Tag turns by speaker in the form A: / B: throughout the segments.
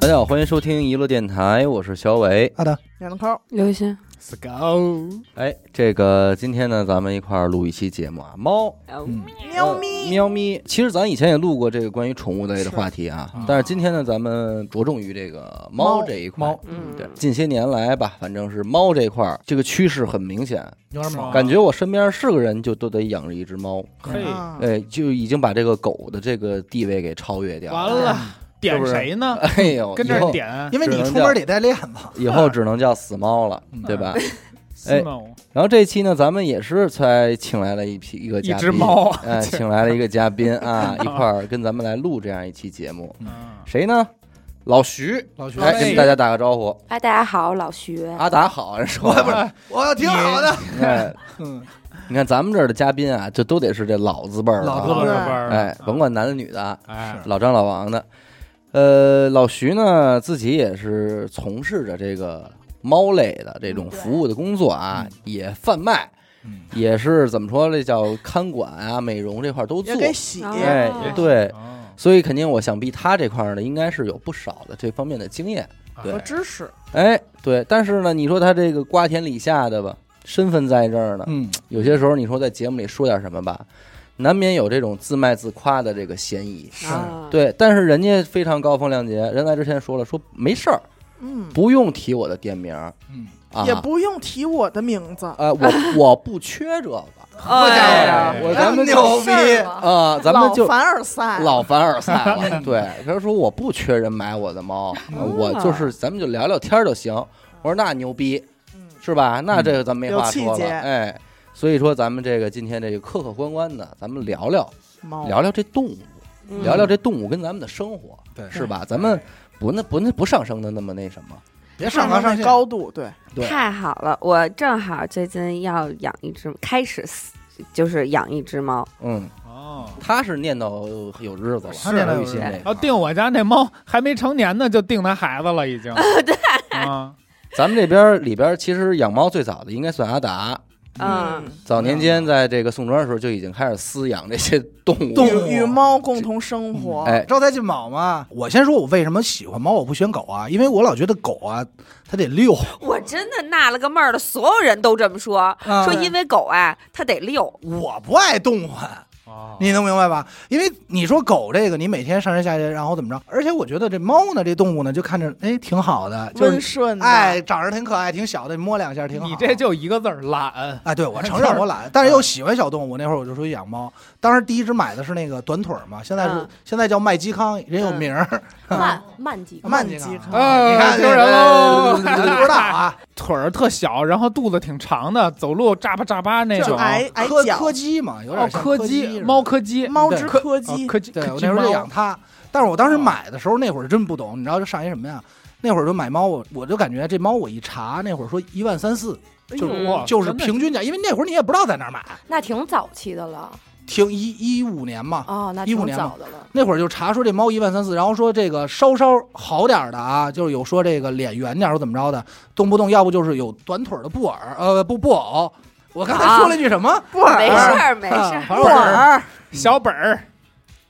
A: 大家好，欢迎收听娱乐电台，我是小伟。
B: 好的
C: 两个扣，
D: 刘雨欣，
B: ，Let's go。
A: 哎，这个今天呢，咱们一块儿录一期节目啊，猫
B: 嗯，
C: 喵咪
A: 呃喵咪。其实咱以前也录过这个关于宠物类的话题啊，但是今天呢，咱们着重于这个猫
B: 猫
A: 这一块。
B: 猫
D: 嗯，
A: 对，近些年来吧，反正是猫这块儿这个趋势很明显，
B: 有点猛，
A: 感觉我身边是个人就都得养着一只猫，
B: 嘿，
C: 啊
A: 哎，就已经把这个狗的这个地位给超越掉
E: 完了，
A: 哎是不
E: 点
A: 是
E: 谁呢？
A: 哎呦，
E: 跟这
A: 以后哎
E: 儿点
B: 因为你出门得带链子，
A: 以后只能叫死猫了
B: 嗯，
A: 对吧？哎
E: 是吗？
A: 然后这一期呢，咱们也是才请来了一批一个
E: 一
A: 嘉宾，
E: 只猫，
A: 哎，请来了一个嘉宾啊，一块儿跟咱们来录这样一期节目。
E: 嗯
A: 谁呢？老徐，
B: 老徐，
A: 来
E: 哎
A: 跟大家打个招呼。
D: 哎，大家好，我老徐，
A: 阿达好，人说
B: 我挺好的。
A: 哎，
B: 嗯，
A: 你看咱们这儿的嘉宾啊，就都得是这老字辈儿的啊
B: 老
E: 老哥
B: 字辈
E: 们
C: 对
E: 儿，
A: 哎，甭管男的女的啊，
B: 嗯
E: 哎，
A: 老张老王的。呃，老徐呢，自己也是从事着这个猫类的这种服务的工作啊，也贩卖，
B: 嗯
A: 也是怎么说呢，叫看管啊、美容这块儿都做
C: 也。给洗，
D: 啊
A: 哎
D: 哦，
A: 对，
E: 哦
A: 所以肯定我想必他这块儿呢，应该是有不少的这方面的经验。
C: 我
E: 哦
B: 啊
A: 对，
C: 知识，
A: 哎，对，但是呢，你说他这个瓜田李下的吧，身份在这儿呢，
B: 嗯，
A: 有些时候你说在节目里说点什么吧，难免有这种自卖自夸的这个嫌疑。
D: 啊，
A: 对，但是人家非常高风亮节，人来之前说了，说没事儿，
C: 嗯，
A: 不用提我的店名儿
B: 嗯，
A: 啊，
C: 也不用提我的名字，
A: 呃，我我不缺这
C: 啊
A: 个
D: 哎呀，
A: 我咱们就
B: 牛逼，
A: 啊，咱们就
C: 老凡尔赛，
A: 老凡尔赛 了。对，他说我不缺人买我的猫，呃我
C: 哦
A: 就是咱们就聊聊天儿就行。我说那牛逼
C: 嗯
A: 是吧？那这个咱没
C: 哦有
A: 话
C: 气
A: 说了，
C: 节
A: 哎。所以说，咱们这个今天这个客客观观的，咱们聊聊
C: 猫，
A: 聊聊这动物，
D: 嗯
A: 聊聊这动物跟咱们的生活，
B: 对
A: 是吧？咱们不那不那不上升的那么那什么，
B: 别上
C: 上
B: 纲上
C: 那
B: 线，
C: 高度，对，
A: 对
D: 太好了，我正好最近要养一只，开始就是养一只猫，
A: 嗯，
E: 哦，
A: 他是念叨有日子了，
B: 他念叨有
A: 于
B: 日子
A: 心这
E: 要
A: 块儿。
E: 定我家那猫还没成年呢，就定他孩子了，已经。对啊，
A: 咱们这边儿里边儿其实养猫最早的应该算阿达，
D: 嗯，
A: 早年间在这个宋庄的时候就已经开始饲养这些动物。
B: 动物
C: 与与猫共同生活，
A: 哎
B: 招财进宝嘛。我先说，我为什么喜欢猫，我不选狗啊？因为我老觉得狗啊，它得遛，
D: 我真的纳了个闷儿了，所有人都这么说，
B: 啊
D: 说因为狗啊，它得遛，
B: 我不爱动换，
E: 哦
B: 你能明白吧？因为你说狗这个，你每天上山下去，然后怎么着？而且我觉得这猫呢，这动物呢，就看着哎挺好的，就是
C: 温顺的，
B: 哎长着挺可爱，挺小的，摸两下挺好。
E: 你这就一个字儿懒。
B: 哎，对，我承认我懒，但
E: 嗯
B: 是又喜欢小动物。那会儿我就说养猫，当时第一只买的是那个短腿儿嘛，现在是、
D: 嗯
B: 现在叫麦基康，人有 名儿，
F: 慢慢几个
B: 慢
C: 慢
B: 基
C: 基
B: 康。
C: 康
E: 啊
B: 你看
E: 丢人喽
B: 咱 不知道啊，
E: 腿儿特小，然后肚子挺长的，走路扎吧扎吧那
C: 就
E: 种。
C: 矮矮
B: 柯
C: 脚
B: 柯，基嘛，有
E: 哦
B: 点，像
E: 柯
B: 基
E: 基，
B: 似的
E: 猫。柯基，
C: 猫
B: 对
C: 之
B: 柯
C: 柯
E: 哦
C: 基，
E: 柯基，
B: 对，
E: 柯
B: 我
E: 基
B: 那时候就
E: 猫
B: 养它，但是我当时买的时候那会儿真不懂，你知道就上一什么呀？那会儿就买猫，我我就感觉这猫我一查，那会儿说一万三四，就
D: 哎
B: 是
D: 呦
E: 哇
B: 就是
E: 哦真的
B: 平均价，因为那会儿你也不知道在哪儿买，
F: 那挺早期的了
B: 听一一五年嘛，
F: 哦，那
B: 15
F: 挺
B: 年
F: 早的了。
B: 那会儿就查说这猫一万三四，然后说这个稍稍好点儿的啊，就是有说这个脸圆点儿或怎么着的，动不动要不就是有短腿儿的布偶，呃不布偶，我刚才说了一句什么？
E: 啊
C: 布尔
D: 没事儿没事
B: 啊
D: 儿，
B: 反
C: 布
B: 正我
C: 尔，
E: 小本儿，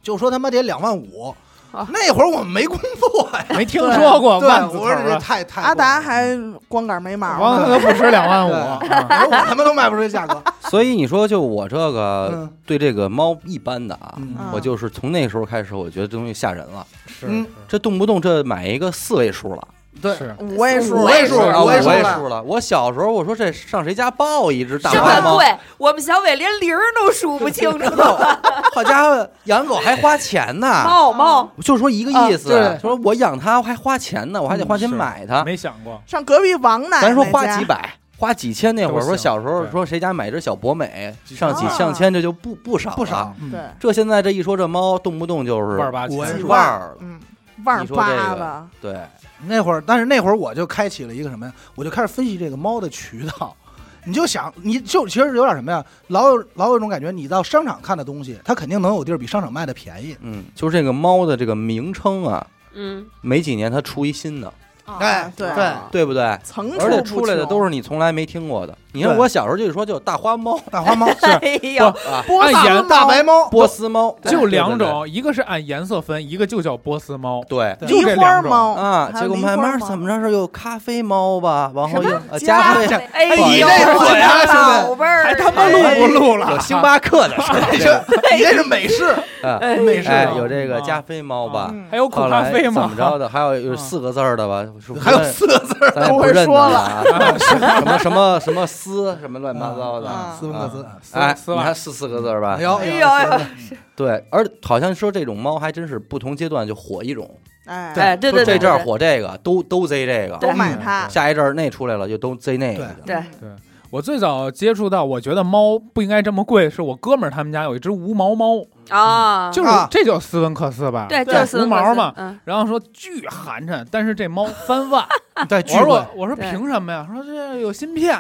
B: 就说他妈得两万五
D: 啊，
B: 那会儿我们没工作呀，
E: 没听 说过
B: 对，
E: 万字头啊
B: 我说这
E: 的，
B: 太太
C: 阿达还光杆没毛
E: 王
C: 呢，
E: 子都不值两万五。啊
B: 我说我他妈都卖不出这价格，
A: 所以你说，就我这个
B: 嗯
A: 对这个猫一般的啊，
B: 嗯
C: 啊
A: 我就是从那时候开始，我觉得这东西吓人了，
E: 是
B: 嗯
A: 这动不动这买一个四位数了，
B: 对，
E: 是，
C: 五位数，
B: 五位数
A: 啊
B: 五
A: 五
B: 位
A: 位
B: 数了
A: 数了。我小时候我说这上谁家抱一只大
D: 这
A: 花
D: 么
A: 猫，
D: 贵，我们小伟连零儿都数不清楚，
A: 好家伙，养狗还花钱 呢。
D: 猫猫，
A: 就说一个意思，
B: 啊对
A: 说我养它还花钱呢，我还得花钱
E: 嗯是
A: 买它。
E: 没想过。
C: 上隔壁王奶奶家，
A: 咱说花几百、花几千那会
E: 都
A: 儿，
E: 行
A: 说小时候
E: 对
A: 说谁家买只小博美
B: 几
A: 上几
C: 啊
A: 上千，这就不不少
B: 不
A: 了
E: 啊
B: 少，。嗯
C: 对，
A: 这现在这一说这猫，动不动就是
E: 万儿八千
A: 五位数
C: 万
A: 万
C: 儿
A: 儿了。
C: 嗯，万儿
A: 你说这
C: 八
A: 个
C: 的，
A: 对，
B: 那会儿，但是那会儿我就开启了一个什么呀？我就开始分析这个猫的渠道。 你就想，你就其实有点什么呀？老有老有一种感觉，你到商场看的东西，它肯定能有地儿比商场卖的便宜。
A: 嗯，就是这个猫的这个名称啊，
D: 嗯，
A: 每几年它出一新的，
F: 啊
B: 哎
C: 对
B: 对
A: 对不对？
C: 哦层出
A: 而且出来的都
C: 是
A: 是你从来没听过的。你看
B: 对
A: 我小时候就说就大花猫、
B: 大花猫、
D: 哎呦，
A: 啊、
G: 按颜
B: 大白猫，
A: 波斯猫，
G: 就两种，一个是按颜色分，一个就叫波斯猫。
A: 对。
B: 对
G: 就
C: 梨
G: 这
C: 花
G: 两种
C: 猫
A: 啊，
C: 还
A: 结
C: 有
A: 果
C: 梨花
A: 慢慢
C: 猫
A: 怎么着是又咖啡猫吧，然后又呃
C: 加
A: 加菲
G: 菲
D: 哎呦，
B: 你这
D: 我
A: 嘴啊
D: 的
A: 兄弟
D: 宝贝儿，
G: 还他
B: 哎
G: 妈录不录了？
A: 有星巴克的是吧
B: 你 这是美式，
A: 啊，
B: 美式
A: 哎
G: 啊，
A: 有这个
G: 啊
A: 加菲猫吧，
B: 嗯
G: 还有苦
A: 后
G: 咖
A: 来
G: 啡
A: 怎
G: 吗？
A: 么着的，还有有
G: 啊
A: 四个字儿的吧，是不是
B: 还有四个字儿，
A: 咱也
C: 都
A: 不
C: 会
A: 认得
C: 说
A: 了啊， 什么什么什么丝什么乱七八糟的，啊
C: 啊
B: 斯文克斯，
A: 哎，
G: 嗯丝
A: 你
G: 袜
A: 看是四个字儿吧
B: 哎？呦
D: 哎
B: 哎
D: 呦哎呦，
A: 对，而好像说这种猫还真是不同阶段就火一种，
C: 哎，
D: 哎，对对
A: 这
D: 对，
A: 阵儿
D: 对
A: 火这个，都都贼这个，
C: 都
D: 对
C: 买它。
A: 下一阵儿那出来了就都贼那个去了，
D: 对，
G: 我最早接触到，我觉得猫不应该这么贵，是我哥们儿他们家有一只无毛猫，
D: 啊，
G: 就是
B: 啊
G: 这就是斯文克斯吧？
D: 对，
B: 对
D: 就是
G: 无毛嘛
D: 嗯，
G: 然后说巨寒碜，但是这猫翻 万。
B: 对，
G: 我
B: 巨
G: 说
B: 贵
G: 我，我说
D: 对
G: 凭什么呀？说这有芯片。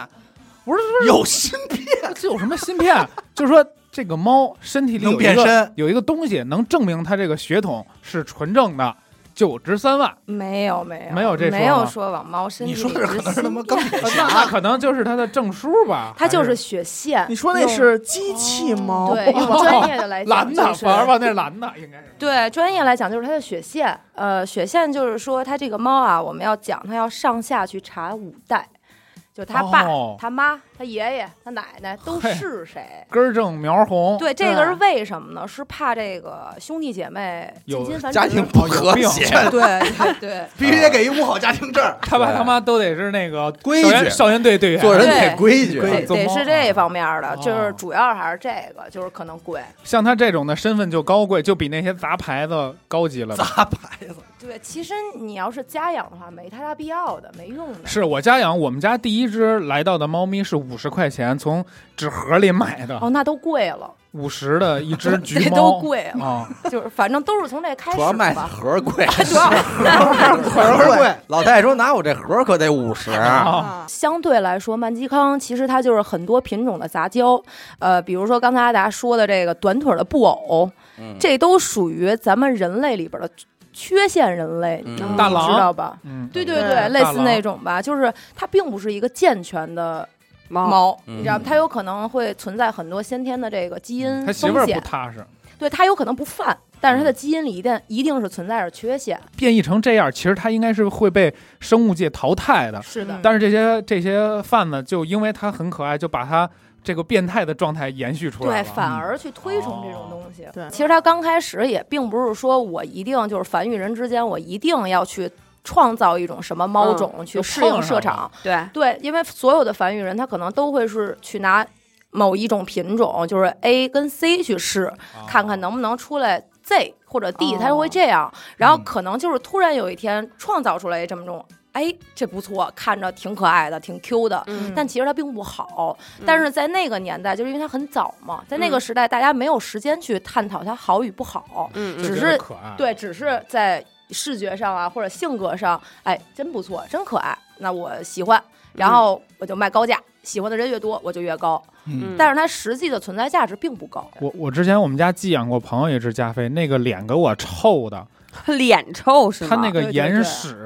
G: 我说
B: 有芯片
G: 这有什么芯片？就是说这个猫身体里
B: 能
G: 有
B: 变
G: 一个
B: 身，
G: 有一个东西能证明它这个血统是纯正的，九值三万。
F: 没有没有
G: 没有这说
F: 没有
G: 吗
F: 说往猫身体
B: 你
F: 里
B: 说的可能是他妈钢铁
G: 那
B: 侠
G: 那，可能就是它的证书吧？
F: 它就
G: 还
F: 是血线。
C: 你说那是机器
G: 哦
C: 猫，
F: 哦对，用专业的来讲，
G: 蓝的，
F: 就是
G: 反而吧，那是蓝的，应该是。
F: 对，专业来讲就是它的血线。呃，血线就是说它这个猫啊，我们要讲它要上下去查五代，就它爸、
G: 哦
F: 它妈、它爷爷、它奶奶都
G: 嘿
F: 是谁。
G: 根儿正苗红，
F: 对，这个是为什么呢？是怕这个兄弟姐妹近
G: 有
F: 亲繁殖。
A: 家庭不和 谐，
F: 对对对，
B: 哦必须得给一五好家庭 证儿，
G: 他爸他妈都得是那个
B: 规
G: 少年
B: 矩
G: 少先队队员，
A: 做人
F: 对
A: 得规矩，啊
G: 对
F: 得
G: 做
F: 得
G: 猫
F: 是这方面的，
G: 哦
F: 就是主要还是这个，就是可能贵。
G: 像他这种的身份就高贵，就比那些杂牌子高级了吧。
B: 砸牌子，
F: 对，其实你要是家养的话，没太大必要的，没用的。
G: 是我家养，我们家第一只来到的猫咪是五十块钱从纸盒里买的，
F: 哦，那都贵了，
G: 五十的一 只橘
F: 这
G: 猫，
F: 都贵了，
G: 啊，
F: 就是反正都是从这开始
A: 主要卖的
F: 吧。
A: 盒儿贵。
F: 主要
B: 盒儿贵，
A: 老太太说：“拿我这盒儿可得五十。
C: 啊，
F: 相对来说，曼基康其实它就是很多品种的杂交，呃，比如说刚才阿达说的这个短腿的布偶，”
A: 嗯，
F: 这都属于咱们人类里边的缺陷人类，
A: 嗯
F: 你们
G: 大狼
F: 知道吧？
G: 嗯，
F: 对
C: 对
F: 对对，类
G: 大
F: 似
G: 狼
F: 那种吧，就是它并不是一个健全的
G: 啊
D: 猫
F: 猫，
A: 嗯
F: 你知道吗？它有可能会存在很多先天的这个基因
G: 他嗯媳妇
F: 风
G: 儿不
F: 险，
G: 踏实，
F: 对它有可能不犯，但是它的基因里一定一定是存在着缺陷。
G: 变异成这样，其实他应该是会被生物界淘汰的。
F: 是
C: 的
G: 嗯但是这些这些贩子就因为他很可爱，就把他这个变态的状态延续出来了。嗯
F: 对，
G: 哦
F: 反而去推崇这种东西。
C: 对
F: 其实他刚开始也并不是说我一定就是繁育人之间，我一定要去创造一种什么猫种、去
G: 嗯就
F: 适
G: 碰
F: 应
G: 上
F: 市
G: 了
F: 场。
D: 对，
F: 对，因为所有的繁育人，他可能都会是去拿某一种品种，就是 A 跟 C 去试，
G: 啊
F: 看看能不能出来 Z 或者 D，
D: 哦
F: 他就会这样。
G: 嗯
F: 然后可能就是突然有一天创造出来这么种，哎，这不错，看着挺可爱的，挺 Q 的。
D: 嗯
F: 但其实它并不好，但是在那个年代，就是因为它很早嘛，在那个时代，大家没有时间去探讨它好与不好，
D: 嗯
G: 就
D: 嗯
F: 只
G: 觉得
F: 是
G: 可爱，啊
F: 对，只是在视觉上啊或者性格上，哎，真不错，真可爱，那我喜欢，然后我就卖高价，喜欢的人越多，我就越高，
D: 嗯，
F: 但是它实际的存在价值并不高。
G: 我我之前我们家寄养过朋友一只加菲，那个脸给我臭的，
D: 是脸臭是吗？
G: 他那个
C: 对对
G: 眼
C: 对
G: 屎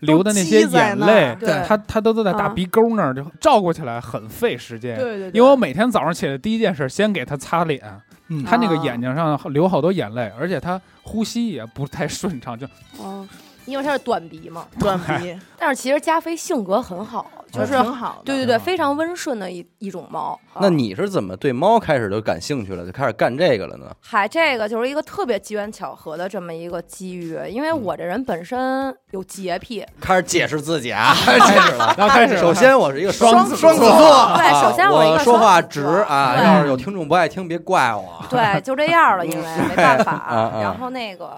G: 流的那些
C: 都积在
G: 眼
C: 那
G: 泪
C: 儿，
B: 对
G: 他他都都在大
D: 啊
G: 鼻沟那儿，就照顾起来很费时间。
C: 对对对
G: 因为我每天早上起来第一件事，先给他擦脸，
B: 嗯
G: 他那个眼睛上流好多眼泪，而且他呼吸也不太顺畅，就
D: 哦
F: 嗯因为它是短鼻嘛。
C: 短 鼻，
F: 但是其实加菲性格很好，就
C: 就是
F: 是
C: 嗯挺好的。
F: 对对
G: 挺
F: 对，
G: 好
F: 非常温顺的一一种猫。啊
A: 那你是怎么对猫开始就感兴趣了，就开始干这个了呢？
F: 嗨，这个就是一个特别机缘巧合的这么一个机遇，因
A: 嗯
F: 为我这人本身有洁癖，
A: 开始解释自己啊，开始了。
G: 然后开始
A: 首先我是一个
G: 双
A: 子
B: 双子
A: 座
B: 座，
F: 对
A: 啊
F: 首先我一
A: 我
F: 个
A: 说话
F: 双子
A: 直
F: 座
A: 啊，
F: 对
A: 要是有听众不爱听，别怪我。
F: 对，就这样了，因为 没办
A: 啊
F: 法。
A: 啊
F: 然后那个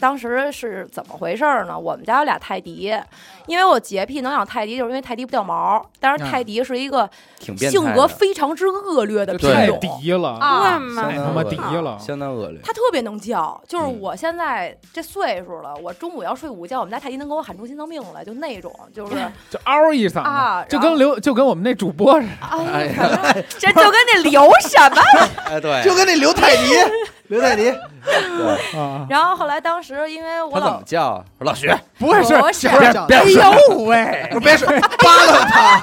F: 当时是怎么回事儿呢？我们家有俩泰迪，因为我洁癖能养泰迪，就是因为泰迪不掉毛。当然，
G: 啊
F: 泰迪是一个
A: 挺变态
F: 性
A: 的
F: 格非常之恶劣的
G: 就
F: 品
A: 对
G: 太
F: 种
G: 低了，
F: 啊，
A: 相
D: 嗯
G: 太
A: 当
G: 他妈
A: 恶
G: 低
A: 劣
G: 了。
A: 啊相当恶劣。
F: 它特别能叫，就是
A: 嗯
F: 我现在这岁数了，我中午要睡午觉，我们家泰迪能给我喊出心脏病来，就那种，就是
A: 啊
G: 就嗷一嗓子，
F: 啊
G: 就
F: 然后
G: 跟刘就跟我们那主播似的，
A: 哎
F: 哎
A: 呀
F: 呀，反正
D: 这就跟你聊什么？
A: 哎，对，
B: 就跟那刘泰迪，刘泰迪
A: 对
E: 啊，
F: 然后后来当时因为我
A: 他怎
F: 老
A: 么叫啊？说老徐，
E: 不是是
F: 我是
B: 别叫
A: 别
C: 哎呦 喂，
B: 别说扒拉他，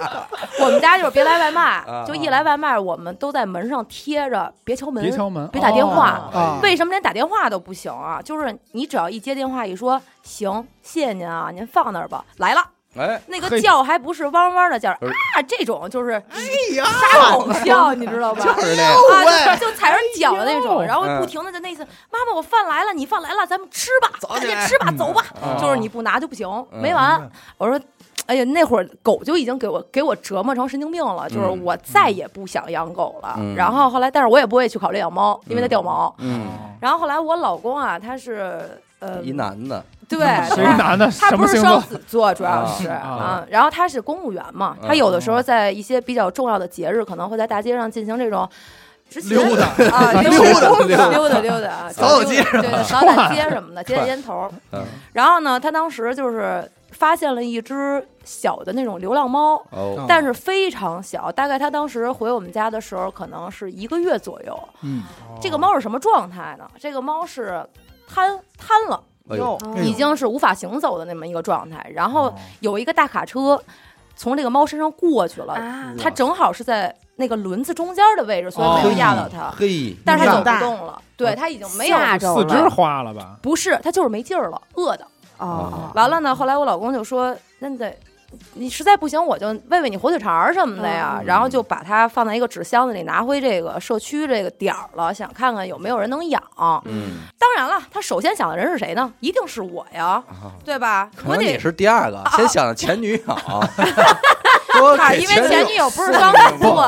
F: 我们家就是别来外卖
A: 啊，
F: 就一来外卖我们都在门上贴着，别敲门，
E: 别敲门，
F: 别打电话
E: 哦
B: 啊
F: 为什么连打电话都不行啊？就是你只要一接电话，一说行，谢谢您啊，您放那儿吧，来了，
A: 哎，
F: 那
E: 嘿
F: 个叫还不是汪汪的叫
A: 呃
F: 啊，这种就是
C: 哎呀，
F: 撒狗叫，你知道吧？
A: 就是那个，
F: 啊，就就踩着脚的那种，
E: 哎呦
F: 然后不停的在那次，妈妈，我饭来了，你饭来了，咱们吃吧，赶紧啊吃吧，
E: 嗯
F: 走吧，
G: 哦
A: 啊
F: 就是你不拿就不行，
A: 嗯
F: 没完。我说，哎呀，那会儿狗就已经给我给我折磨成神经病了，就是
A: 嗯
F: 我再也不想养狗了。
A: 嗯
F: 然后后来，但是我也不会去考虑养猫，因为它掉毛。
A: 嗯，
G: 哦
F: 然后后来我老公啊，他是呃，
A: 一男的，
F: 对，
E: 谁
F: 他
E: 男的
F: 他
E: 什
F: 不
E: 么
F: 是
E: 星
F: 双
E: 座？
F: 子座，主要
A: 啊
F: 是
E: 啊
F: 啊。然后他是公务员嘛，他有的时候在一些比较重要的节日，可能会在大街上进行这种执勤
B: 溜达
F: 啊，溜
A: 溜
F: 达
A: 达
F: 溜达溜达啊，
B: 扫扫
F: 就是
B: 街
F: 溜达对，扫扫街什么的，接接烟头。
A: 嗯，
F: 然后呢，他当时就是发现了一只小的那种流浪猫。
A: 哦，
F: 但是非常小，大概他当时回我们家的时候，可能是一个月左右。
B: 嗯，
F: 这个猫是什么状态呢？这个猫是瘫瘫了，
A: 哎呦，
B: 哎呦
F: 嗯已经是无法行走的那么一个状态。然后
E: 哦
F: 有一个大卡车从这个猫身上过去了，
D: 啊，
F: 它正好是在那个轮子中间的位置，所以没有压到它，
A: 哦嘿，
F: 但是它走
C: 大
F: 不动了，对，它已经没有。
D: 吓着
E: 四肢
D: 了
E: 花了吧？
F: 不是，它就是没劲儿了，饿的。
D: 哦，
F: 完了呢，后来我老公就说：“那你得，你实在不行，我就喂喂你火腿肠儿什么的呀。
A: 嗯
F: 然后就把它放在一个纸箱子里，拿回这个社区这个点儿了，想看看有没有人能养。
A: 嗯，
F: 当然了，他首先想的人是谁呢？一定是我呀，
A: 啊
F: 对吧？
A: 可
F: 我
A: 能
F: 得
A: 你是第二个，先想前 女友，
B: 说
F: 啊，
B: 给
F: 因为前
B: 前
F: 女友不是双子座，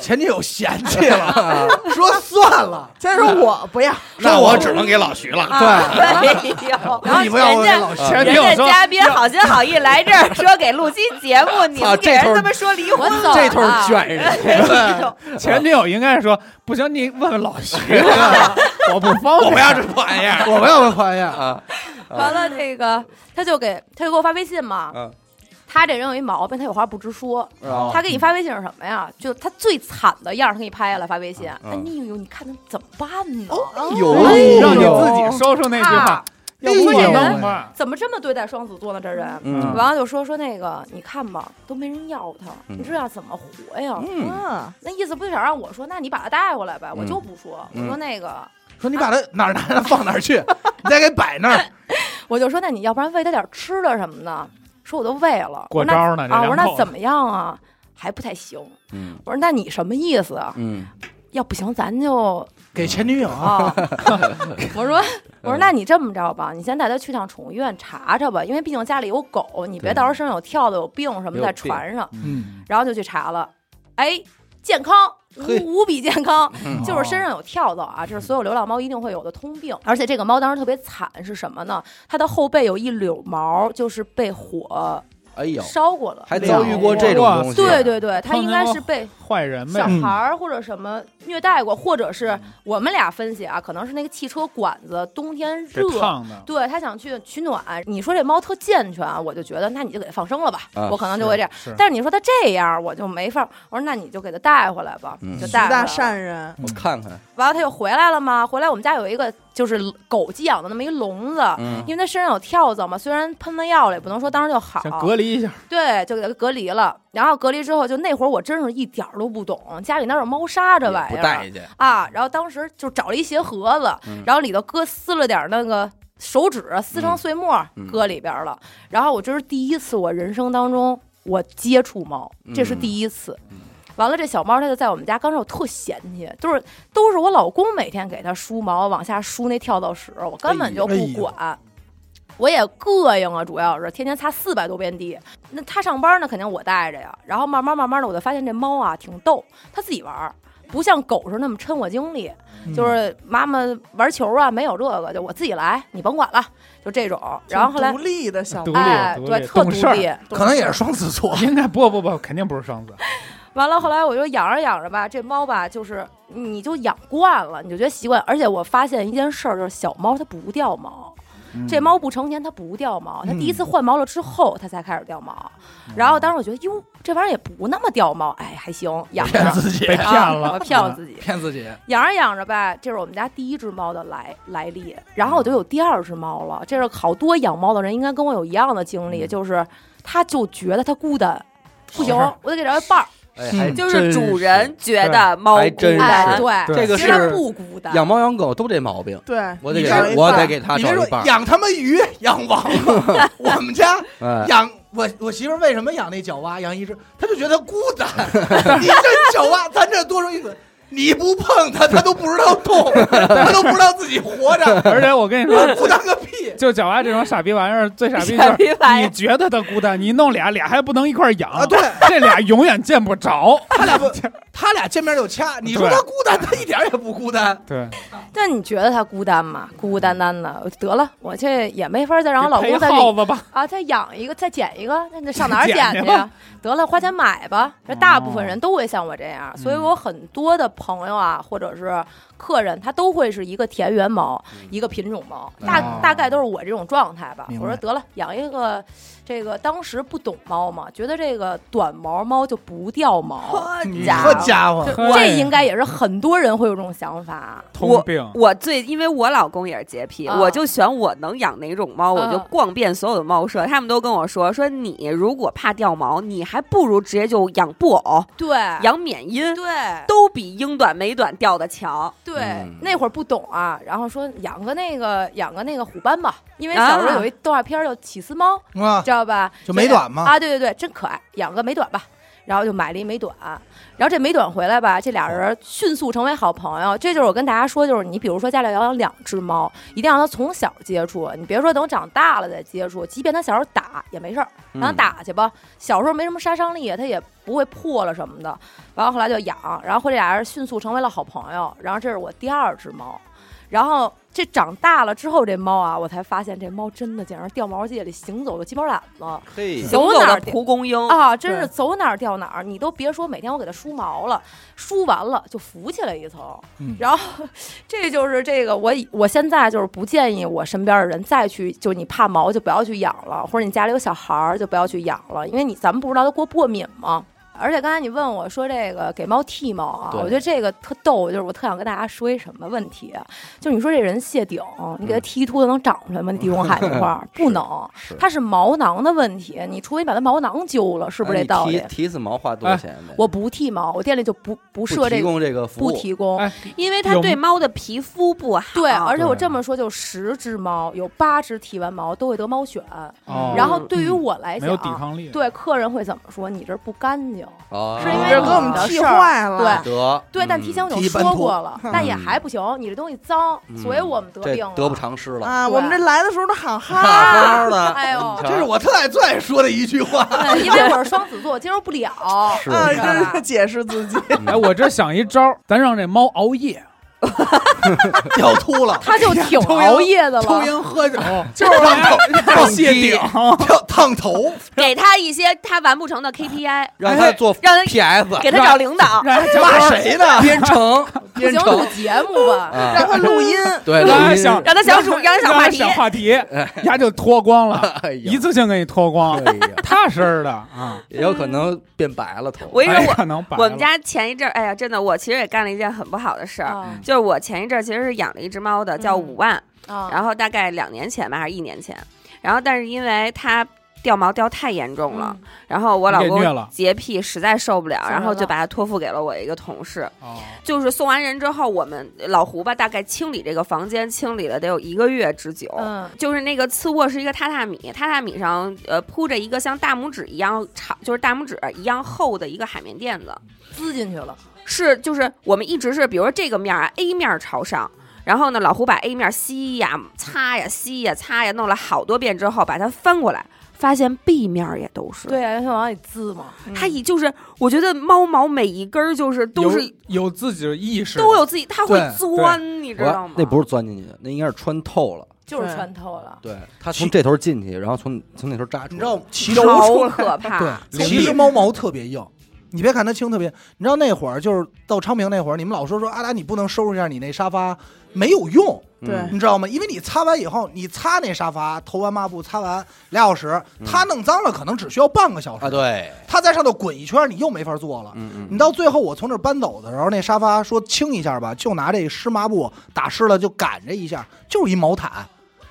B: 前女友嫌弃 了，说算了，
C: 再说我不要，
A: 那我只能给老徐了。
B: 对，
D: 没有，
B: 那你不要我给
F: 啊
B: 老
A: 人家
B: 师，
E: 前女
D: 人
E: 友
D: 家
E: 说
D: 嘉宾好心好意来这儿说给录期节目，你
A: 啊
D: 们给
A: 这
D: 人
A: 头
D: 这么说离
F: 我
D: 婚，
F: 走
A: 这头
F: 了
A: 儿卷人，
E: 前女友应该是说不行，你问问老 徐，啊我不方
A: 我
E: 便。
A: 不要这破玩意儿
B: 我们要问花样，
A: 啊！
F: 完了，这个他就给他就给我发微信嘛
A: 嗯。
F: 他这人有一毛病，他有话不直说。
A: 哦
F: 他给你发微信是什么呀？就他最惨的样儿，他给你拍下来发微信。
A: 嗯
F: 哎呦，你看他怎么办呢？
B: 哦
F: 哎
A: 有
E: 啊让你自己说出那句话
F: 啊，
E: 要不
F: 哎
E: 我
F: 呦
E: 弄吧。
F: 怎么这么对待双子座呢？这人。
A: 嗯
F: 完了就说说那个，你看吧，都没人要他，
A: 嗯
F: 你这样怎么活呀？
A: 嗯，
C: 嗯，
F: 那意思不就想让我说，那你把他带回来呗？我就不说，
A: 嗯
F: 我说那个，
B: 说你把它哪儿拿着放哪儿 去，你再给摆那儿，
F: 我就说那你要不然喂他点吃的什么的。说我都喂了，
E: 过
F: 我说那
E: 招呢这
F: 啊！我说
E: 两口子
F: 那怎么样啊？还不太行。
A: 嗯
F: 我说那你什么意思啊？
A: 嗯
F: 要不行咱就
B: 给前女友啊，
F: 啊。我说我说那你这么着吧，你先带他去趟宠物医院查查吧，因为毕竟家里有狗，你别
A: 对
F: 到时候身上有跳的、有病什么
A: 有
F: 再
A: 病
F: 传上。
B: 嗯，
F: 然后就去查了，哎，健康。
A: 嘿
F: 无无比健
E: 哦
F: 康，
A: 嗯
F: 就是身上有跳蚤
E: 嗯
F: 啊，这是所有流浪猫一定会有的通病。而且这个猫当时特别惨，是什么呢？它的后背有一绺毛，就是被火
A: 哎呦，
F: 烧过了。
A: 还遭遇过这种东西，啊
F: 对对对，它
E: 碰
F: 应
E: 见
F: 该
E: 过嗯
F: 是被
E: 坏人
F: 小
E: 呗，
F: 孩儿或者什么虐待过，或者
E: 嗯
F: 是我们俩分析啊，可能是那个汽车管子冬天
E: 给
F: 热，
E: 烫的。
F: 对他想去取暖。你说这猫特健全，啊我就觉得那你就给它放生了吧，
A: 啊
F: 我可能就会这样。
E: 是
F: 但是你说它这样，我就没法儿。我说那你就给它带回来吧，
A: 嗯
F: 就带回来
C: 大
F: 了。
C: 善人，
A: 我看看，
F: 完了，它又回来了嘛。回来我们家有一个就是狗寄养的那么一笼子。
A: 嗯
F: 因为它身上有跳蚤嘛，虽然喷了药了，也不能说当时就好，
E: 想隔离一下，
F: 对，就给它隔离了。然后隔离之后，就那会儿我真是一点儿都不懂，家里哪有猫砂这玩
A: 不
F: 意儿啊
A: 待见，
F: 啊？然后当时就找了一鞋盒子，
A: 嗯
F: 然后里头搁撕了点儿那个手指，撕成碎末儿
A: 嗯
F: 搁里边儿了。然后我这是第一次，我人生当中我接触猫，这是
A: 嗯
F: 第一次。
A: 嗯
F: 完了，这小猫它就在我们家，刚开始我特嫌弃，就是都是我老公每天给它梳毛，往下梳那跳蚤屎，我根本就
B: 哎
F: 不
B: 呀
F: 管。我也膈应啊，主要是天天擦四百多遍地。那他上班呢，肯定我带着呀。然后慢慢慢慢的，我就发现这猫啊挺逗，它自己玩儿，不像狗似的那么抻我精力。
B: 嗯
F: 就是妈妈玩球啊，没有这个，就我自己来，你甭管了，就这种。然后后来
C: 独，立的小
E: 独立
F: 哎，
E: 独
F: 对，
E: 立
F: 特独
E: 懂事儿
F: 立，
B: 可能也是双子
F: 哦
B: 座，
E: 应该不不不，肯定不是双 子，
F: 完了，后来我就养着养着吧，这猫吧，就是你就养惯了，你就觉得习惯。而且我发现一件事儿，就是小猫它不掉毛，
E: 嗯
F: 这猫不成年它不掉毛，它
B: 嗯
F: 第一次换毛了之后它才开始掉毛。然后当时我觉得哟，这玩意儿也不那么掉毛，哎，还行，养着
B: 骗自己，
E: 被骗了
F: 啊我骗我自
A: 嗯
F: 己。
B: 骗自己，
F: 养着养着吧，这是我们家第一只猫的来来历，然后我就有第二只猫了。这是好多养猫的人应该跟我有一样的经历，就是他就觉得他孤单，不行
E: 好事儿，
F: 我得给他一伴儿。
A: 哎
B: 嗯
A: 还
B: 真
D: 就是主
A: 是
D: 人觉得猫
A: 还真
D: 孤
A: 是
D: 单，
F: 哎对，
A: 这个
F: 其实它
A: 是
F: 不孤单，
A: 养猫养狗都这毛病，
C: 对，
A: 我得
B: 你
A: 给
B: 这
A: 它
B: 儿
A: 我得给它
B: 你别
A: 找
B: 说
A: 一伴儿，
B: 养他妈鱼，养王八，我们家
A: 哎，
B: 养我我媳妇儿为什么养那角蛙？养一只，她就觉得孤单。 你这角蛙，咱这多说一嘴，你不碰它，它都不知道动，它都不知道自己活着，
E: 啊而且我跟你说
B: 它，孤单个屁！
E: 就脚丫这种傻逼玩意儿，最傻逼就
D: 傻
E: 是
D: 逼玩意
E: 你
D: 儿
E: 觉得它孤单，你弄俩俩还不能一块儿养
B: 啊，对
E: 这俩永远见不 着。
B: 他俩不，他俩见面就掐。你说
E: 对
B: 他孤单，他一点儿也不孤单。
E: 对，
F: 但你觉得它孤单吗？孤孤单单的，得了，我这也没法再让我老公
E: 陪
F: 再
E: 耗
F: 给
E: 子 吧，
F: 啊，再养一个，再捡一个，那那上哪儿
E: 捡
F: 捡
E: 去
F: 去
E: 吧
F: 呀？得了，花钱买吧。这大部分
E: 哦
F: 人都会像我这样，所以我很多的朋友啊，或者是客人，他都会是一个田园猫，一个品种猫，
E: 哦
F: 大大概都是我这种状态吧
B: 明。白
F: 我说得了，养一个，这个当时不懂猫嘛，觉得这个短毛猫就不掉 毛，
D: 好
B: 你
G: 啊
D: 家
B: 这
D: 伙！
B: 家伙，
F: 这应该也是很多人会有这种想法。
E: 通病。
D: 我最因为我老公也是洁癖，
F: 啊
D: 我就选我能养哪种猫，我就
F: 啊
D: 逛遍所有的猫舍，他们都跟我说说你如果怕掉毛，你还不如直接就养布偶、
F: 对，
D: 养缅因，
F: 哎对，
D: 都比英短美短掉的强。
F: 对，
A: 嗯
F: 那会儿不懂啊，然后说养个那个养个那个虎斑吧，因为小时
D: 啊
F: 候有一动画片儿叫《起司猫》，
B: 啊，
F: 知道吧？
B: 就美短嘛
F: 啊，对对对，真可爱，养个美短吧。然后就买了一美短，啊然后这美短回来吧，这俩人迅速成为好朋友。这就是我跟大家说，就是你比如说家里要养两只猫，一定要让它从小接触，你别说等长大了再接触，即便它小时候打也没事儿，让它
A: 嗯
F: 打去吧。小时候没什么杀伤力，它也不会破了什么的。完了后来就养，然后这俩人迅速成为了好朋友。然后这是我第二只猫，然后这长大了之后，这猫啊，我才发现这猫真的简直掉毛界里行走的鸡毛掸子。
A: 嘿，
E: 嗯
F: 行
D: 走走
F: 哪
D: 的
F: 儿
D: 蒲公英，
F: 啊，真是
E: 对
F: 走哪儿掉哪儿，你都别说每天我给它梳毛了，梳完了就浮起来一层，
B: 嗯
F: 然后这就是这个我以我现在就是不建议我身边的人再去，就你怕毛就不要去养了，或者你家里有小孩儿就不要去养了，因为你咱们不知道它过过敏吗？而且刚才你问我说这个给猫剃毛啊，
A: 对
F: 我觉得这个特逗，就是我特想跟大家说一什么问题啊，就你说这人谢顶，你给他剃秃子能长出来吗？地中海那 块儿不能，
A: 嗯是
F: 它是毛囊的问题，你除非把它毛囊揪了，是不
A: 哎
F: 是这
A: 你
F: 道理？哎
A: 剃剃一次毛花多少钱呗？
F: 我不剃毛，我店里就不不
A: 不
F: 设这
A: 提
F: 个，
A: 供这个服
F: 不
A: 务，啊
F: 提供。
E: 哎，
D: 因为它
E: 有
D: 对猫的皮肤不好。
F: 对，而且我
E: 对
F: 这么说，就十只猫有八只剃完毛都会得猫癣，
E: 哦
F: 然后对于我来
E: 没
A: 嗯
F: 讲
E: 有，抵抗力。
F: 对客人会怎么说？你这儿不干净。
A: 哦
F: 是因为
C: 这啊给我们气坏了。
A: 得
F: 对，但
A: 嗯
F: 提前我就
B: 剃一般
F: 说
B: 秃
F: 过了，但也还不行，你这东西脏，所以
A: 嗯
F: 我们得
A: 这
F: 病了，
A: 得不偿失了。
C: 啊，
F: 对
C: 我们这来的时候都喊哈，
A: 好好的，
F: 哎呦
A: 你瞧
B: 这是我特爱最爱说的一句 话。
F: 对。因为我是双子座，我接受 不了。
A: 是
C: 啊，
F: 是
C: 真是解释自 己，
A: 嗯
E: 哎，我这想一招儿，咱让这猫熬夜，
B: 掉秃了，
F: 他就挺
B: 抽烟
F: 熬夜的
B: 抽
F: 了，
B: 烟喝酒，
E: 就是
B: 烫
E: 让谢顶。
B: 烫烫头，
D: 给它一些它完不成 的 KPI，
A: 让他做
D: 让它
A: PS，
D: 给它找领导。
E: 让人家
B: 骂谁呢？
A: 编程，
F: 不行
A: 编
F: 录
A: 程
F: 节目吧。
A: 啊，
C: 让他录音，
A: 对，
E: 让
A: 录
E: 他
A: 音
E: 想，
D: 让他想主让他想话
E: 他
D: 题
E: 想话题，丫就脱光了，
A: 哎呀
E: 一次性给你脱光，
A: 哎呀
E: 踏实儿的啊。
A: 也有可能变白了头。
D: 我跟你
E: 哎
D: 说，
E: 可能白
D: 我我们
E: 了
D: 家前一阵儿，哎呀，真的，我其实也干了一件很不好的事儿。
F: 啊
D: 就是我前一阵儿其实是养了一只猫的，叫
F: 嗯
D: 五万，
F: 啊
D: 然后大概两年前吧，还是一年前，然后但是因为它掉毛掉太严重
F: 嗯
D: 了，然后我
E: 你
D: 老
E: 给虐
D: 公
E: 了
D: 洁癖实在嗯受不了，
F: 吓人
D: 然后
F: 了
D: 就把它托付给了我一个同事，
E: 哦
D: 就是送完人之后，我们老胡吧大概清理这个房间，清理了得有一个月之久。
F: 嗯
D: 就是那个次卧是一个榻榻米，榻榻米上呃铺着一个像大拇指一样长，就是大拇指一样厚的一个海绵垫子。
F: 滋进去了，
D: 是，就是我们一直是，比如说这个面儿 A 面儿朝上，然后呢，老胡把 A 面儿吸呀、擦呀、吸呀、擦呀，弄了好多遍之后，把它翻过来，发现 B 面儿也都是。
F: 对，呀，它往里滋嘛，
D: 它已就是，我觉得猫毛每一根儿就是都是
E: 有有自己的意识的，
D: 都有自己，它会
B: 对
D: 钻，你知道
A: 我
D: 吗？
A: 那不是钻进去的，那应该是穿透了。
F: 就是穿透了。
A: 对，他从这头进去，然后从从那头扎出来。
B: 你知道其实
D: 好可怕。
B: 对，其实猫毛特别硬。你别看它轻，特别。你知道那会儿就是到昌平那会儿，你们老说说阿达，你不能收拾一下你那沙发，没有用。
A: 嗯
C: 对
B: 你知道吗？因为你擦完以后，你擦那沙发，投完抹布，擦完俩小时，它弄脏了可能只需要半个小时
A: 嗯啊，，对，
B: 它在上头滚一圈，你又没法坐了。
A: 嗯嗯
B: 你到最后，我从这儿搬走的时候，那沙发说清一下吧，就拿这湿抹布打湿了，就赶这一下，就是一毛毯，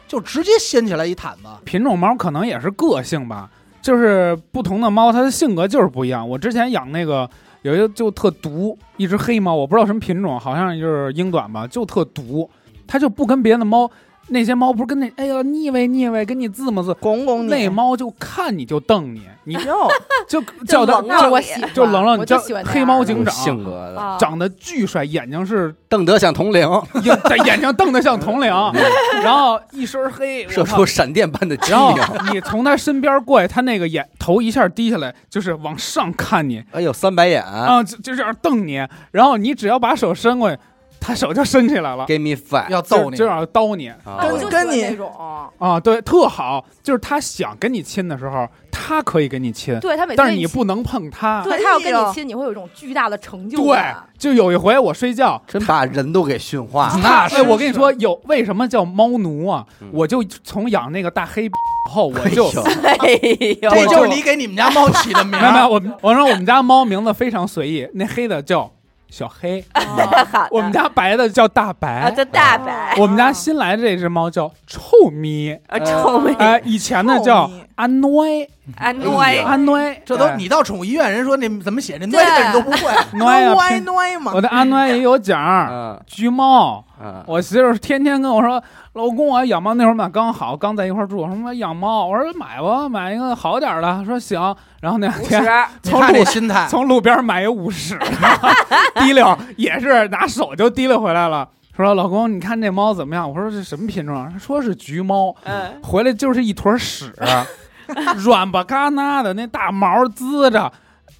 B: 就直接掀起来一毯子。
G: 品种猫可能也是个性吧，就是不同的猫它的性格就是不一样。我之前养那个有一个就特毒，一只黑猫，我不知道什么品种，好像就是英短吧，就特毒，它就不跟别的猫。那些猫不是跟那哎呀腻歪腻歪，跟你字么字，
C: 拱拱你，
G: 那猫就看你就瞪你， 你
C: 哟，
G: 就叫它
F: 冷让
D: 就
F: 我喜欢，
G: 就冷让你
F: 我就
G: 叫
F: 喜欢
G: 黑猫
A: 有
G: 警长
A: 性格的，
F: 啊，
G: 长得巨帅，眼睛是
A: 邓德像铜铃，
G: 眼眼睛瞪得像铜铃， 然后一身黑，
A: 射
G: 我靠
A: 出闪电般的机
G: 然后
A: 灵。
G: 你从他身边过去，他那个眼头一下低下来，就是往上看你
A: 哎呦，三白眼
G: 啊、就就这样瞪你。然后你只要把手伸过去，他手就伸起来了，
A: ，Give me five，
B: 要揍你
G: 就，要刀你
A: 啊
F: 啊
C: 跟
F: 我就喜
C: 跟
F: 欢
C: 你
F: 那种，
G: 啊！对，特好，就是他想跟你亲的时候，他可以跟你亲，
F: 对他每次
G: 但是
F: 跟
G: 你
F: 亲
G: 不能碰他。
F: 对他要
C: 哎
F: 跟
C: 呦
F: 你亲，你会有一种巨大的成就
G: 对
F: 感。，
G: 就有一回我睡觉，
A: 真把人都给驯化了。
G: 那哎，我跟你说，有为什么叫猫奴啊
A: 嗯？
G: 我就从养那个大黑后，我就
A: 哎呦
D: 哎呦，
B: 这就是你给你们家猫起的名
G: 没有没
B: 儿。
G: 有，我们我让我们家猫名字非常随意，那黑的叫小黑，
D: 好的
G: 我们家白的哎叫大
D: 啊，
G: 白，
D: 这大白，
G: 我们家新来的这只猫叫臭咪，
D: 啊，臭美
G: 哎，以前的叫安奈，
D: 啊，挪
G: 安奈，
B: 这都
G: 哎
B: 你到宠物医院，人说那怎么写这
F: 对
B: 那字你都不会，
G: 奈啊
C: 歪
G: 拼
C: 歪嘛
G: 我，的安奈也有奖，
A: 嗯
G: 橘猫。
A: 嗯，
G: 我媳妇儿天天跟我说：“老公，我养猫那会儿嘛刚好，刚在一块儿住。”我说：“我养猫。”我说：“买吧，买一个好点儿的。”说：“行。”然后那两
D: 五
G: 天
D: 十，
B: 你
G: 从
B: 看
G: 路
B: 这心态。
G: 从路边买一五十， 提溜也是拿手就提溜回来了。说老公，你看这猫怎么样？我说这什么品种啊？他说是橘猫，
D: 嗯，
G: 回来就是一坨屎， 软吧嘎呐的，那大毛滋着，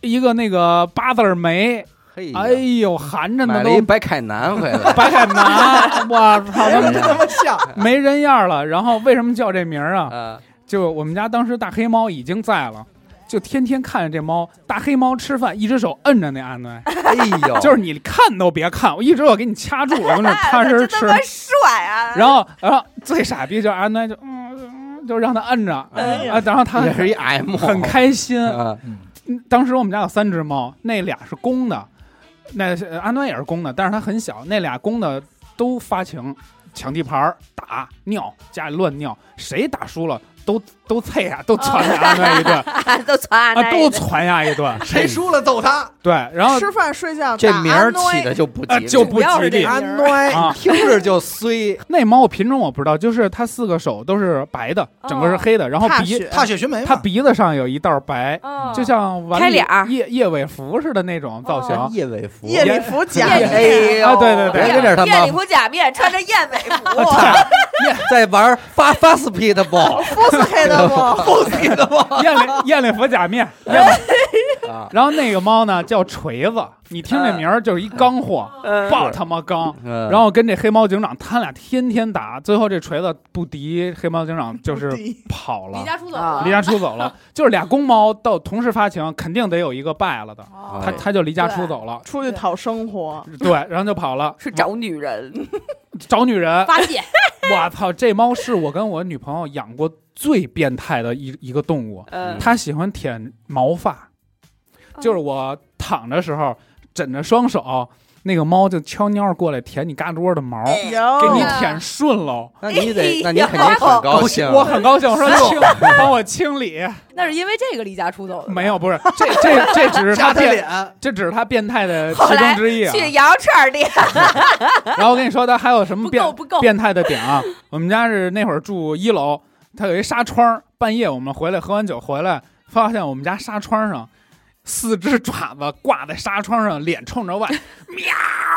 G: 一个那个八字儿眉，
A: 嘿呀，
G: 哎呦含着
A: 买
G: 那
A: 了一
G: 都
A: 白凯南 回来，
G: 白海南，我操，
B: 哎
G: 他
B: 呦
G: 妈
B: 真他妈像，
G: 没人样了。然后为什么叫这名儿啊？
A: 啊，
G: 就我们家当时大黑猫已经在了，就天天看着这猫，大黑猫吃饭，一只手摁着那安奈。
A: 哎呦，
G: 就是你看都别看，我一直我给你掐住，我跟你踏实吃
D: 这。么帅啊！
G: 然后，然后最傻逼就是安奈就嗯，嗯就让他摁着，
C: 哎呀
G: 啊，然后他
A: 也是
G: 很
A: 一 M，
G: 很开心。
A: 啊
G: 嗯当时我们家有三只猫，那俩是公的，那是呃安奈也是公的，但是它很小，那俩公的都发情，抢地盘儿、打尿，家里乱尿，谁打输了都都啐呀，都传呀安奈一顿
D: 都传啊
G: 啊，都传呀一顿。
B: 谁输了揍他。
G: 对，然后
C: 吃饭睡觉
A: 这
C: 打
A: 名儿
C: 安慰
A: 起的就不吉
G: 啊
A: 利，
G: 就不吉利
B: 安奈
G: 啊，
A: 听着就 衰，
G: 那猫我品种我不知道，就是它四个手都是白的，整个是黑的，然后
C: 踏
G: 鼻
C: 雪
B: 踏雪寻梅
G: 它
B: 嘛，
G: 鼻子上有一道白，
F: 嗯
G: 就像晚
D: 开
G: 礼
D: 脸儿
G: 叶叶尾服似的那种造型。
F: 哦
A: 叶伟福，
C: 夜里服假
G: 夜里
C: 面
A: 哎呦，
G: 啊对对对
A: 别跟这儿他
D: 夜里
A: 妈
D: 服假面，穿着燕尾服，
A: 在玩发发 speedball
C: 肤色黑的不？
A: 不 speedball
G: 燕里燕里服假面，燕尾
A: 啊，
G: 然后那个猫呢叫锤子，你听这名儿就是一刚货，
D: 嗯
G: 爆他妈刚。
B: 嗯
A: 然
G: 然后跟这黑猫警长，他俩天天打，最后这锤子不敌黑猫警长，就是跑了
F: 离，家出走
D: 啊
G: 离家出走了。就是俩公猫到同时发情，肯定得有一个败了的，
F: 哦
B: 哎
G: 他他就离家出走了。
C: 出去讨生活，
G: 对，然后就跑了，
D: 是找女人，
G: 找 女人。
F: 发泄，
G: 我操，这猫是我跟我女朋友养过最变态的一一个动物。
D: 嗯，
G: 它喜欢舔毛发，就是我躺着时候枕着双手，那个猫就悄悄过来舔你胳肢窝的毛，
D: 哎
G: 给你
C: 哟，
G: 舔顺喽。
A: 那你得，那你肯定很高兴，
G: 哎 我很高兴，我说
D: 哎
G: 清帮我清理，
F: 那是因为这个离家出走的。
G: 没有，不是这这这只是它
B: 扎他
G: 变，
B: 脸，
G: 这只是它变态的
D: 后
G: 其
D: 来
G: 中之一啊。
D: 去羊串店，
G: 然后我跟你说，它还有什么
F: 不
G: 变
F: 够不够，
G: 变态的点啊！我们家是那会儿住一楼，它有一纱窗，半夜我们回来喝完酒回来，发现我们家纱窗上四只爪子挂在纱窗上，脸冲着外，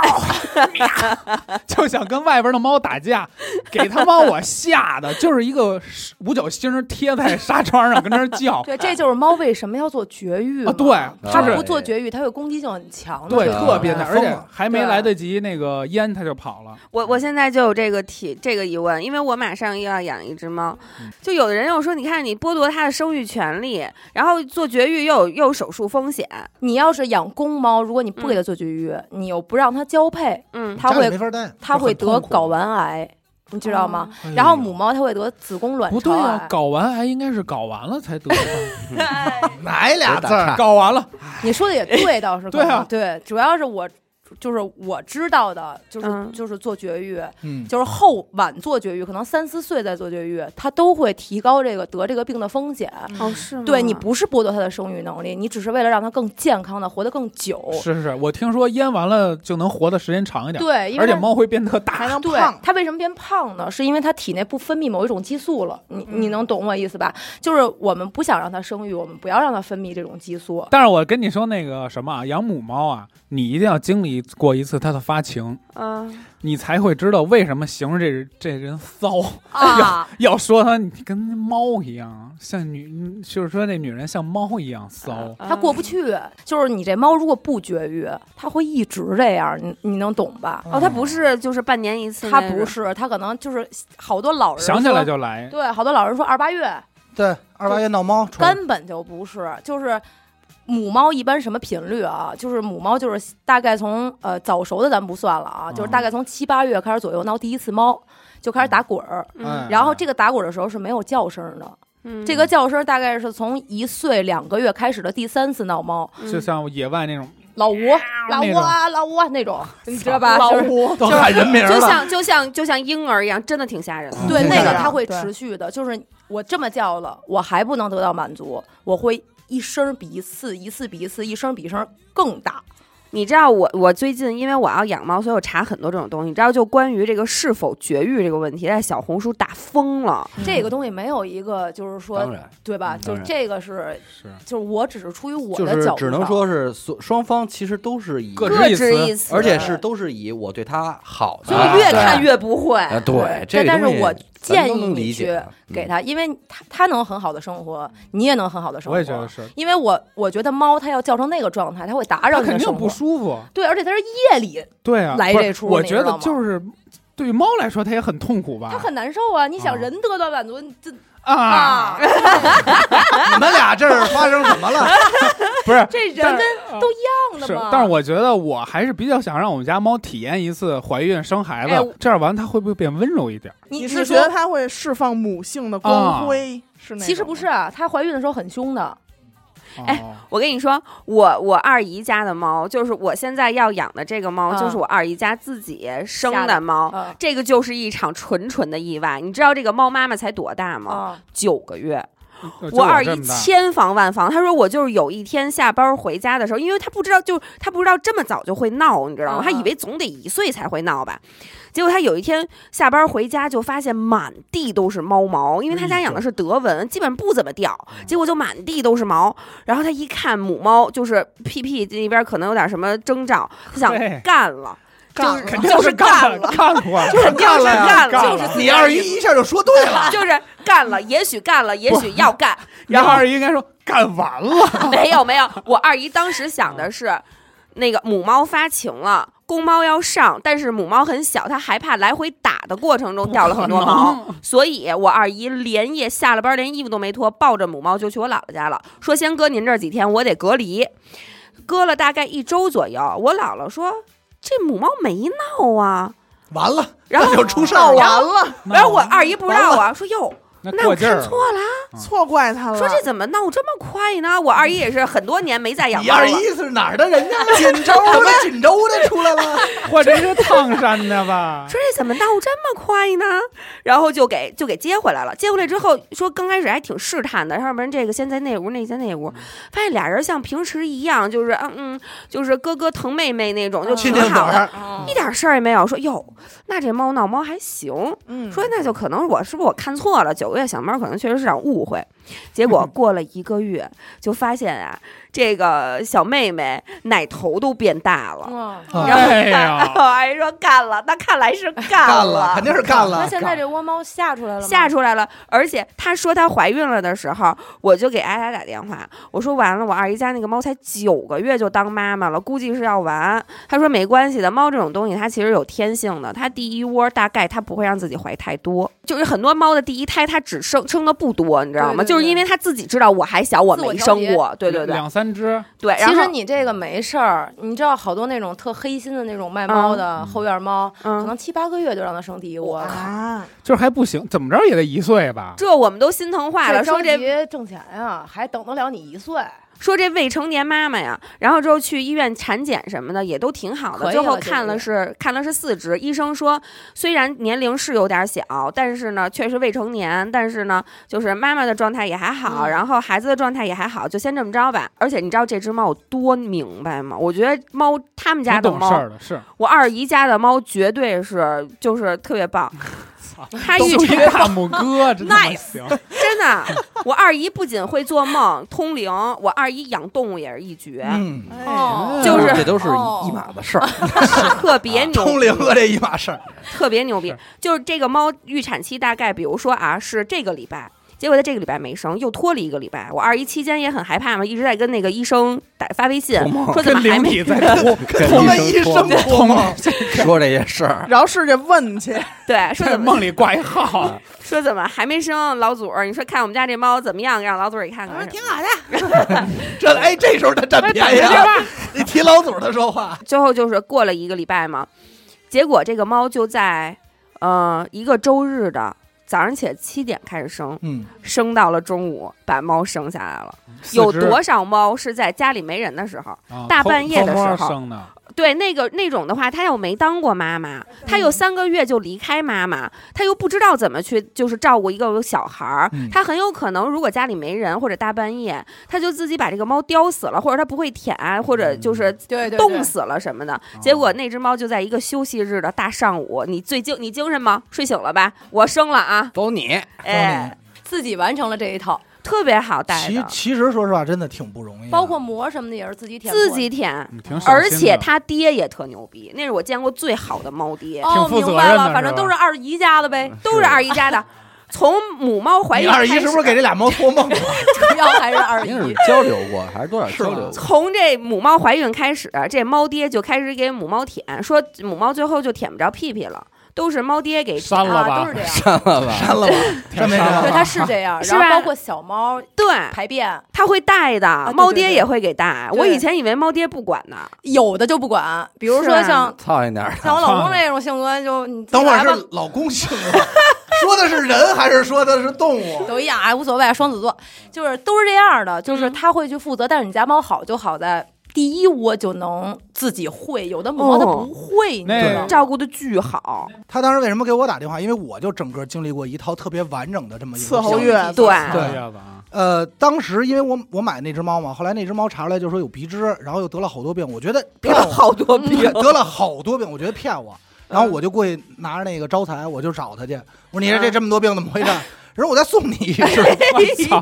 G: 喵喵，就想跟外边的猫打架，给他妈我吓的，就是一个五角星儿贴在纱窗上跟那儿 叫。
F: 对，这就是猫为什么要做绝育
G: 啊，
F: 嘛
G: 对，
F: 它
G: 就
A: 啊
G: 是
F: 不做绝育，它有攻击性很强的。
G: 对，
A: 对啊
G: 特别难，而
B: 疯
G: 且
B: 了
G: 还没
F: 对
G: 来得及那个烟，它就跑了。
D: 我我现在就有这个提这个疑问，因为我马上又要养一只猫，就有的人又说，你看你剥夺它的生育权利，然后做绝育又有又有手术风险，
F: 你要是养公猫，如果你不给它做绝育，你又不让它交配，
D: 嗯
F: 它
B: 家里
F: 会
B: 没法待，
F: 它会
B: 就很
F: 得
B: 痛苦
F: 睾丸癌。你知道吗？
B: 哎呦
F: 然后母猫它会得子宫卵
G: 嗯不对
F: 巢
G: 啊，
F: 癌。
G: 睾丸癌应该是睾完了才得的，
D: 哦
B: 哪俩字
A: 别打岔？
B: 儿
G: 睾完了，
F: 你说的也对，倒是
G: 对啊
F: 对，主要是我就是我知道的，就是、
D: 嗯
F: 就是做绝育，
B: 嗯，
F: 就是后晚做绝育，可能三四岁再做绝育，它都会提高这个得这个病的风险。
C: 嗯
D: 哦，是吗？
F: 对你不是剥夺它的生育能力，你只是为了让它更健康的活得更久。
G: 是是是，我听说腌完了就能活的时间长一点，
F: 对，因为
G: 而且
F: 它
G: 猫会变得
B: 还
G: 大，
B: 能
F: 对
B: 胖，
F: 它为什么变胖呢？是因为它体内不分泌某一种激素了。你你
C: 嗯
F: 能懂我意思吧？就是我们不想让它生育，我们不要让它分泌这种激素。
G: 但是我跟你说那个什么啊，养母猫啊，你一定要经历过一次它的发情，
D: 嗯，
G: 你才会知道为什么形容这人这人骚。
F: 啊，
G: 要说它，你跟猫一样，像女，就是说那女人像猫一样骚。
D: 嗯
F: 它过不去。就是你这猫如果不绝育，它会一直这样，你你能懂吧？
D: 哦，它不是就是半年一次
F: 它
D: 那种，
F: 不是，它可能就是好多老人
G: 想起来
F: 说
G: 就来，
F: 对，好多老人说二八月
B: 对，二八月闹猫，出来
F: 根本就不是，就是母猫一般什么频率啊？就是母猫就是大概从呃早熟的咱不算了啊，
G: 嗯
F: 就是大概从七八月开始左右闹第一次猫。就开始打滚儿，
B: 哎
D: 嗯，
F: 然后这个打滚儿的时候是没有叫声的，
D: 嗯
F: 这个叫声大概是从一岁两个月开始的第三次闹猫，
G: 就像野外那种，
F: 老吴、老吴啊、老吴啊那种，你知道吧？
C: 老
F: 就是
C: 吴
B: 都喊人名
D: 就
B: 了，
D: 像就像就像婴儿一样，真的挺吓人的。
F: 对，
B: 嗯
F: 那
B: 是
F: 个
B: 啊
F: 它会
C: 对
F: 持续的，就是我这么叫了，我还不能得到满足，我会一声比一次，一次比一次，一声比一声更大。
D: 你知道我我最近因为我要养猫，所以我查很多这种东西。你知道，就关于这个是否绝育这个问题，在小红书打疯了。
F: 这个东西没有一个就是
A: 嗯当
F: 说，
A: 然
F: 对吧？
A: 嗯
F: 就
A: 当然
F: 这个是
G: 是
F: 就是我只是出于我
A: 就
F: 的
A: 是
F: 角度，
A: 只能。说是所双方其实都是以，
G: 各
D: 各
G: 执
D: 执
G: 一
D: 一
G: 词
D: 词，
A: 而且是都是以我对他好的，
D: 所以我越看越不会。
A: 啊对，这个
F: 但但是
A: 东西
F: 我
A: 咱
F: 建
A: 都
F: 议
A: 能
F: 你
A: 理
F: 去
A: 解，
F: 给
A: 嗯
F: 它，因为它它能很好的生活，你也能很好的生活。
G: 我也觉得，是，
F: 因为我我觉得猫它要叫成那个状态，它会打扰
G: 它
F: 你的
G: 肯定
F: 生活
G: 不舒服。
F: 对，而且它是夜里，
G: 对啊，
F: 来
G: 不是
F: 这出
G: 我
F: 你
G: 觉
F: 知
G: 得
F: 道吗
G: 就是对于猫来说，它也很痛苦吧？
F: 它很难受啊！你想
G: 啊
F: 人得到满足，你这
G: 啊，
F: 啊，
B: 你们俩这是发生什么了？
G: 不是
F: 这
G: 但
F: 人跟都一样的
G: 是
F: 嘛。，
G: 但是我觉得我还是比较想让我们家猫体验一次怀孕生孩子，
F: 哎我
G: 这样完它会不会变温柔一点？
F: 你
C: 你
F: 你
C: 是觉
F: 说
C: 得它会释放母性的光辉？是那种吗
F: 其实不是，啊，她怀孕的时候很凶的，
D: 哎
G: 哦，
D: 我跟你说，我我二姨家的猫，就是我现在要养的这个猫，
F: 啊
D: 就是我二姨家自己生
F: 下的
D: 的猫。
F: 啊
D: 这个就是一场纯纯的意外。你知道这个猫妈妈才多大吗？
F: 啊，
D: 九个月。
G: 呃就
D: 我二
G: 这
D: 姨
G: 么大
D: 千防万防，她说我就是有一天下班回家的时候，因为她不知道，就她不知道这么早就会闹，你知道吗
F: 啊？
D: 她以为总得一岁才会闹吧。结果她有一天下班回家就发现满地都是猫毛，因为她
G: 哎
D: 家养的是德文，基本不怎么掉，
G: 嗯
D: 结果就满地都是毛。然后她一看母猫就是屁屁那边可能有点什么征兆，她
G: 对
D: 想干了，
B: 干
D: 就是
B: 了
G: 肯定
D: 就是
G: 是干
D: 干了，
G: 干过，
D: 肯定是
B: 干
D: 干
G: 了呀
D: 了，
G: 干了
D: 就是
B: 你二姨一下就说对了，
D: 就是干了，也许干了，也许要干。
G: 然后二姨应该说干完了，
D: 没有没有，我二姨当时想的是，那个母猫发情了，公猫要上，但是母猫很小，它害怕来回打的过程中掉了很多毛，所以我二姨连夜下了班，连衣服都没脱，抱着母猫就去我姥姥家了，说先搁您这儿几天，我得隔离，搁了大概一周左右，我姥姥说这母猫没闹啊，
B: 完了，
D: 然后
B: 那就出事
D: 闹
B: 儿了。
D: 完了，然后我二姨不知道啊，说哟，
G: 那
D: 那
G: 过
D: 我
G: 劲
D: 看
G: 儿
D: 错了啊。
C: 错怪它了。
D: 说这怎么闹这么快呢？我二姨也是很多年没再养
B: 你
D: 猫了。
B: 二姨是哪儿的人家？锦州他妈锦州的出来了，
G: 或者是烫山的吧
D: 说？这怎么闹这么快呢？然后就给就给接回来了。接回来之后说刚开始还挺试探的，要不然这个先在那屋，那个先在那屋，发现俩人像平时一样，就是嗯嗯，就是哥哥疼妹妹那种，就
B: 亲
D: 挺
B: 亲嘴
D: 好的，
F: 嗯
B: 儿，
F: 哦
D: 一点事儿也没有。说哟，那这猫闹猫还行，
C: 嗯，
D: 说那就可能我是不是我看错了？九个月小猫可能确实是场误会。结果过了一个月，就发现啊，这个小妹妹奶头都变大了。
F: 嗯，
B: 啊
D: 然后
G: 哎 呀
D: 我阿姨说干了，那看来 是
B: 干
D: 干
B: 了，肯定是干了
F: 那。现在这窝猫吓出来了吗？
D: 吓出来了，而且她说她怀孕了的时候，我就给艾达打电话，我说完了，我二姨家那个猫才九个月就当妈妈了，估计是要完。她说没关系的，猫这种东西它其实有天性的，它第一窝大概它不会让自己怀太多，就是很多猫的第一胎它只生生的不多，你知道吗？
F: 对对
D: 就
F: 对
D: 是因为他自己知道我还小，我
F: 自我
D: 没
F: 调
D: 生
F: 节
D: 过，
B: 嗯
D: 对对对
G: 两三只，
D: 对。然
F: 其实
D: 后
F: 你这个没事儿，你知道好多那种特黑心的那种卖猫的
A: 嗯
F: 后院猫，可
D: 嗯，
F: 能七八个月就让它生第一窝了。
C: 啊，
G: 就是还不行，怎么着也得一岁吧？
D: 这我们都心疼坏了，说
F: 着
D: 这
F: 急挣钱呀，还等得了你一岁？
D: 说这未成年妈妈呀，然后之后去医院产检什么的也都挺好的，
F: 可以
D: 最后
F: 了这
D: 看
F: 个
D: 了是看了是四只，医生说虽然年龄是有点小，但是呢确实未成年，但是呢就是妈妈的状态也还好，
F: 嗯
D: 然后孩子的状态也还好，就先这么着吧。而且你知道这只猫有多明白吗？我觉得猫他们家
G: 挺
D: 的
G: 懂事
D: 猫，
G: 儿的是，
D: 我二姨家的猫绝对是就是特别 棒，它
G: 都
D: 一
G: 是一
D: 产
G: 大拇哥，真他妈
D: Nice
G: 行。
D: 真 的，我二姨不仅会做梦、通灵，我二姨养动物也是一绝，
B: 嗯，
C: 哎
F: 哦
D: 就是
A: 这都是
F: 哦
A: 一一码子事儿。啊
D: 特别牛逼，
B: 通灵和这一码事儿。
D: 特别牛逼
G: 是。
D: 就是这个猫预产期大概，比如说啊，是这个礼拜。结果在这个礼拜没生，又拖了一个礼拜。我二姨期间也很害怕嘛，一直在跟那个医生打发微信，说怎么
G: 跟
D: 还
G: 灵
D: 没
G: 体在通，
A: 跟
B: 通
A: 医
B: 了
A: 生
B: 一
A: 说啊
B: 生活吗？
A: 说这些事儿，
C: 饶是这问 去，
D: 对， 说
G: 在
D: 怎么
G: 梦里挂一号，
D: 说怎么还没生老祖儿？你说看我们家这猫怎么样？让老祖儿给看
C: 我说
D: 看。
C: 啊挺好的，
B: 这哎，这时候他占便宜了。你提老祖他说话，
D: 最后就是过了一个礼拜嘛，结果这个猫就在呃一个周日的早上起来七点开始生，
B: 嗯，
D: 生到了中午把猫生下来了。
G: 四
D: 有
G: 只
D: 多少猫是在家里没人的时候？
G: 啊
D: 大
G: 偷
D: 半夜的
G: 偷摸
D: 时候
G: 生的，
D: 对，那个那种的话，它又没当过妈妈，它又三个月就离开妈妈，它又不知道怎么去就是照顾一个小孩儿
B: 嗯，
D: 它很有可能如果家里没人或者大半夜，它就自己把这个猫叼死了，或者它不会舔，啊或者就是
F: 对对
D: 冻死了什么的。结果那只猫就在一个休息日的大上午，你最精你精神吗？睡醒了吧？我生了啊，
A: 走 你，
D: 哎，
F: 自己完成了这一套，
G: 哎
D: 特别好带
B: 其
D: 的，
B: 其实说实话，真的挺不容易的。
F: 包括膜什么的也是自己舔过的，
D: 自己舔。
G: 你嗯挺省
D: 而
G: 心
D: 且
G: 的
D: 它爹也特牛逼，那是我见过最好的猫爹，
F: 哦，
G: 挺负责
F: 明白
G: 任的是
F: 了，
G: 吧
F: 反正都是二姨家的呗，
D: 都是二姨家的。从母猫
B: 嗯
D: 怀
B: 你
D: 孕
B: 二姨
D: 开
B: 是不是
D: 始
B: 给这俩猫托梦了？
F: 主要还是二
A: 您是
F: 姨。
A: 交流过还是多少
B: 是吗
A: 交流过？
D: 从这母猫怀孕开始，这猫爹就开始给母猫舔，说母猫最后就舔不着屁屁了，都是猫爹给
G: 删了
F: 啊，都
G: 吧
F: 是，
A: 删
F: 这样，
A: 了吧，
B: 删了吧，真没 删
F: 对，
B: 了
F: 它
B: 吧。
F: 是这样。
D: 是
F: 然后
D: 吧
F: 包括小猫
D: 对，
F: 排便，
D: 它会带的，
F: 对
D: 猫
F: 对
D: 爹
F: 对
D: 也会给带。我
F: 对
D: 以前以为猫爹不管呢，
F: 有的就不管，比如
D: 是
F: 说
D: 啊
F: 像
A: 操一点儿
F: 像我
A: 的，
F: 老公这种性格，就你自己
B: 等会儿
F: 来吧
B: 是老公姓吧？说的是人还是说的是动 物？
F: 都一样，哎，无所谓。双子座就是都是这样的，
D: 嗯
F: 就是他会去负责，但是你家猫好就好在第一窝就能自己会，有的母猫它
D: 哦
F: 不会，你知道
G: 那
F: 吗？
D: 照顾的巨好。
B: 他当时为什么给我打电话？因为我就整个经历过一套特别完整的这么一个
C: 伺候
B: 小
C: 月
D: 对
G: 这
B: 对
G: 样子 啊，
B: 呃，当时因为我我买那只猫嘛，后来那只猫查出来就说有鼻支，然后又得了好多病，我觉 得
D: 得
B: 骗
D: 了
B: 我，
D: 好多嗯病，
F: 嗯
B: 得了好多病，我觉得骗我，然后我就过去拿着那个招财，我就找他去，我说你这
D: 嗯
B: 这这么多病怎么回事？人说我再送你一只，
D: 哎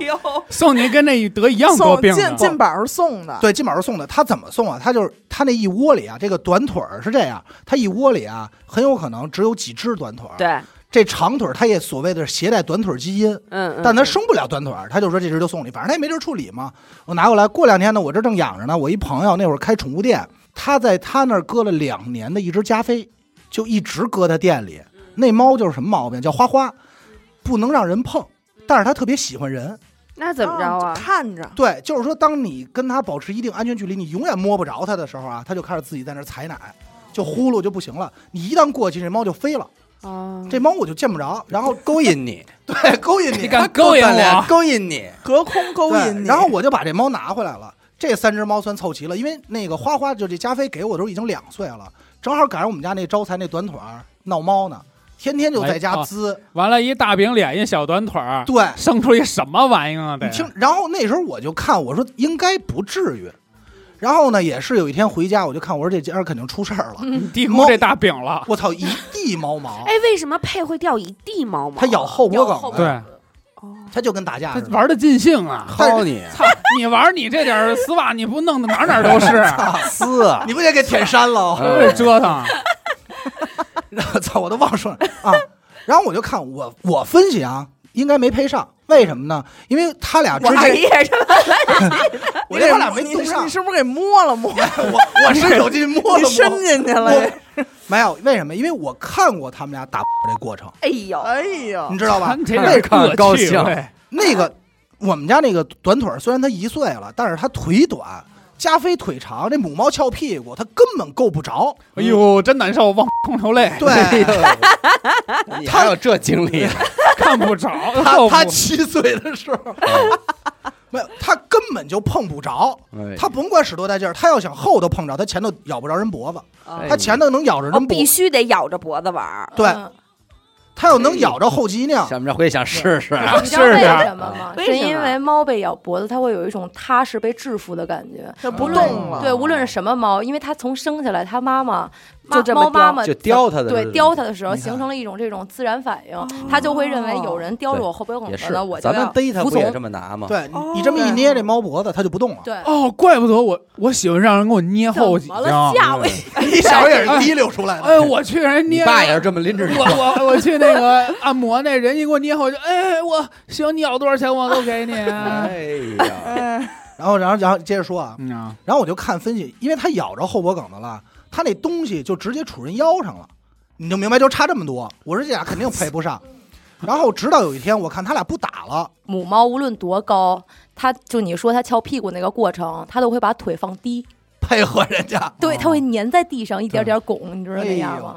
D: 呦，
G: 送你跟那得一样多
C: 送
G: 病啊呢
C: 进进宝送
D: 啊
C: 的，嗯
B: 对，金宝是送的，他怎么送啊？他就是他那一窝里啊，这个短腿儿是这样，他一窝里啊，很有可能只有几只短腿儿，
D: 对，
B: 这长腿儿它也所谓的携带短腿儿基因，
D: 嗯，嗯
B: 但它生不了短腿儿，他就说这只就送你，反正他也没地儿处理嘛。我拿过来，过两天呢，我这正养着呢，我一朋友那会儿开宠物店，他在他那儿搁了两年的一只加菲，就一直搁在店里。
D: 嗯
B: 那猫就是什么毛病，叫花花，不能让人碰，但是它特别喜欢人。
D: 那怎么着啊？
C: 看着
B: 对，就是说，当你跟它保持一定安全距离，你永远摸不着它的时候啊，它就开始自己在那儿采奶，就呼噜就不行了。你一旦过去，这猫就飞了，
D: 哦
B: 这猫我就见不着，然后
A: 勾引你，
B: 嗯 对勾引
G: 你
B: 你，
G: 敢勾引
A: 锻炼
G: 我？
A: 勾引你，
C: 隔空勾
B: 对
C: 引你，
B: 然后我就把这猫拿回来了，这三只猫算凑齐了，因为那个花花就这加菲给我都已经两岁了，正好赶上我们家那招财那短腿儿闹猫呢，天天就在
G: 哎
B: 家
G: 啊
B: 滋。
G: 完了，一大饼脸，一小短腿儿，
B: 对，
G: 生出一什么玩意儿啊？得
B: 你听，然后那时候我就看，我说应该不至于。然后呢，也是有一天回家，我就看，我说这家肯定出事儿了，
G: 你低估这大饼了。
B: 我操，一地猫毛，
D: 哎，为什么配会掉一地毛啊毛？
B: 哦它咬后脖
F: 咬后
B: 梗
F: 脖
B: 了，
G: 对
B: 它就跟打架
G: 他
B: 似的。
G: 玩的尽兴啊！
A: 薅 你，
G: 操，你玩你这点儿丝袜，你不弄得哪 哪都是，
A: 撕啊，
B: 你不也给舔删了？哦
A: 嗯
G: 真是折腾。
B: 我操，我都忘说了啊。然后我就看我我分析啊，应该没配上，为什么呢？因为他俩之
D: 我二
B: 前，
D: 姨也是
B: 我
C: 你给
B: 这他俩没
C: 你
B: 动上
C: 你，是不是给摸了摸？
B: 我 我伸手进去摸
C: 你
B: 了
C: 伸
B: 摸，
C: 进去了？
B: 我没有，为什么？因为我看过他们俩打这过程，
D: 哎呦，
C: 哎呦
B: 你，知道吧？
G: 咱这点儿
A: 看着
G: 恶
A: 高
G: 趣
A: 兴
G: 味
B: 那个我们家那个短腿儿虽然它一岁了，但是它腿短，加菲腿长，这母猫翘屁股，它根本够不着。
G: 哎呦，真难受，望空流泪，
B: 对，
A: 你还有这经历？ 啊
G: 看不着。
B: 他他七岁的时候，没有，他根本就碰不着。
A: 嗯哎
B: 他甭管使多大劲儿，他要想后头碰着，他前头咬不着人脖子，
A: 哎
B: 他前头能咬着
D: 我
B: 人脖
D: 哦必，须得咬着脖子玩儿。
B: 对
F: 嗯
B: 他要能咬着后脊梁，
A: 想不着回去想试试啊，
F: 你知道 为什么吗？
D: 是啊
F: 是
D: 为什么
F: 因为猫被咬脖子，它会有一种踏实被制服的感觉。
C: 它不
F: 无论
C: 动了，
F: 对，无论是什么猫，因为它从生下来，它妈妈
D: 哦就这么
F: 猫妈妈
A: 就嗯叼它的
F: 对
A: 是吧
F: 叼它的时候，
B: 你看
F: 形成了一种这种自然反
B: 哦
F: 应，它就会认为有人叼着我后脖梗
A: 也
F: 子
A: 是
F: 了，我。就
A: 咱们
F: 要
A: 逮它
F: 服
A: 不也
F: 从
A: 这。么拿吗？
B: 对你你这么一捏这猫脖子，它就不动了。
F: 对，
G: 哦，怪不得我我喜欢让人给我捏后
F: 怎
G: 脊
F: 么了？
G: 啊！
F: 吓
B: 嗯
F: 我一
B: 你小也是提溜出 来的，
G: 哎，我去人
A: 你
G: 捏，
A: 爸也是这么拎着你
G: 我。我我去那个 按摩那人一给我捏后，就哎，我行，你要多少钱我都给你。啊
A: 哎呀，
C: 哎，
B: 然后然后然后接着说啊，
G: 嗯啊，
B: 然后我就看分析，因为它咬着后脖梗子了，它那东西就直接杵人腰上了，你就明白就差这么多。我说这俩肯定赔不上。然后直到有一天，我看他俩不打了，
F: 母猫无论多高，它就你说它翘屁股那个过程，它都会把腿放低，
B: 配合人家。
F: 对，它会
B: 哦
F: 粘在地上一点点拱，你知道
B: 哎
F: 那样吗？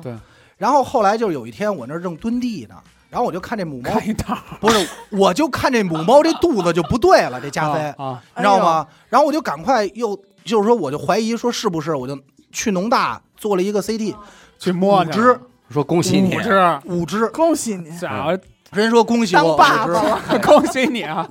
B: 然后后来就是有一天，我那儿正蹲地呢，然后我就看这母 猫
G: 看一道儿
B: 不是，我就看这母猫这肚子就不对了，这加菲，
G: 啊啊，
B: 你知道吗？
C: 哎
B: 然后我就赶快又就是说，我就怀疑说是不是，我就去农大做了一个 CT，
G: 去
B: 五
G: 摸去
B: 只
G: 了，
A: 说恭喜你
G: 五，只，
B: 五只，
C: 恭喜你
G: 家伙，
B: 人说恭喜
C: 当
B: 我，
C: 爸
B: 五
C: 爸了，
G: 恭喜你啊，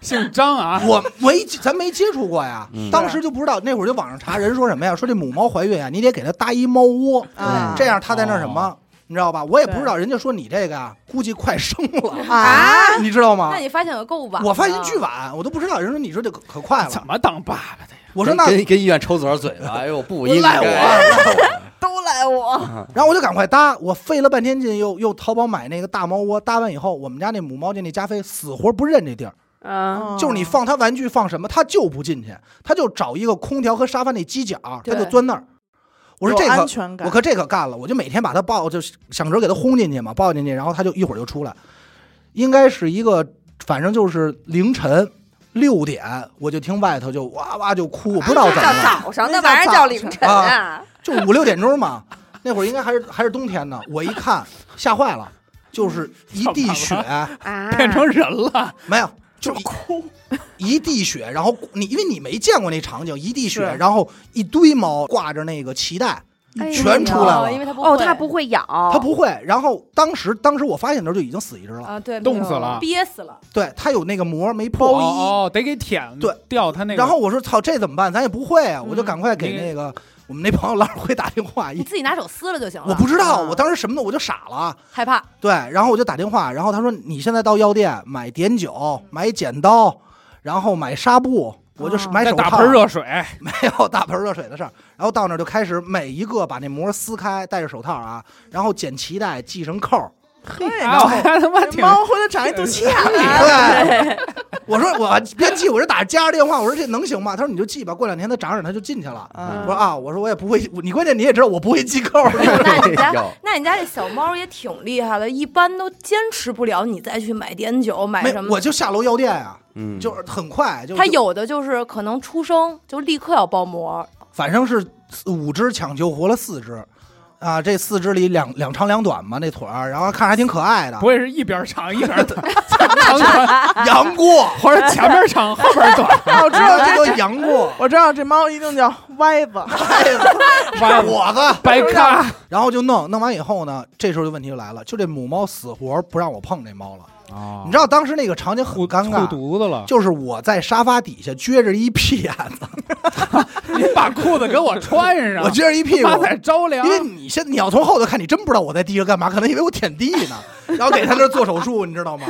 G: 姓张啊
B: 只，，我没咱没接触过呀
A: 嗯，
B: 当时就不知道，那会儿就网上查，人说什么呀？说这母猫怀孕啊呀，你得给它搭一猫窝，
C: 啊
B: 这样它在那儿什么，你知道吧？我也不知
C: 对
B: 道，人家说你这个呀，估计快生了，
C: 啊，
B: 你知道吗
F: 那？你发现有够晚了，
B: 我发现巨晚，我都不知道。人说你说这可可快
G: 怎
B: 了，
G: 么当爸爸的呀？
B: 我说那
A: 跟跟医院抽自个儿嘴巴，哎呦不
B: 不
A: 应
B: 赖我啊
A: 该，
B: 赖我，
C: 都赖我，
B: 然后我就赶快搭，我费了半天劲，又又淘宝买那个大猫窝，搭完以后，我们家那母猫就那加菲死活不认这地儿，
D: 嗯，
C: 哦啊
B: 就是你放它玩具放什么，它就不进去，它就找一个空调和沙发那犄角，它
F: 对
B: 就钻那儿。我说
C: 有
B: 这
C: 安
B: 可，
C: 全感，
B: 我可这可干了，我就每天把它抱，就想着给它轰进去嘛，抱进去，然后它就一会儿就出来，应该是一个，反正就是凌晨。六点我就听外头就哇哇就哭，我不知道
D: 这
B: 怎么
D: 叫
B: 了，
D: 啊早上，那玩意儿叫凌晨啊！
B: 就五六点钟嘛，那会儿应该还是还是冬天呢。我一看吓坏了，就是一地雪，
D: 啊，
F: 哎
G: 变成人了，
B: 没有，就哭一地雪。然后你因为你没见过那场景，一地雪，
C: 是
B: 然后一堆猫挂着那个脐带，
D: 哎呦
B: 全出来了
F: 因为它不
D: 哦，
F: 会
D: 它不会咬，
B: 它
D: 它
B: 不会。然后当时当时我发现的时候就已经死一只了，
F: 啊，对，
G: 冻
F: 没有
G: 死了
F: 憋 死了。
B: 对，它有那个膜没
G: 哦
B: 破。
G: 哦，得给舔
B: 对
G: 掉他那个，
B: 然后我说操，这怎么办？咱也不会啊，我就
G: 嗯
B: 赶快给
G: 你
B: 那个我们那朋友老师会打电话，
F: 你
B: 一
F: 自己拿手撕了就行了。
B: 我不知道，
F: 嗯
B: 我当时什么都我就傻了。
F: 害怕，
B: 对，然后我就打电话，然后他说你现在到药店买碘酒、买剪刀，然后买纱布，我
F: 啊
B: 就是买
G: 再
B: 手
G: 打
B: 套，哎
G: 盆热水，
B: 没有打盆热水的事儿。然后到那儿就开始每一个把那膜撕开，戴着手套啊，然后剪脐带系上扣儿。
C: 嘿，
G: 哎我还他妈
C: 这
G: 挺
C: 猫回头长一肚啊嗯脐眼
F: 哎
C: 儿，
B: 对，我说我边系，我这打着家人电话，我说这能行吗？他说你就系吧，过两天它长长它就进去了。我
C: 啊
B: 说啊，我说我也不会，你关键你也知道我不会系扣儿。
F: 那你
A: 哎呦
F: 家那你家这小猫也挺厉害的，一般都坚持不了，你再去买碘酒买
B: 没
F: 什，么
B: 我。就下楼药店啊，
A: 嗯，
B: 就是很快就
F: 它
B: 就
F: 有的就是可能出生就立刻要包膜，
B: 反正是四五只抢救活了四只，啊，这四只里两两长两短嘛，那腿儿，然后看着还挺可爱的啊
G: 不，会是一边长一边 短，长短，
B: 杨 过，
G: 或者前边长后边短，
B: 我知道这个杨过，
C: 我知道这猫一定叫歪子，
B: 哎呀，我子，
G: 白咖，
B: 然后就弄弄完以后呢，这时候就问题就来了，就这母猫死活不让我碰这猫了，
G: 哦
B: 你知道当时那个场景很
G: 护
B: 尴
G: 护
B: 尬。
G: 犊子了，
B: 就是我在沙发底下撅着一屁眼子，
G: 你把裤子给我穿上，
B: 我撅着一屁股
G: 妈，在着凉
B: 因，为你现你要从后头看，你真不知道我在地上干嘛，可能以为我舔地呢，然后给他那儿做手术，你知道吗？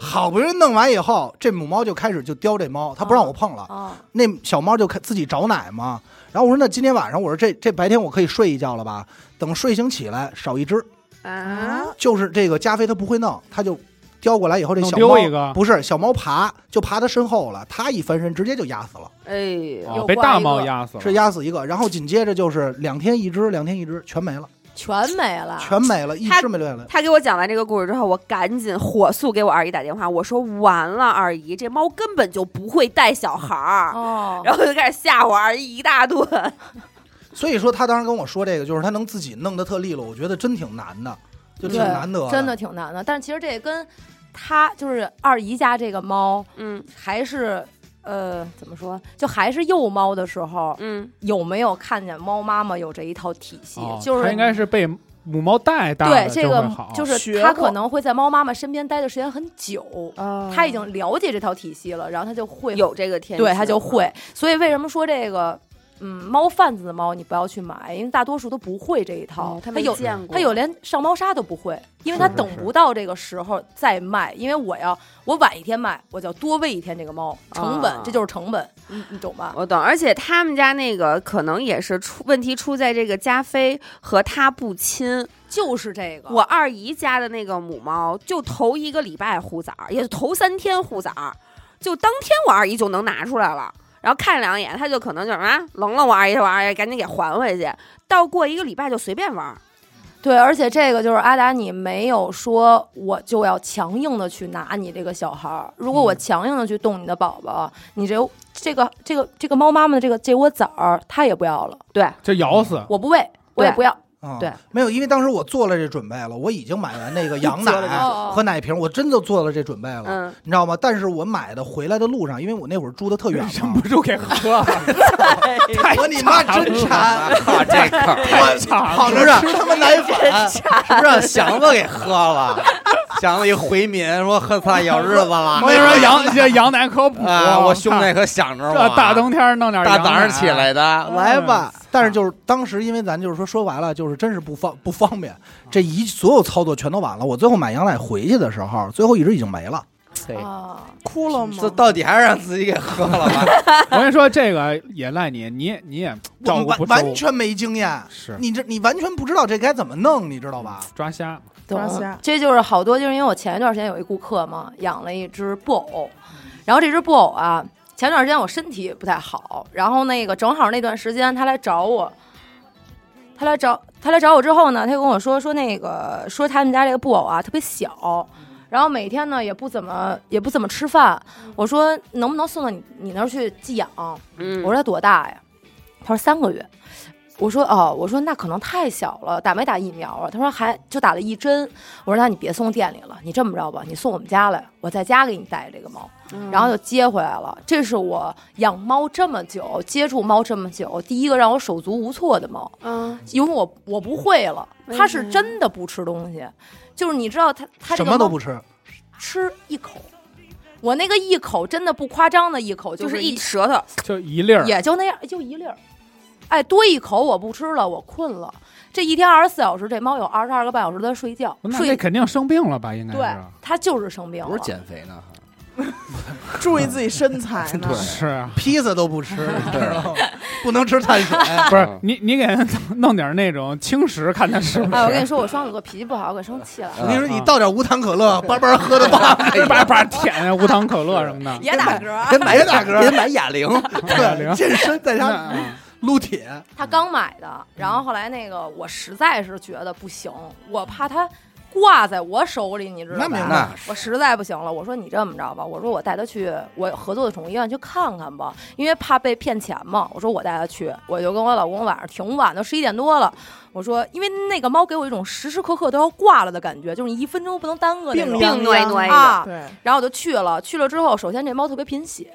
B: 好不容易弄完以后，这母猫就开始就叼这猫，它不让我碰了。
F: 啊，
B: 那小猫就开自己找奶嘛。然后我说那今天晚上，我说这这白天我可以睡一觉了吧？等睡醒起来少一只，
D: 啊，
B: 就是这个加菲它不会弄，它就叼过来以后，这
G: 弄
B: 小猫
G: 丢一个
B: 不是小猫爬就爬它身后了，它一翻身直接就压死了，
D: 哎呦，
G: 哦被大猫压死了，
B: 是压死一个。然后紧接着就是两天一只，两天一只全没了。
F: 全没了，
B: 全没了，一
D: 他
B: 只没留下来。
D: 他给我讲完这个故事之后，我赶紧火速给我二姨打电话，我说完了，二姨，这猫根本就不会带小孩儿，
F: 哦，
D: 然后就开始吓我二姨一大顿。
B: 所以说他当时跟我说这个，就是他能自己弄得特利落，我觉得真挺难的，就挺
F: 对
B: 难得，
F: 真的。挺难的。但是其实这也跟他就是二姨家这个猫
D: 嗯
F: 还是。呃，怎么说？就还是幼猫的时候，
D: 嗯，
F: 有没有看见猫妈妈有这一套体系？
G: 哦
F: 就是
G: 它应该是被母猫带大的
F: 对这
G: 就会
F: 个
G: 好，
F: 就是
C: 学
F: 它
C: 过
F: 可能会在猫妈妈身边待的时间很久，它已经了解这套体系了，然后它就会
D: 有这个天性，嗯
F: 对，它就会。所以为什么说这个，嗯，猫贩子的猫你不要去买，因为大多数都不会这一套
D: 哦，，他
F: 它
D: 没
F: 有
D: 见过，
F: 它有连上猫砂都不会，因为
G: 是
F: 它
G: 是
F: 等
G: 是
F: 不到这个时候再卖，因为我要我晚一天卖，我就要多喂一天这个猫，成本、
D: 啊
F: 这就是成本，你你懂吧？
D: 我懂，而且他们家那个可能也是出问题出在这个加菲和他不亲。
F: 就是这个，
D: 我二姨家的那个母猫，就头一个礼拜护崽儿，也就头三天护崽儿，就当天我二姨就能拿出来了。然后看两眼，它就可能就是啊，冷了我二姨，我二姨赶紧给还回去。到过一个礼拜就随便玩儿，
F: 对，而且这个就是阿达，你没有说我就要强硬的去拿你这个小孩儿。如果
D: 嗯
F: 我强硬的去动你的宝宝，你这这个这个这个猫妈妈的这个这窝崽儿，它也不要了，
G: 就咬死。
F: 我不喂，我也
D: 对
F: 不要。
B: 啊
D: 对，
B: 没有，因为当时我做了这准备了，我已经买完那个羊奶
F: 做了这准备
B: 和奶瓶，我真的做了这准备了，
D: 嗯，
B: 你知道吗？但是我买的回来的路上，因为我那会儿住的特远
G: 忍
B: 嘛
G: 不，住 给喝了，太
B: 我你妈真馋，
A: 啊，这哎个
B: 我
G: 惨
B: 躺着吃他妈奶粉，
A: 是不是让祥子给喝了？祥子一回民说：“呵，操，有日子了。”
G: 我跟你说，羊这羊奶可补
A: 啊，我兄弟可想着我
G: 这
A: 啊，
G: 大冬天弄点
A: 大
G: 羊
A: 早上起
G: 奶
A: 来的，
B: 来吧。嗯但是就是当时，因为咱就是说说白了，就是真是不方不方便，
F: 嗯
B: 这一所有操作全都晚了。我最后买羊奶回去的时候，最后一只已经没了。
A: 对
F: 啊，
C: 哭了
A: 这
C: 吗？
A: 到底还是让自己给喝了吧。
G: 我跟你说，这个也赖你，你也你也照
B: 我
G: 顾
B: 完
G: 不周，
B: 完全没经验，
G: 是
B: 你这你完全不知道这该怎么弄，你知道吧？
G: 抓瞎。
F: 懂
C: 抓瞎。
F: 这就是好多，就是因为我前一段时间有一顾客嘛，养了一只布偶，然后这只布偶啊，前段时间我身体不太好，然后那个正好那段时间他来找我，他来找他来找我之后呢，他就跟我说说那个说他们家这个布偶啊特别小，然后每天呢也不怎么也不怎么吃饭，我说能不能送到你你那儿去寄养？
D: 嗯，
F: 我说他多大呀？他说三个月。我说哦，我说那可能太小了，打没打疫苗啊？他说还就打了一针。我说那你别送店里了，你这么着吧，你送我们家来，我在家给你带这个猫，
D: 嗯
F: 然后就接回来了。这是我养猫这么久，接触猫这么久，第一个让我手足无措的猫，
D: 嗯，
F: 因为我我不会了。
D: 为
F: 它
D: 什么
F: 是
D: 呀
F: 真的不吃东西，就是你知道它它这
B: 什
F: 个
B: 么都
F: 猫
B: 不吃，
F: 吃一口，我那个一口真的不夸张的一口，
D: 就是是
F: 一
D: 一舌头，
G: 就一粒儿，
F: 也就那样，就一粒儿。哎，多一口我不吃了，我困了。这一天二十四小时，这猫有二十二个半小时都在睡觉，
G: 那这
F: 睡
G: 肯定生病了吧？应该
F: 对
G: 是，啊
F: 它就是生病了。
A: 肥 呢，
C: 注意自己身材呢。
A: 对
G: 是啊，
B: 披萨都不吃，你知道吗？不能吃碳水。
G: 不是你你给它弄点那种轻食，看它 是不
F: 哎，我跟你
G: 是
F: 说，我双子哥脾气不好，我给生 气了。
B: 我跟你说，你倒点无糖可乐，叭叭喝的棒，
G: 叭叭舔无糖可乐什么 的。
D: 也打嗝，
B: 别买大哥，
A: 别买哑 铃，
B: 对，健身在
G: 那
B: 家
G: 啊
B: 撸铁，
F: 他刚买的，然后后来那个我实在是觉得不行，我怕它挂在我手里，你知道
B: 那没办
F: 吧？
B: 法
A: 那
F: 我实在不行了，我说你这么着吧，我说我带他去我合作的宠物医院去看看吧，因为怕被骗钱嘛。我说我带他去，我就跟我老公晚上挺晚的，十一点多了。我说，因为那个猫给我一种时时刻刻都要挂了的感觉，就是你一分钟不能耽搁那
C: 病
F: 种
C: 殃殃
D: 病挪一挪
F: 啊。
C: 对，
F: 然后我就去了，去了之后，首先这猫特别贫血，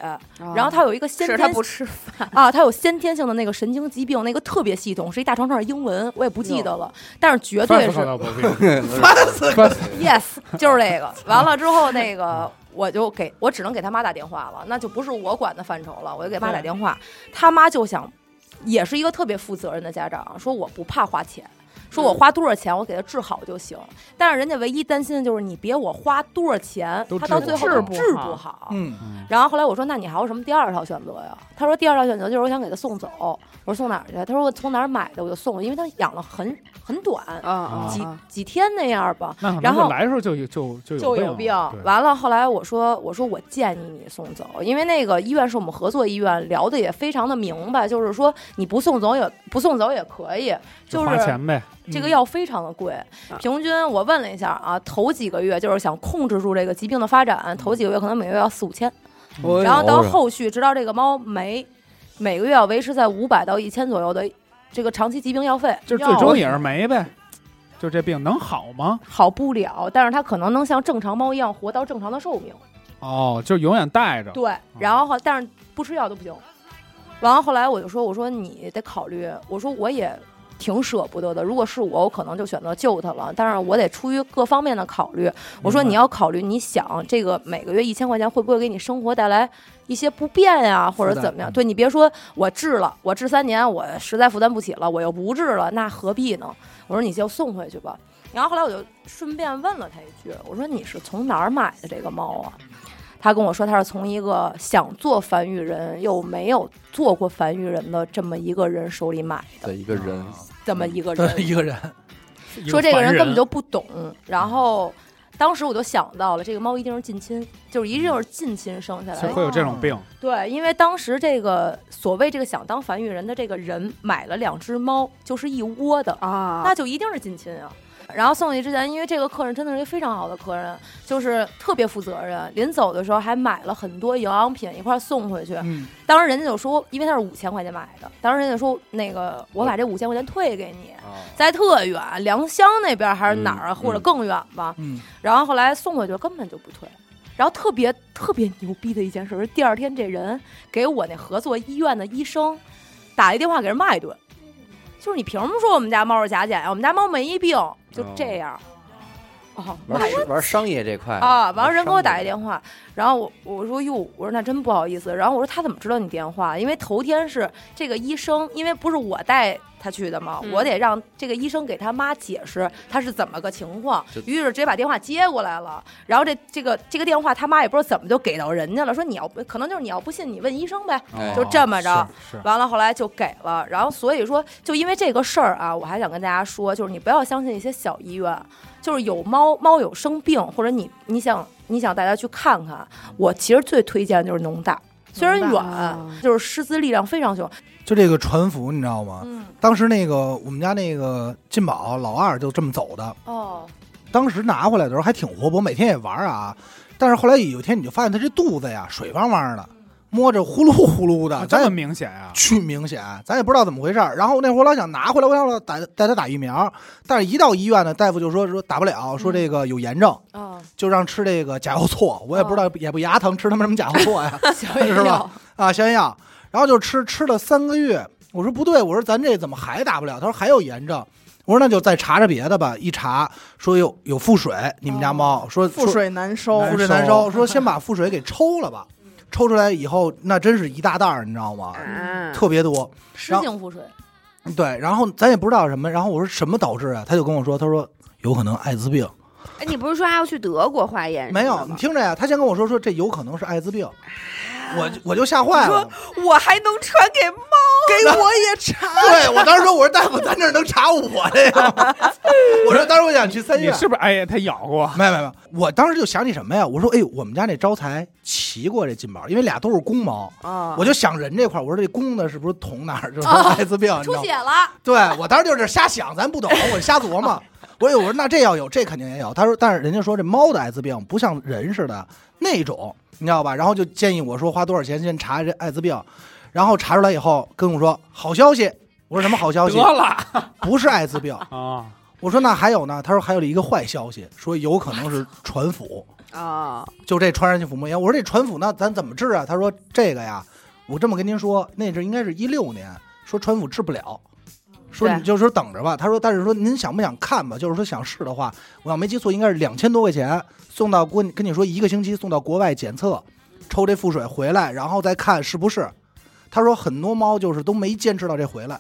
F: 然后它有一个先
D: 啊是
F: 天
D: 它不吃
F: 啊，它有先天性的那个神经疾病，那个特别系统，是一大长串英文，我也不记得了，但是绝
G: 发
F: 对
G: 烧
F: 是
G: 到毛病
F: yes，就是 这个。完了之后，那个我就给我只能给他妈打电话了，那就不是我管的范畴了，我就给妈打电话，他妈就想，也是一个特别负责任的家长，说我不怕花钱。说
G: 嗯
F: 我花多少钱，我给他治好就行。但是人家唯一担心的就是你别我花多少钱
G: 都，
F: 他
G: 治
F: 到
G: 不
F: 最后
G: 好
F: 都
G: 治
F: 治
G: 不
F: 不
G: 好
F: 好。
B: 嗯，
F: 然后后来我说：“那你还有什么第二套选择呀？”他说：“第二套选择就是我想给他送走。”我说：“送哪儿去？”他说：“我从哪儿买的我就送，因为他养了很很短，
D: 啊
F: 几几天那样吧，
G: 那可能
F: 然
G: 就
F: 后
G: 来的时候就有就就
F: 就
G: 有
F: 有
G: 病
F: 病
G: 了。对
F: 完了，后来我说：“我说我建议你送走，因为那个医院是我们合作医院，聊的也非常的明白，就是说你不送走也不送走也可以，
G: 就
F: 就
G: 花
F: 是
G: 钱呗，嗯
F: 这个药非常的贵，平均我问了一下啊，头几个月就是想控制住这个疾病的发
G: 嗯
F: 展，头几个月可能每个月要四五千，
G: 哎
A: 嗯
F: 然后到后续直到这个猫没，每个月要维持在五百到一千左右的这个长期疾病药费，
G: 就是最终也是没呗。就这病能好吗？
F: 好不了，但是它可能能像正常猫一样活到正常的寿命。
G: 哦，就永远带着。
F: 对，然后后但是不吃药都不行。完了后来我就说，我说你得考虑，我说我也挺舍不得的。如果是我，我可能就选择救它了，但是我得出于各方面的考虑。我说你要考虑，你想这个每个月一千块钱会不会给你生活带来一些不便呀、或者怎么
B: 嗯
F: 样？对你别说我治了，我治三年，我实在负担不起了，我又不治了，那何必呢？我说你就送回去吧。然后后来我就顺便问了他一句，我说你是从哪儿买的这个猫啊？他跟我说他是从一个想做繁育人又没有做过繁育人的这么一个人手里买的
A: 的一个人，
F: 这么一个人，
B: 对一个人，
F: 说这个
G: 个
F: 人根本
G: 就
F: 就不懂。然后当时我就想到了，这个猫一定是近亲，就是一定是近亲生下来的。
G: 会有这种病。
F: 对，因为当时这个所谓这个想当繁育人的这个人买了两只猫，就是一窝的，
D: 啊
F: 那就一定是近亲啊。然后送去之前，因为这个客人真的是一个非常好的客人，就是特别负责任。临走的时候还买了很多营养品一块儿送回去。
G: 嗯
F: 当时人家就说，因为他是五千块钱买的，当时人家说那个我把这五千块钱退给你，
A: 啊
F: 在特远良乡那边还是哪儿啊，
A: 嗯
F: 或者更远吧。
B: 嗯，
F: 然后后来送回去根本就不退。然后特别特别牛逼的一件事是，第二天这人给我那合作医院的医生打一电话给人骂一顿，就是你凭什么说我们家猫是甲减呀？我们家猫没病，就这样。哦，骂一顿
A: 玩玩商业这块
F: 啊！完了人给我打
A: 话，
F: 一电话，然后我我说哟，我说那真不好意思。然后我说他怎么知道你电话？因为头天是这个医生，因为不是我带他去的嘛，
D: 嗯
F: 我得让这个医生给他妈解释他是怎么个情况
A: 这。
F: 于是直接把电话接过来了。然后这这个这个电话他妈也不知道怎么就给到人家了，说你要不可能就是你要不信你问医生呗，
A: 哎
F: 就这么着。
G: 哦是是
F: 完了，后来就给了。然后所以说，就因为这个事儿啊，我还想跟大家说，就是你不要相信一些小医院，就是有猫猫有生病，或者你你想你想带它去看看，我其实最推荐就是农大，虽然
C: 农大啊
D: 嗯
F: 远，就是师资力量非常雄。
B: 就这个船服，你知道吗？
F: 嗯，
B: 当时那个我们家那个进宝老二就这么走的，
F: 哦，
B: 当时拿回来的时候还挺活泼，每天也玩啊。但是后来有一天你就发现它这肚子呀水汪汪的，摸着呼噜呼噜的，
G: 啊
B: 咱也
G: 这么明显啊！
B: 巨明显，咱也不知道怎么回事儿。然后那会儿我老想拿回来，我想打带它打疫苗，但是一到医院呢，大夫就说说打不了，说这个有炎症，
F: 哦，
B: 就让吃这个甲药唑。我也不知道，也不牙疼，吃他妈什么甲药唑呀？
F: 小野
B: 是吧
F: 料
B: 啊，消炎药，然后就吃吃了三个月。我说不对，我说咱这怎么还打不了？他说还有炎症。我说那就再查查别的吧。一查说有有腹水，你们家猫、说
C: 覆水难收哦
B: 说，腹水难收，说先把腹水给抽了吧。抽出来以后，那真是一大袋儿，你知道吗？
D: 啊
B: 特别多。
F: 湿性腹水，
B: 对，然后咱也不知道什么。然后我说什么导致啊？他就跟我说，他说有可能艾滋病。
D: 哎，你不是说还要去德国化验什么
B: 没
D: 的
B: 有，
D: 吗？哦
B: 你听着呀，他先跟我说说这有可能是艾滋病，我就我就吓坏了。
D: 我还能传给猫，
C: 给我也查。
B: 对我当时说，我说大夫，咱这儿能查我这个吗？ 我说当时我想去三
G: 你
B: 院，
G: 是不是哎呀，它咬过？
B: 没有没有没有，我当时就想起什么呀？我说，哎，我们家那招财骑过这金宝，因为俩都是公猫，
D: 啊
B: 我就想人这块儿，我说这公的是不是捅哪儿就是艾滋病？你知
F: 出
B: 道
F: 血
B: 吗？
F: 了，
B: 对我当时就是瞎想，咱不懂，我瞎琢 磨。我有我说那这要有，这肯定也有。他说，但是人家说这猫的艾滋病不像人似的那种，你知道吧？然后就建议我说花多少钱先查这艾滋病，然后查出来以后跟我说好消息。我说什么好消息？
G: 得了
B: 不是艾滋病。
G: 啊！
B: 我说那还有呢？他说还有一个坏消息，说有可能是传腹，
D: 啊，
B: 就这传染性腹膜炎。哎我说这传腹那咱怎么治啊？他说这个呀，我这么跟您说，那是应该是一六年，说传腹治不了，说
D: 对
B: 你就说等着吧。他说但是说您想不想看吧？就是说想试的话，我要没记错，应该是两千多块钱送到国，跟你说一个星期送到国外检测，抽这腹水回来，然后再看是不是。他说很多猫就是都没坚持到这回来，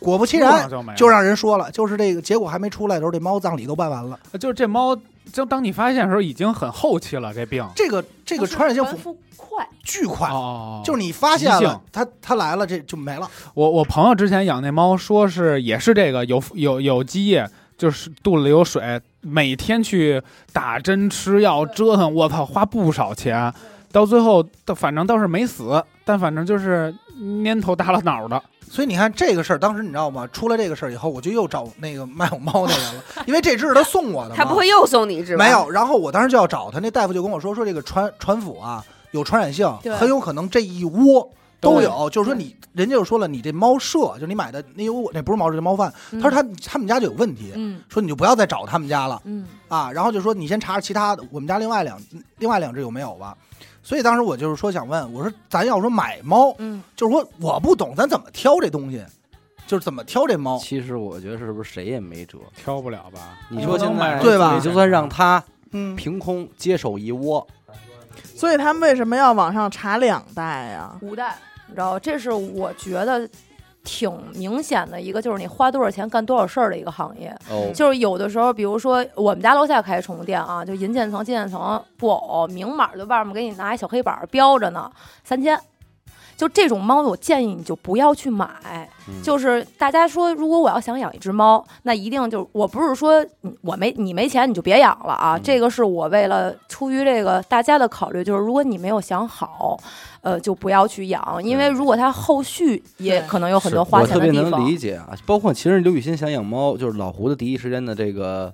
B: 果不其然，
G: 就啊没了
B: 就让人说了，就是这个结果还没出来的时候，这猫葬礼都办完了。
G: 就是这猫，就当你发现的时候已经很后期了，这病。
B: 这个这个
F: 不是
B: 传染性
F: 传
B: 腹
F: 腹快，
B: 巨快，
G: 哦，
B: 就是你发现
G: 急性
B: 了它它来了，这就没了。
G: 我我朋友之前养那猫，说是也是这个有有有积液，就是肚子里有水，每天去打针吃药折腾，我操，花不少钱。到最后到反正倒是没死，但反正就是蔫头耷拉脑的。
B: 所以你看这个事儿，当时你知道吗？出了这个事儿以后，我就又找那个卖我猫那人了，因为这只是他送我的嘛。
D: 他不会又送你一只吧？
B: 没有，然后我当时就要找他，那大夫就跟我说说这个传传腹啊有传染性，
F: 对
B: 很有可能这一窝都
G: 对
B: 有，就是说你人家就说了，你这猫舍就是你买的那窝那不是猫舍，这猫饭，他说他他们家就有问题，
F: 嗯
B: 说你就不要再找他们家了
F: 嗯
B: 啊，然后就说你先查查其他的，我们家另外两另外两只有没有吧。所以当时我就是说想问，我说咱要说买猫，
F: 嗯，
B: 就是说我不懂，咱怎么挑这东西，就是怎么挑这猫，
A: 其实我觉得是不是谁也没辙？
G: 挑不了吧？
F: 嗯
A: 你说现
G: 能哎买
A: 在
G: 着
B: 对吧
A: 你就算让他
B: 嗯，。
A: 凭空接手一窝，
C: 所以他们为什么要往上查两代呀？
F: 五代，你知道，这是我觉得挺明显的一个，就是你花多少钱干多少事儿的一个行业。
A: 哦，
F: 就是有的时候，比如说我们家楼下开宠物店啊，就银渐层、金渐层布偶，明码儿就外面给你拿一小黑板儿标着呢，三千。就这种猫，我建议你就不要去买。
A: 嗯
F: 就是大家说，如果我要想养一只猫，那一定就是我不是说你我没你没钱你就别养了啊。
A: 嗯
F: 这个是我为了出于这个大家的考虑，就是如果你没有想好，呃，就不要去养，因为如果它后续也
C: 对
F: 可能有很多
A: 是
F: 花
A: 我
F: 钱
A: 特
F: 的
A: 别
F: 地
A: 能
F: 方
A: 理。解啊，包括其实刘雨欣想养猫，就是老胡的第一时间的这个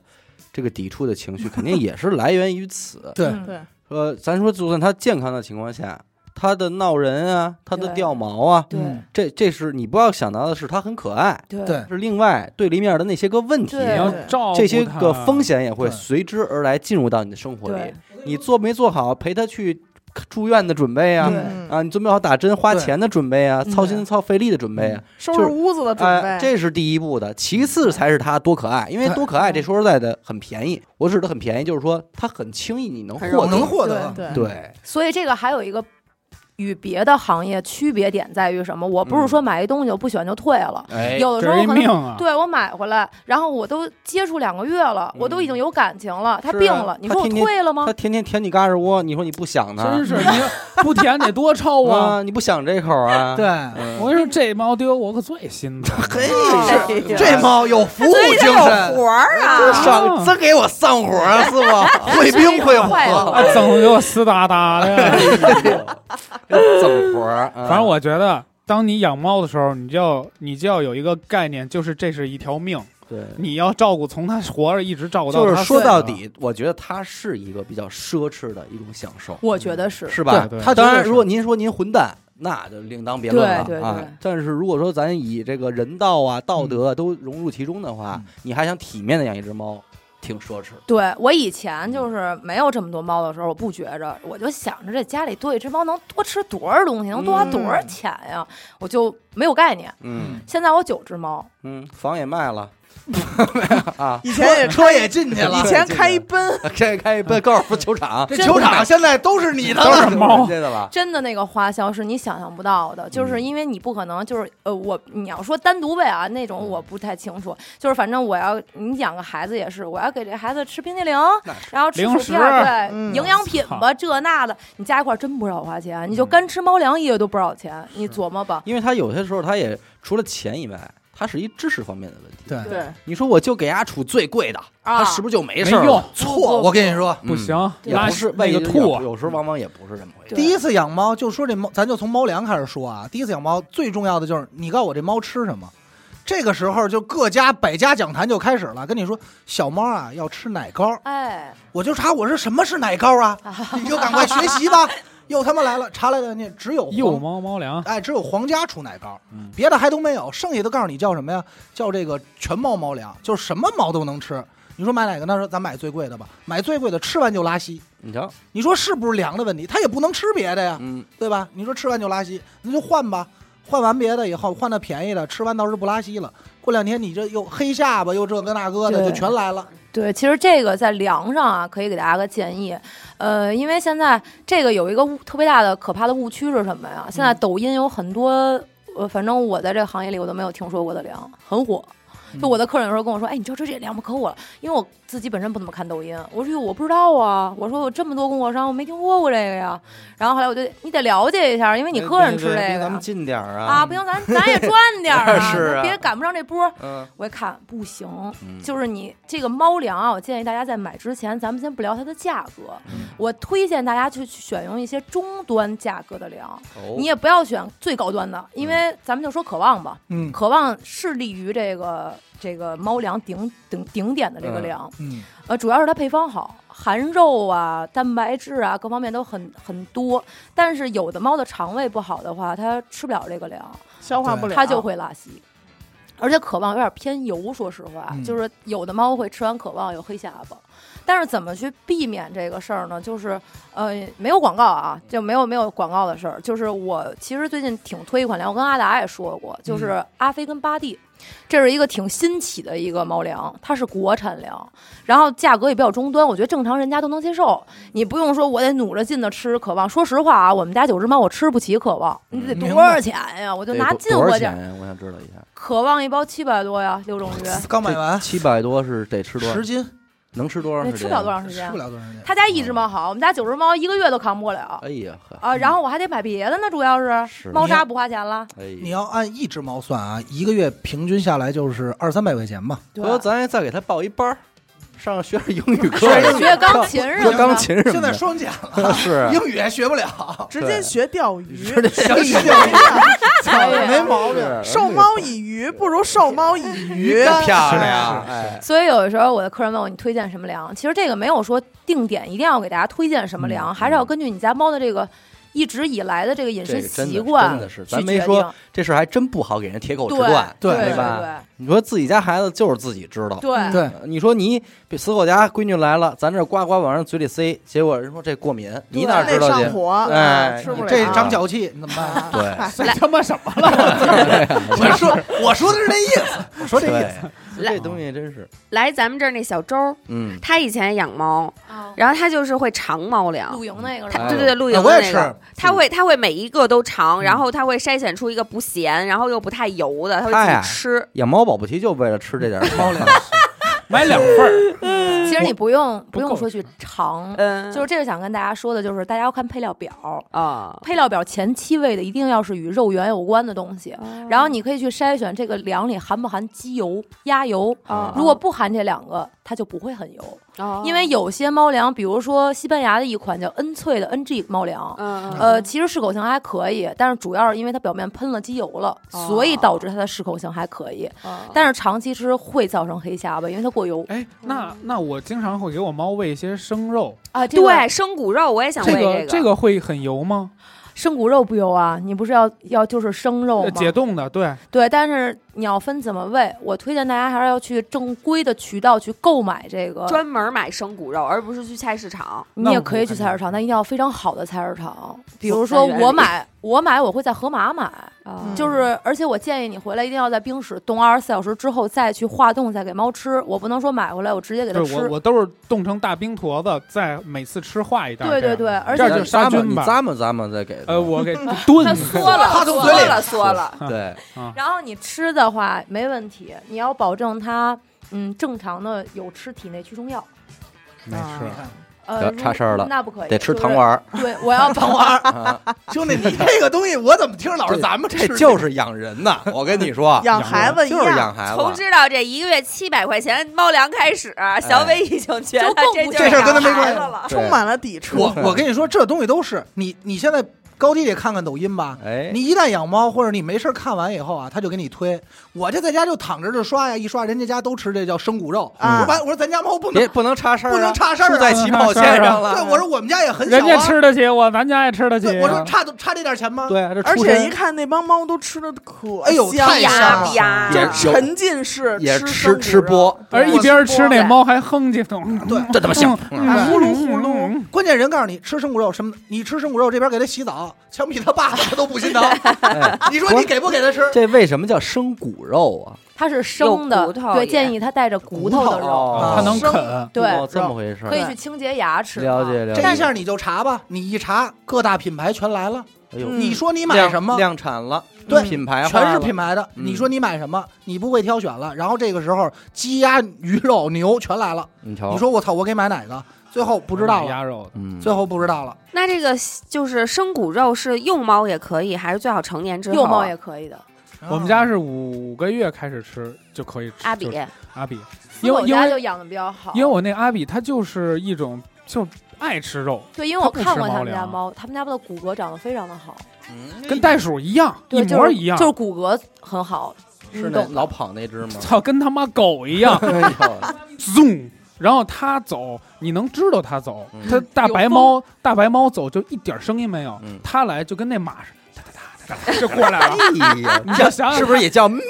A: 这个抵触的情绪，肯定也是来源于此
B: 对
F: 嗯
C: 对
A: 说咱说，就算它健康的情况下，它的闹人啊，它的
F: 对
A: 掉毛啊，
F: 对
B: 嗯
A: 这这是你不要想到的是它很可爱，
F: 对
B: 对
A: 是另外对立面的那些个问题，
F: 对
G: 你要照顾
A: 这些
G: 它
A: 个风险也会
B: 对
A: 随之而来进入到你的生活里
F: 对。
A: 你做没做好陪它去住院的准备啊？
F: 对
C: 嗯
A: 啊，你准备好打针花
B: 对
A: 钱的准备啊，
F: 嗯
A: 操心操费力的准备啊，
C: 收拾屋子的嗯准
A: 哎，
C: 备，
A: 这是第一步的，其次才是它多可爱，因为
B: 对
A: 多可爱这说实在的很便宜。我指的很便宜，就是说它很轻易你能获
D: 很
B: 我
A: 得
B: 能。获得，
C: 对
A: 对，
F: 所以这个还有一个与别的行业区别点在于什么？我不是说买一东西我不喜欢就退了，
A: 嗯哎，
F: 有的时
G: 这
F: 候
G: 是一
F: 可
G: 命
F: 能。
G: 啊！
F: 对我买回来，然后我都接触两个月了，我都已经有感情了，他
A: 嗯是啊
F: 病了，你
A: 他
F: 说我
A: 天天
F: 退了吗
A: 它？天天舔你嘎吱窝，你说你不想它
G: 真 是你不舔得多臭啊！
A: 啊？你不想这口 啊？
B: 对，
A: 嗯，
G: 我跟你说，这猫丢我可最心疼。
B: 嘿，
C: 对
B: 这猫有服务
D: 所以
B: 精
D: 他有
B: 神，
D: 活儿
B: 这
D: 啊，
B: 上真给我上火啊，是不？会冰会
F: 快
B: 火，
G: 啊，整的给我湿哒哒的。
A: 整活儿，啊
G: 反正我觉得，当你养猫的时候，你就要你就要有一个概念，就是这是一条命，
A: 对。
G: 你要照顾，从它活着一直照顾到
A: 就
G: 它
A: 是说
G: 死了
A: 到，底，我觉得它是一个比较奢侈的一种享受，
F: 我觉得是，
A: 是吧？
G: 对
B: 他
A: 当然，如果您说您混蛋，那就另当别论了
F: 对对
A: 啊
F: 对。
A: 但是如果说咱以这个人道啊、道德
G: 嗯
A: 啊都融入其中的话，你还想体面的养一只猫，挺奢侈。
F: 对我以前就是没有这么多猫的时候，我不觉着，我就想着这家里多一只猫能多吃多少东西，能多花多少钱呀，我就没有概念。
A: 嗯
F: 现在我九只猫，
A: 嗯，房也卖了 啊，
C: 以前也
B: 车也进去了
C: 以，前开一奔，
A: 开开一奔高尔夫球 场，
B: 这球场现在都是你的
G: 都
B: 了
G: 是。嗯 猫
A: 这个了。
F: 真的那个花销是你想象不到的，就是因为你不可能就是呃，我你要说单独喂啊那种我不太清楚，就是反正我要你养个孩子也是，我要给这孩子吃冰激凌
A: 那，
F: 然后吃薯
G: 零食
F: 片儿，对，
C: 嗯
F: 营养品吧这那的，你加一块儿真不少花钱，你就干吃猫粮一个月都不少钱，你琢磨吧。
A: 因为它有些时候，它也除了钱以外，它是一知识方面的问题。
B: 对
C: 对，
A: 你说我就给它处最贵的，它
F: 啊
A: 是不是就没
G: 没
A: 事儿
G: 用
A: 了？，
B: 错，我跟你说，
A: 嗯
G: 不行，，
A: 也
G: 拉
A: 不是
G: 那
A: 万一
G: 个
A: 有
G: 吐啊，
A: 有时候往往也不是这么回事。
B: 第一次养猫就说这猫，咱就从猫粮开始说啊。第一次养猫最重要的就是你告诉我这猫吃什么。这个时候就各家百家讲坛就开始了，跟你说小猫啊要吃奶糕，
F: 哎，
B: 我就查我是什么是奶糕啊，你就赶快学习吧。 又他妈来了，查来的那只有
G: 幼
B: 黄
G: 猫猫 粮，
B: 哎，只有皇家出奶膏
G: 嗯，
B: 别的还都没有，剩下的告诉你叫什么呀？叫这个全猫猫粮，就是什么猫都能吃。你说买哪个？那说咱买最贵的吧，买最贵的，吃完就拉稀。
A: 你瞧，
B: 你说是不是粮的问题？它也不能吃别的呀，
A: 嗯，
B: 对吧？你说吃完就拉稀，那就换吧，换完别的以后换那便宜的，吃完到时候不拉稀了。过两天你这又黑下巴，又这个那个的，
F: 对
B: 就全来了。
F: 对，其实这个在粮上啊，可以给大家个建议，呃，因为现在这个有一个误特别大的可怕的误区是什么呀？
A: 嗯
F: 现在抖音有很多，呃，反正我在这个行业里我都没有听说过的粮，很火。
A: 嗯
F: 就我的客人有时候跟我说，哎，你知道这这凉不可我了，因为我自己本身不怎么看抖音，我说哟我不知道啊，我说我这么多供货商，我没听说过这个呀。然后后来我就你得了解一下，因为你客人吃这
A: 对对
F: 个
A: 对咱们
F: 呀
A: 近点儿啊
F: 啊，不行，咱咱也赚点儿 啊，
A: 是啊
F: 别赶不上这波。
A: 嗯，
F: 我一看不行，
A: 嗯
F: 就是你这个猫粮啊，我建议大家在买之前，咱们先不聊它的价格，
A: 嗯
F: 我推荐大家去去选用一些中端价格的粮，
A: 哦
F: 你也不要选最高端的，因为咱们就说渴望吧，
B: 嗯
F: 渴望是利于这个这个猫粮顶顶顶点的这个粮，
B: 嗯
F: 呃，主要是它配方好，含肉啊、蛋白质啊各方面都很很多，但是有的猫的肠胃不好的话，它吃不了这个粮，
C: 消化不了，
F: 它就会拉稀。而且渴望有点偏油，说实话，
B: 嗯
F: 就是有的猫会吃完渴望有黑下巴。但是怎么去避免这个事儿呢？就是呃，没有广告啊，就没有没有广告的事儿。就是我其实最近挺推一款粮，我跟阿达也说过，就是阿飞跟巴蒂，这是一个挺新起的一个猫粮，它是国产粮，然后价格也比较中端，我觉得正常人家都能接受。你不用说我得努着劲的吃渴望。说实话啊，我们家九只猫我吃不起渴望，
A: 嗯
F: 你得
B: 明
F: 多
B: 白
F: 少钱呀？我就
A: 得
F: 拿
A: 多
F: 进
A: 多
F: 货
A: 少
F: 价
A: 钱。呀？我想知道一下，
F: 渴望一包七百多呀，六种鱼，
B: 刚买完
A: 七百多是得吃多少
B: 十？斤，
A: 能吃多少？
F: 那吃不了多。长时
B: 吃
F: 间
B: 不。了多长时间。
F: 他家一只猫好，我们家九只猫一个月都扛不过了
A: 哎呀呵，
F: 啊。然后我还得买别的呢，主要
A: 是
F: 是猫砂不花钱了。
A: 哎
B: 你
A: 呀，
B: 要按一只猫算啊，一个月平均下来就是二三百块钱吧。
A: 回头咱也再给他报一班儿，上学点英语课，
F: 学学钢琴什
A: 学
F: 么
A: 钢
F: 的，
A: 琴什么
B: 现在
A: 的。
B: 双减 了，
A: 是啊
B: 英语也学不了，
C: 直接学钓鱼，
A: 是得
B: 想学没毛病。
A: 哎是
C: 授猫以渔不如授猫以渔。
A: 漂
B: 亮
A: 亮，哎，
F: 所以有的时候我的客人问我你推荐什么粮，其实这个没有说定点一定要给大家推荐
A: 嗯
F: 什么粮，还是要根据你家猫的这个一直以来的这个饮
A: 这
F: 食
A: 个真的
F: 习惯
A: 真的是
F: 去
A: 咱没
F: 决
A: 说
F: 定
A: 这事儿还真不好给人铁口直
F: 对
A: 断，
B: 对
F: 对
A: 吧？你说自己家孩子就是自己知道，呃
F: 对
B: 对，
A: 你说你比死我家闺女来了，咱这呱呱往人嘴里塞，结果人说这过敏，你哪知
C: 那
A: 道
C: 上
A: 去？
C: 火，嗯
A: 哎
C: 吃不了。啊
B: 这长脚气，你怎么办？啊
A: 对，
G: 谁他妈什么了？
B: 我说我说的是那意 思，我说这意思。
A: 对，这东西真是，
D: 来咱们这儿那小周儿，
A: 嗯，
D: 他以前养猫，
F: 啊
D: 然后他就是会尝猫粮
F: 露，营那个是
D: 他
F: 吧
A: 哎
D: 对对对，露营
B: 哎
D: 的
B: 我也
D: 那个
B: 吃，
D: 他会他会每一个都尝，
B: 嗯
D: 然后他会筛选出一个不咸，然后又不太油的，
A: 他
D: 他会
A: 呀
D: 自己吃。
A: 养猫保不齐就为了吃这点儿猫粮，
G: 买两份儿，
F: 其实你不用不用
G: 够
F: 说去尝，
D: 嗯，
F: 就是这是想跟大家说的，就是大家要看配料表，
D: 啊，
F: 配料表前七位的一定要是与肉源有关的东西，
D: 哦
F: 然后你可以去筛选这个粮里含不含鸡油、鸭油。
D: 啊
F: 如果不含这两个，它就不会很油，
D: 哦
F: 因为有些猫粮，比如说西班牙的一款叫恩翠的 NG 猫粮，
D: 嗯嗯
F: 呃，其实适口性还可以，但是主要是因为它表面喷了机油了，
D: 哦
F: 所以导致它的适口性还可以，
D: 嗯
F: 但是长期吃会造成黑下巴，因为它过油
G: 哎，那那我经常会给我猫喂一些生肉，
F: 啊。这个
D: 对生骨肉我也想喂
G: 这个
D: 这
G: 这个会很油吗？
F: 生骨肉不油啊，你不是要要就是生肉
G: 呃
F: 吗？
G: 解冻的，对，
F: 对，但是你要分怎么喂，我推荐大家还是要去正规的渠道去购买这个。
D: 专门买生骨肉，而不是去菜市场。
F: 你
G: 那
F: 也
G: 我
F: 可以去
G: 肯
F: 菜
G: 定
F: 市场，但一定要非常好的菜市场。比
D: 我
F: 如说
D: 原来
F: 我买，我买我会在盒马买，
D: 啊
F: 就是而且我建议你回来一定要在冰室冻二十四小时之后再去化冻，再给猫吃。我不能说买回来我直接给它
G: 就是我
F: 吃。
G: 我都是冻成大冰坨子，再每次吃化一袋。
F: 对
G: 这
F: 对
G: 样
F: 对，而
G: 啊这
F: 且
G: 儿就是
A: 咂
G: 杀
A: 摸，
G: 菌
A: 你
G: 吧
A: 咂摸咂摸再给它，
G: 呃，我给炖
F: 它
G: 死
F: 缩了，
B: 从
F: 缩
B: 嘴里
D: 缩
F: 了。
D: 了缩 了，
A: 对，
F: 然后你吃的话没问题，你要保证它嗯正常的有吃体内驱虫药。
G: 没事
B: 你。看
F: 呃，
A: 得
F: 如
A: 差事儿了
F: 那不可以，
A: 得吃
F: 就是
A: 糖丸。儿，
F: 对，我要
B: 糖丸儿，
A: 啊
B: 兄弟，你这个东西我怎么听着老是咱们
A: 这
B: 吃的
A: 就是养人呐，我跟你说，
C: 养孩子一
A: 就是
C: 样，
A: 养孩
D: 从
A: 子，
D: 知道这一个月七百块钱猫粮开始，小伟已经觉得
F: 就更
D: 这
F: 不
D: 就是
B: 这事儿跟他没
D: 养孩
B: 关系
D: 子了。
A: 对
C: 充满了抵触。
B: 我我跟你说，这东西都是你你现在高低得看看抖音吧。
A: 哎，
B: 你一旦养猫，或者你没事儿看完以后啊，他就给你推。我这在家就躺着就刷呀，一刷人家家都吃这叫生骨肉。
C: 啊
B: 我把我说咱家猫不能
A: 别，不能插事儿啊，
B: 不能插事儿啊
A: 输在起跑线上了。
B: 对，我说我们家也很小、啊，
G: 人家吃得起我，咱家也吃得起啊。
B: 对，我说差都差这点钱吗？，
A: 对，这
C: 而
A: 出
C: 且
A: 身
C: 一看那帮猫都吃的可
B: 哎呦
C: 香
B: 太
C: 了
B: 香了
D: 呀呀，
A: 也
C: 就沉浸式
A: 也
C: 吃
A: 吃吃播，
G: 而一边吃那
D: 对
G: 猫还哼唧，
B: 对
A: 这他妈香
G: 嗯
B: 哎呼噜
G: 嗯
B: 呼
G: 嗯
B: 噜。关键人告诉你吃生骨肉什么的，你吃生骨肉这边给他洗澡，枪毙他爸他都不心疼。
A: 哎
B: 你说你给不给他吃？
A: 这为什么叫生骨肉啊？
F: 它是生的，
D: 有骨头
F: 对，
D: 也
F: 建议它带着骨头的肉，
A: 哦
G: 它能
C: 生
G: 啃，
A: 哦
F: 对，
A: 这么回事儿，
F: 可以去清洁牙齿嘛。
A: 了解了
B: 这
A: 解。
B: 一下你就查吧，你一查各大品牌全来了，
A: 哎呦，
C: 嗯
B: 你说你买
A: 量
B: 什么，
A: 量产了，
B: 对
A: 品牌化
B: 全是
A: 了
B: 品牌的。
A: 嗯
B: 你说你买什么，你不会挑选了。然后这个时候，鸡鸭鱼肉牛全来了。
A: 你瞧，
B: 你说我操，我该买哪个？最后不知道了，
G: 哦鸭肉的，
A: 嗯，
B: 最后不知道了。
D: 那这个就是生骨肉是幼猫也可以，还是最好成年之后？啊
F: 幼猫也可以的。
G: 我们家是五个月开始吃就可以吃。
D: 阿比
G: 就是阿比，因
F: 因为
G: 为
F: 我
G: 因
F: 家就
G: 为
F: 养的比较好，
G: 因为我那阿比它就是一种就爱吃肉，
F: 对，因为
G: 它
F: 我
G: 不吃
F: 看过他
G: 猫
F: 们家
G: 粮
F: 猫，他们家的骨骼长得非常的好，
A: 嗯
B: 嗯
G: 跟袋鼠一样，一
F: 对，就
G: 模
F: 是
G: 一样
F: 就，是骨骼很好，
B: 嗯
A: 是
F: 你
A: 那
F: 懂的
A: 老跑那只 吗？
G: 操，跟他妈狗一样
A: 哎呦
G: ，zoom。然后它走，你能知道它走
A: 嗯。
G: 它大白猫，大白猫走就一点声音没有
A: 嗯。
G: 它来就跟那马似的，哒哒哒哒哒就过来了。
A: 哎呀，
G: 你就想 想
A: 是不是也 叫咩？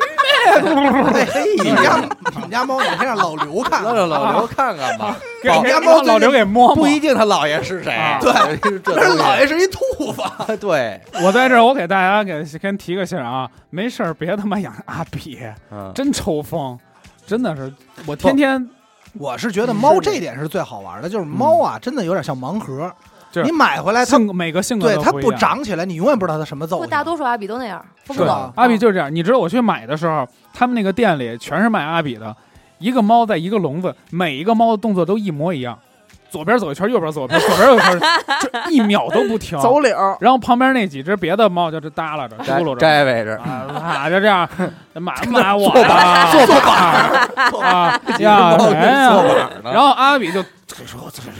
B: 哎你们家你们家猫，你先让老刘看
A: 让
B: 看。
A: 老刘看看 吧，
G: 给
A: 宝
G: 人
B: 家猫
G: 让
B: 最
G: 老刘
B: 近
G: 给摸
A: 不
G: 摸
A: 一。定他姥爷是谁
G: 啊，
A: 对， 这
B: 那
A: 东
B: 是
A: 西
B: 老爷是一兔子，
A: 对，
G: 我在这儿，我给大家给先提个醒啊，没事儿别他妈养阿比，
A: 嗯，
G: 真抽风，真的是我天天
B: 我是觉得猫这点是最好玩的，就是猫啊，真的有点像盲盒。
G: 嗯就是
B: 你买回来它，
G: 性格每个性格
B: 哎对
G: 都
B: 它
G: 不一
B: 不
G: 样。
B: 长起来，你永远不知道它什么奏
F: 不，
B: 性。
F: 大多数阿比都那样，不
G: 对
F: 懂
B: 吧，
G: 阿比就是这啊样。你知道我去买的时候，他们那个店里全是卖阿比的，一个猫在一个笼子，每一个猫的动作都一模一样，左边走一圈，右边走一圈，左边走一圈，这一秒都不停。
C: 走 柳儿，
G: 然后旁边那几只别的猫就这耷拉着、
A: 摘
G: 咕噜着。
A: 摘位置，
G: 啊，啊就这样，买买我
A: 坐
G: 吧，
A: 板坐
G: 板啊呀，
A: 猫
G: 哎呀
A: 坐板儿呢
G: 然后阿比就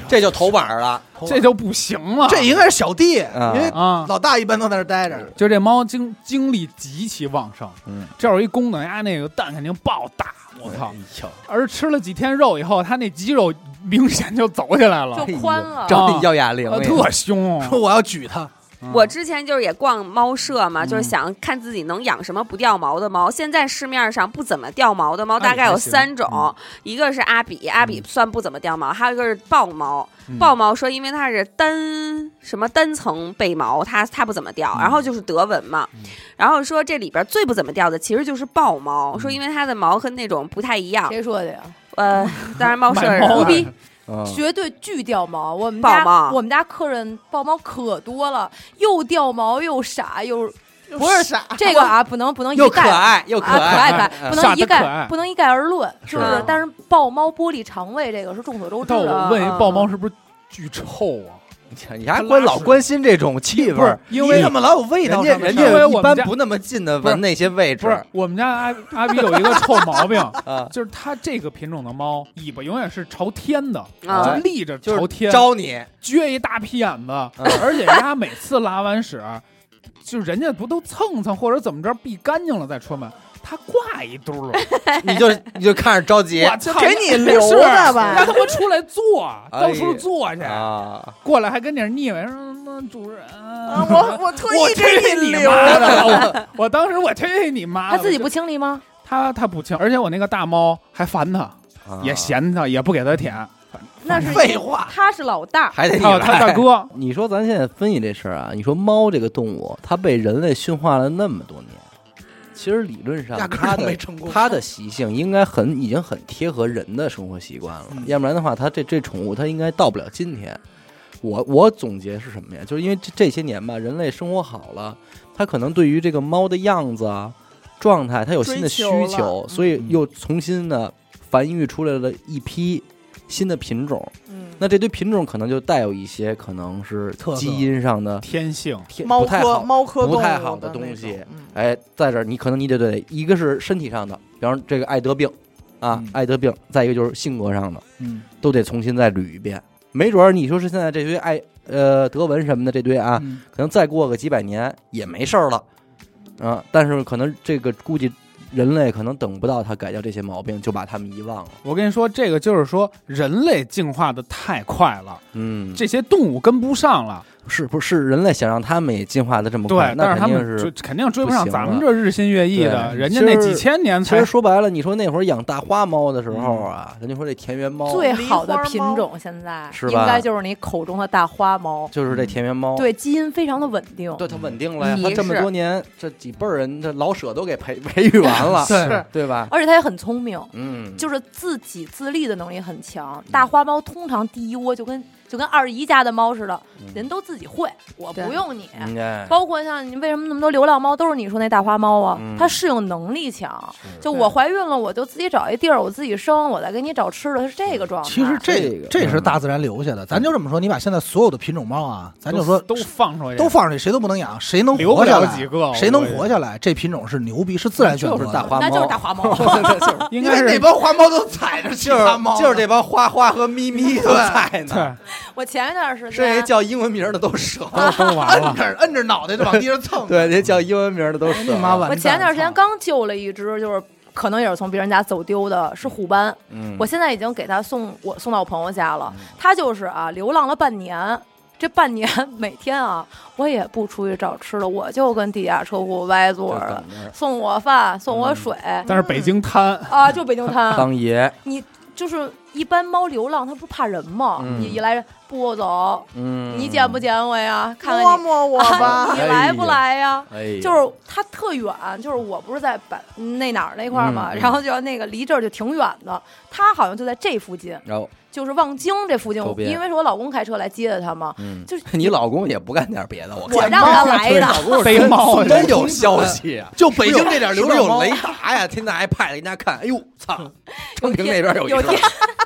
A: 这就头板儿了，
G: 这就不行了，
B: 这应该是小弟，
A: 啊
B: 因为
G: 啊，
B: 老大一般都在那儿待着。
G: 就这猫精精力极其旺盛，
A: 嗯，
G: 这有一功能呀，那个蛋肯定爆大，我操！
A: 哎呦，
G: 而吃了几天肉以后，它那肌肉明显就走 起来
D: 哎
G: 了，
F: 就宽了。
A: 找你要哑铃
G: 呃
A: 了，
G: 特凶。
B: 说我要举它，
G: 嗯
D: 我之前就是也逛猫舍嘛，
G: 嗯
D: 就是想看自己能养什么不掉毛的猫。现在市面上不怎么掉毛的猫
G: 那你
D: 大概有
G: 还行
D: 三种，
G: 嗯
D: 一个是阿比，阿比
G: 嗯
D: 算不怎么掉毛，还有一个是豹猫。
G: 嗯
D: 豹猫说，因为它是单什么单层背毛，它它不怎么掉。
G: 嗯
D: 然后就是德文嘛，
G: 嗯
D: 然后说这里边最不怎么掉的其实就是豹猫，
G: 嗯嗯
D: 说因为它的毛和那种不太一样。
F: 谁说的呀？
D: 呃，当然猫舍
G: 买
D: 人
G: 猫
F: 牛
D: 了
F: 逼，
A: 嗯
F: 绝对巨掉毛！我们
D: 豹
F: 家
D: 猫
F: 我们家客人豹猫可多了，又掉毛又傻又
C: 不是傻，
F: 这个啊，不能不能
A: 又
F: 一
A: 可
F: 概
A: 爱嗯又
F: 啊，可
A: 爱，
F: 爱可爱，不
G: 傻
F: 能
G: 得
F: 一
G: 可爱
F: 概不能一概而论，是不
D: 是
F: 是
D: 啊？
F: 但是豹猫玻璃肠胃这个是众所周知
G: 但我
F: 的。
G: 问一
D: 嗯
G: 豹猫是不是巨臭啊？
A: 你还关老关心这种气味儿，
G: 因为
B: 你怎么老有味
A: 人
B: 道
A: 家
B: 上面？
A: 人
G: 因为
A: 家
G: 我
A: 一
G: 们
A: 般
G: 家
A: 不那么近的
G: 不是
A: 闻那些位置
G: 不是，我们家阿阿比有一个臭毛病，
A: 啊，
G: 就是它这个品种的猫尾巴永远是朝天的，
D: 啊
G: 就立着
A: 就
G: 朝
A: 是
G: 天，
A: 招你，
G: 撅一大屁眼子，
C: 嗯
G: 而且人家每次拉完屎，就人家不都蹭蹭或者怎么着避干净了再出门，他挂一嘟噜，
A: 你就你就看着着急
G: 我操，
C: 给你留
G: 是
C: 着
G: 让
C: 吧。
G: 他们出来坐，
A: 哎
G: 到处坐去，
A: 啊，
G: 过来还跟那儿腻歪，说嗯主人，
C: 啊我 我特
G: 我
C: 意给
G: 去你
C: 留
G: 妈
C: 着，
G: 的！我我当时我去你妈的！
F: 它自己不清理吗？
G: 他他不轻，而且我那个大猫还烦
C: 啊
G: 它，也
A: 闲，
G: 嫌它，也不给它 舔。
F: 那是
B: 废 话，
F: 它是老大，
A: 还得你
G: 还有他大
A: 来。
G: 哥，
A: 你说咱现在分析这事儿啊，你说猫这个动物，它被人类驯化了那么多年，其实理论上
B: 压根
A: 它
B: 儿就没
A: 的
B: 成功。
A: 它的习性应该很已经很贴合人的生活习惯了，
B: 嗯
A: 要不然的话，它这这宠物它应该到不了今天。我我总结是什么呀？就是因为这这些年吧，人类生活好了，它可能对于这个猫的样子啊、状态，它有新的需
C: 追求
A: 求，
C: 了嗯
A: 所以又重新的繁育出来了一批新的品种。
C: 嗯，
A: 那这堆品种可能就带有一些可能是
B: 特色
A: 基因上的
G: 天性
A: 天
C: 猫
A: 不太
C: 科
A: 好。
C: 猫科
A: 不太
C: 动物
A: 好的
C: 那
A: 东
C: 种
A: 西
C: 嗯
A: 哎，在这儿你可能你得对，一个是身体上的，比方说这个爱得病啊，
B: 嗯
A: 爱得病；再一个就是性格上的，
B: 嗯
A: 都得重新再捋一遍。没准儿你说是现在这堆爱呃德文什么的这堆啊，
B: 嗯
A: 可能再过个几百年也没事儿了啊，但是可能这个估计人类可能等不到他改掉这些毛病，就把他们遗忘了。
G: 我跟你说，这个就是说人类进化的太快了，
A: 嗯，
G: 这些动物跟不上了。
A: 是不是人类想让他们也进化的这么快
G: 对？，
A: 那
G: 但是他
A: 肯定
G: 们
A: 是
G: 追肯定追不上
A: 不行
G: 咱们
A: 了
G: 这日新月异的，
A: 对
G: 人家
A: 其
G: 那
A: 实
G: 几千年
A: 其
G: 才
A: 实说白了，你说那会儿养大花猫的时候
G: 嗯
A: 啊，咱就说这田园猫，
F: 最好的品种现在
A: 是吧
F: 应该就是你口中的大花猫，
A: 就是这田园猫，
F: 对，基因非常的稳定。
A: 对，它稳定了呀。
D: 你
A: 它这么
D: 是
A: 多年，这几辈儿人，这老舍都给培 培育完了，
G: 对
A: 对吧？
F: 而且它也很聪明，
A: 嗯，
F: 就是自己自立的能力很强。大花猫通常第一窝就跟就跟二姨家的猫似的，
A: 嗯哎
F: 人都自己会，我
D: 对
F: 不用你。
A: 应该
F: 包括像你为什么那么多流浪猫都是你说那大花猫啊？
A: 嗯
F: 它适应能力强。就
C: 对
F: 我怀孕了，我就自己找一地儿，我自己生，我再给你找吃的，它是这
A: 嗯
F: 个状态。
B: 其实
A: 这
B: 这
A: 个嗯
B: 这是大自然留下的，咱就这么说，你把现在所有的品种猫啊，咱就说
G: 都放出去，
B: 都放上去，谁都不能养，谁能
G: 留不
B: 活下
G: 了几
B: 来，
G: 个，
B: 谁能活下来，这品种是牛逼，是自然选择
A: 就
B: 的。
A: 是大花
F: 那就是
A: 猫。
F: 大，花猫
A: 就是
G: 应
B: 因
G: 该
B: 为
G: 是
B: 那帮花猫都踩着其
A: 就是
B: 他猫呢，
A: 就是这帮花花和咪咪都在呢，
G: 对，
F: 我前一段时
A: 这些
F: 间，
A: 叫英文名的都折，
G: 都都完
B: 摁
G: 了。
B: 着摁着脑袋就往地上蹭。
A: 对，这叫英文名的都
B: 哎，
A: 折
B: 你妈
A: 了。
B: 完蛋！
F: 我前一段时间
B: 操，
F: 刚救了一只，就是可能也是从别人家走丢的，是虎斑。
A: 嗯
F: 我现在已经给它送我送到我朋友家了
A: 嗯，
F: 它就是啊，流浪了半年。这半年 每天啊，我也不出去找吃的，我就跟地下车库歪坐
A: 就
F: 着，
A: 等着
F: 送我饭，送我水、
G: 但是北京滩，
F: 啊，就北京滩，
A: 当爷，
F: 就是一般猫流浪，它不是怕人吗？
A: 嗯
F: 你一来不我走，
A: 嗯，
F: 你捡不？捡我呀？看看
C: 摸
F: 你，
C: 摸我吧，
F: 你来不来呀？
A: 哎，
F: 就是它特远，就是我不是在百那哪儿那块儿嘛，
A: 嗯嗯
F: 然后就那个离这儿就挺远的，它好像就在这附近，
A: 然后，
F: 就是望京这附近
A: 周，边
F: 因为是我老公开车来接的它嘛，
A: 嗯，
F: 就是
A: 你老公也不干点别的，我
F: 我让它来的，
G: 背猫啊
A: 真有消息啊！
B: 就北京这点流
A: 是
B: 浪
A: 不
B: 猫
A: 是有雷达呀，天天还派给人家看。哎呦，操！昌平
F: 天
A: 那边有一
F: 有
A: 个
F: 天，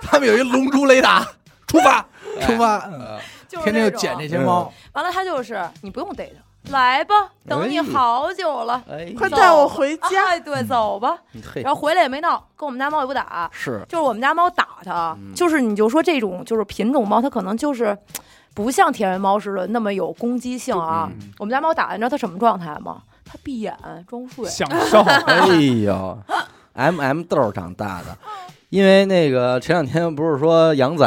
B: 他们有一龙珠雷达，出发
A: 哎
B: 出发，嗯
A: 呃
F: 就是
B: 天天
F: 那
B: 就
F: 种
B: 捡这些猫。
F: 完了它就是你不用逮它，来吧，等你
A: 哎
F: 好久了，
A: 哎，
C: 快带我回家。
F: 哎对，走吧，
A: 嘿，
F: 然后回来也没闹，跟我们家猫也不打，
A: 是
F: 就是我们家猫打它
A: 嗯，
F: 就是你就说这种就是品种猫，它可能就是。不像田园猫似的那么有攻击性啊！
A: 嗯
F: 我们家猫打，你知道它什么状态吗？它闭眼装睡，
G: 享受
A: 哎呦，M M 豆长大的，因为那个前两天不是说杨仔，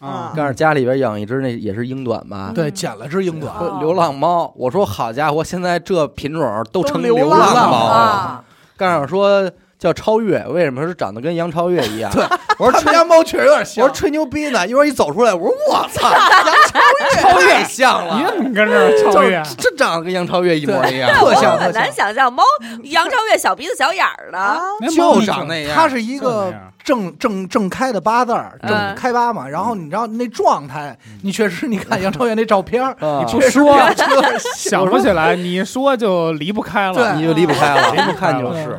C: 啊
A: 但是家里边养一只那也是英短吧
F: 嗯。
B: 对，捡了只英短，
F: 哦
A: 流浪猫，我说好家伙，现在这品种都成
C: 都流
A: 流
C: 浪
A: 浪猫了。
C: 了
F: 啊！
A: 干长说叫超越，为什么是长得跟杨超越一样？
B: 对，
A: 我说
B: 他们
A: 吹
B: 家猫确实有点
A: 我说
B: 像。
A: 吹牛逼呢，一会儿一走出来，我说我 操，杨超越太像
G: 你
A: 了，
G: 怎么跟这儿超越？
A: 这长得跟杨超越一模一样，
B: 特
D: 我
B: 像
D: 很
B: 特
D: 难
B: 像
D: 想象 猫杨超越小鼻子小眼儿
C: 啊
D: 的，，
G: 那猫
B: 就
G: 咪
A: 长那样。
B: 它是一
G: 就
B: 个
G: 那样
B: 正正正开的八字儿，
D: 嗯
B: 正开八嘛。然后你知道那状态，
A: 嗯
B: 你确实你看杨超越那照片儿，
A: 啊
G: 你不 说
B: 有点像
G: 想不起来，你一说就离不开了。
B: 对
A: 你就离不开了，
G: 离
A: 一
G: 不开
A: 看
G: 了
A: 就是，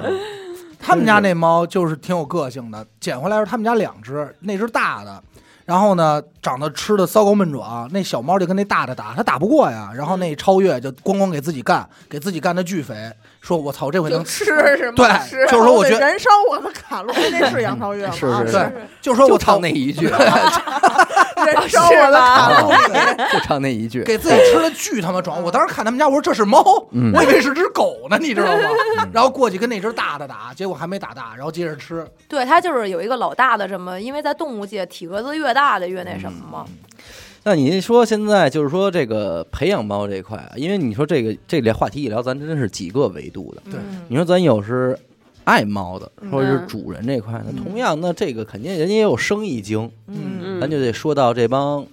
B: 他们家那猫就是挺有个性的，捡回来时候他们家两只，那只大的，然后呢长得吃的骚高闷壮，那小猫就跟那大的打，它打不过呀，然后那超越就咣咣给自己干，给自己干的巨肥，说我操这回
D: 就
B: 能，
D: 吃是吗？
B: 对
D: 吃
B: 就是说我觉得
C: 燃烧我的卡路里，那是杨超越吗？
A: 是是
B: 对
A: 是，
B: 就说
A: 就
B: 我操
A: 唱那一句，
C: 燃烧我的卡路里。
A: 就唱那一句，
B: 给自己吃的巨他妈壮，我当时看他们家我说这是猫，
A: 嗯
B: 我以为是只狗呢，你知道吗
A: 嗯？
B: 然后过去跟那只大的打，结果还没打大，然后接着吃，
F: 对，它就是有一个老大的什么，因为在动物界，体格子越大的越那什么嘛。
A: 那你说现在就是说这个培养猫这一块啊，因为你说这个这类话题一聊，咱真是几个维度的。
B: 对
F: 嗯
A: 你说咱有是爱猫的，
C: 嗯
A: 或者是主人这块呢，
C: 嗯
A: 同样那这个肯定人家也有生意经，
C: 嗯，
D: 嗯
A: 咱就得说到这帮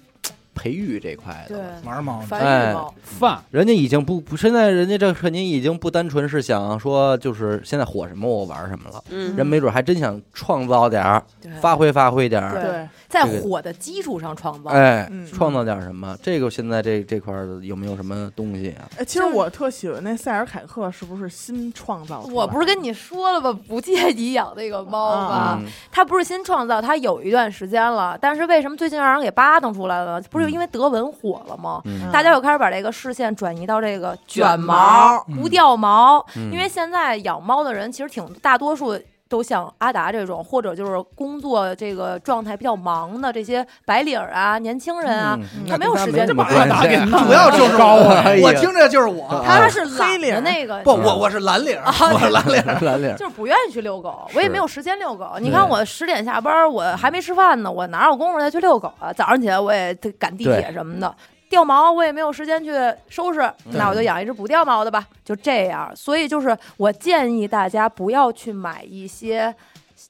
A: 培育这块的
F: 对
A: 了。，
B: 玩猫呢。
F: 嗯繁
A: 哎
F: 育猫，
G: 饭
A: 人家已经不不，现在人家这肯定已经不单纯是想说，就是现在火什么我玩什么了，
D: 嗯
A: 人没准还真想创造点儿，
F: 对
A: 哎发挥发挥点儿，
C: 嗯对，
F: 在
A: 这个
F: 火的基础上创造。
A: 哎，
C: 嗯
A: 创造点儿什么？这个现在这这块儿有没有什么东西啊？
C: 哎其实我特喜欢那塞尔凯克，是不是新创造出来的？
F: 我不是跟你说了吧，不建议养那个猫吧
A: 嗯？，
F: 它不是新创造，它有一段时间了，但是为什么最近让人给扒腾出来了呢？不是因为德文火了吗？
A: 嗯
F: 大家又开始把这个视线转移到这个
D: 卷
F: 卷
D: 毛
F: 毛、不掉毛，
A: 嗯
F: 因为现在养猫的人其实挺大多数。都像阿达这种，或者就是工作这个状态比较忙的这些白领儿啊、年轻人啊，
A: 嗯
F: 他没有时间
A: 那跟
G: 把
A: 咱
G: 打
A: 没
G: 给
A: 什么关系
B: 主要就是
G: 高
B: 我，
G: 啊
A: 哎呀
B: 我听着就是我，
F: 他
A: 啊
F: 是
C: 黑
F: 懒
C: 领
F: 的
C: 儿
F: 那个，
B: 不，我我是蓝领儿，
A: 嗯
B: 我是蓝领儿。
A: 蓝 领儿，
F: 就是不愿意去遛狗，我也
A: 是
F: 没有时间遛狗。
A: 对
F: 你看我十点下班，我还没吃饭呢，我哪有功夫再去遛狗啊？早上起来我也得赶地铁什么的，掉毛我也没有时间去收拾，
A: 嗯
F: 那我就养一只不掉毛的吧，就这样。所以就是我建议大家不要去买一些。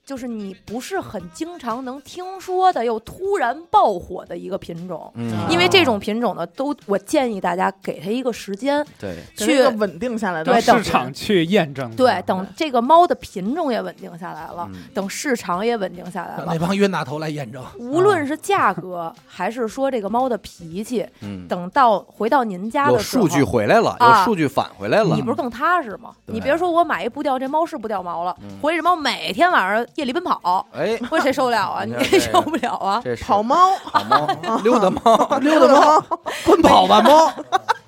F: 就是你不是很经常能听说的，又突然爆火的一个品种。
A: 嗯，
F: 因为这种品种呢，都我建议大家给它一个时间
A: 对，
C: 给它一
F: 去
C: 个稳定下来的
G: 让
F: 对
C: 时间
G: 市场去验证它。
F: 对，等这个猫的品种也稳定下来了，
A: 嗯
F: 等市场也稳定下来
B: 让
F: 了
B: 那，帮冤大头来验证。
F: 无论是价格还是说这个猫的脾气，
A: 嗯，
F: 等到回到您家
A: 有
F: 的时
A: 数
F: 候，
A: 据回来了，有
F: 啊
A: 数据返回来了
F: 你，不是更踏实吗？
A: 对
F: 你别说我买一布料，这猫是不掉毛了，
A: 嗯
F: 回去这猫每天晚上夜里奔跑，
A: 哎，
F: 我谁受得 了啊？
A: 你
F: 你
A: 看这
F: 也受不了啊！
A: 这是哎
C: 跑猫，
A: 跑猫
F: 哦
A: 溜达 猫，
B: 溜达猫，奔跑吧猫，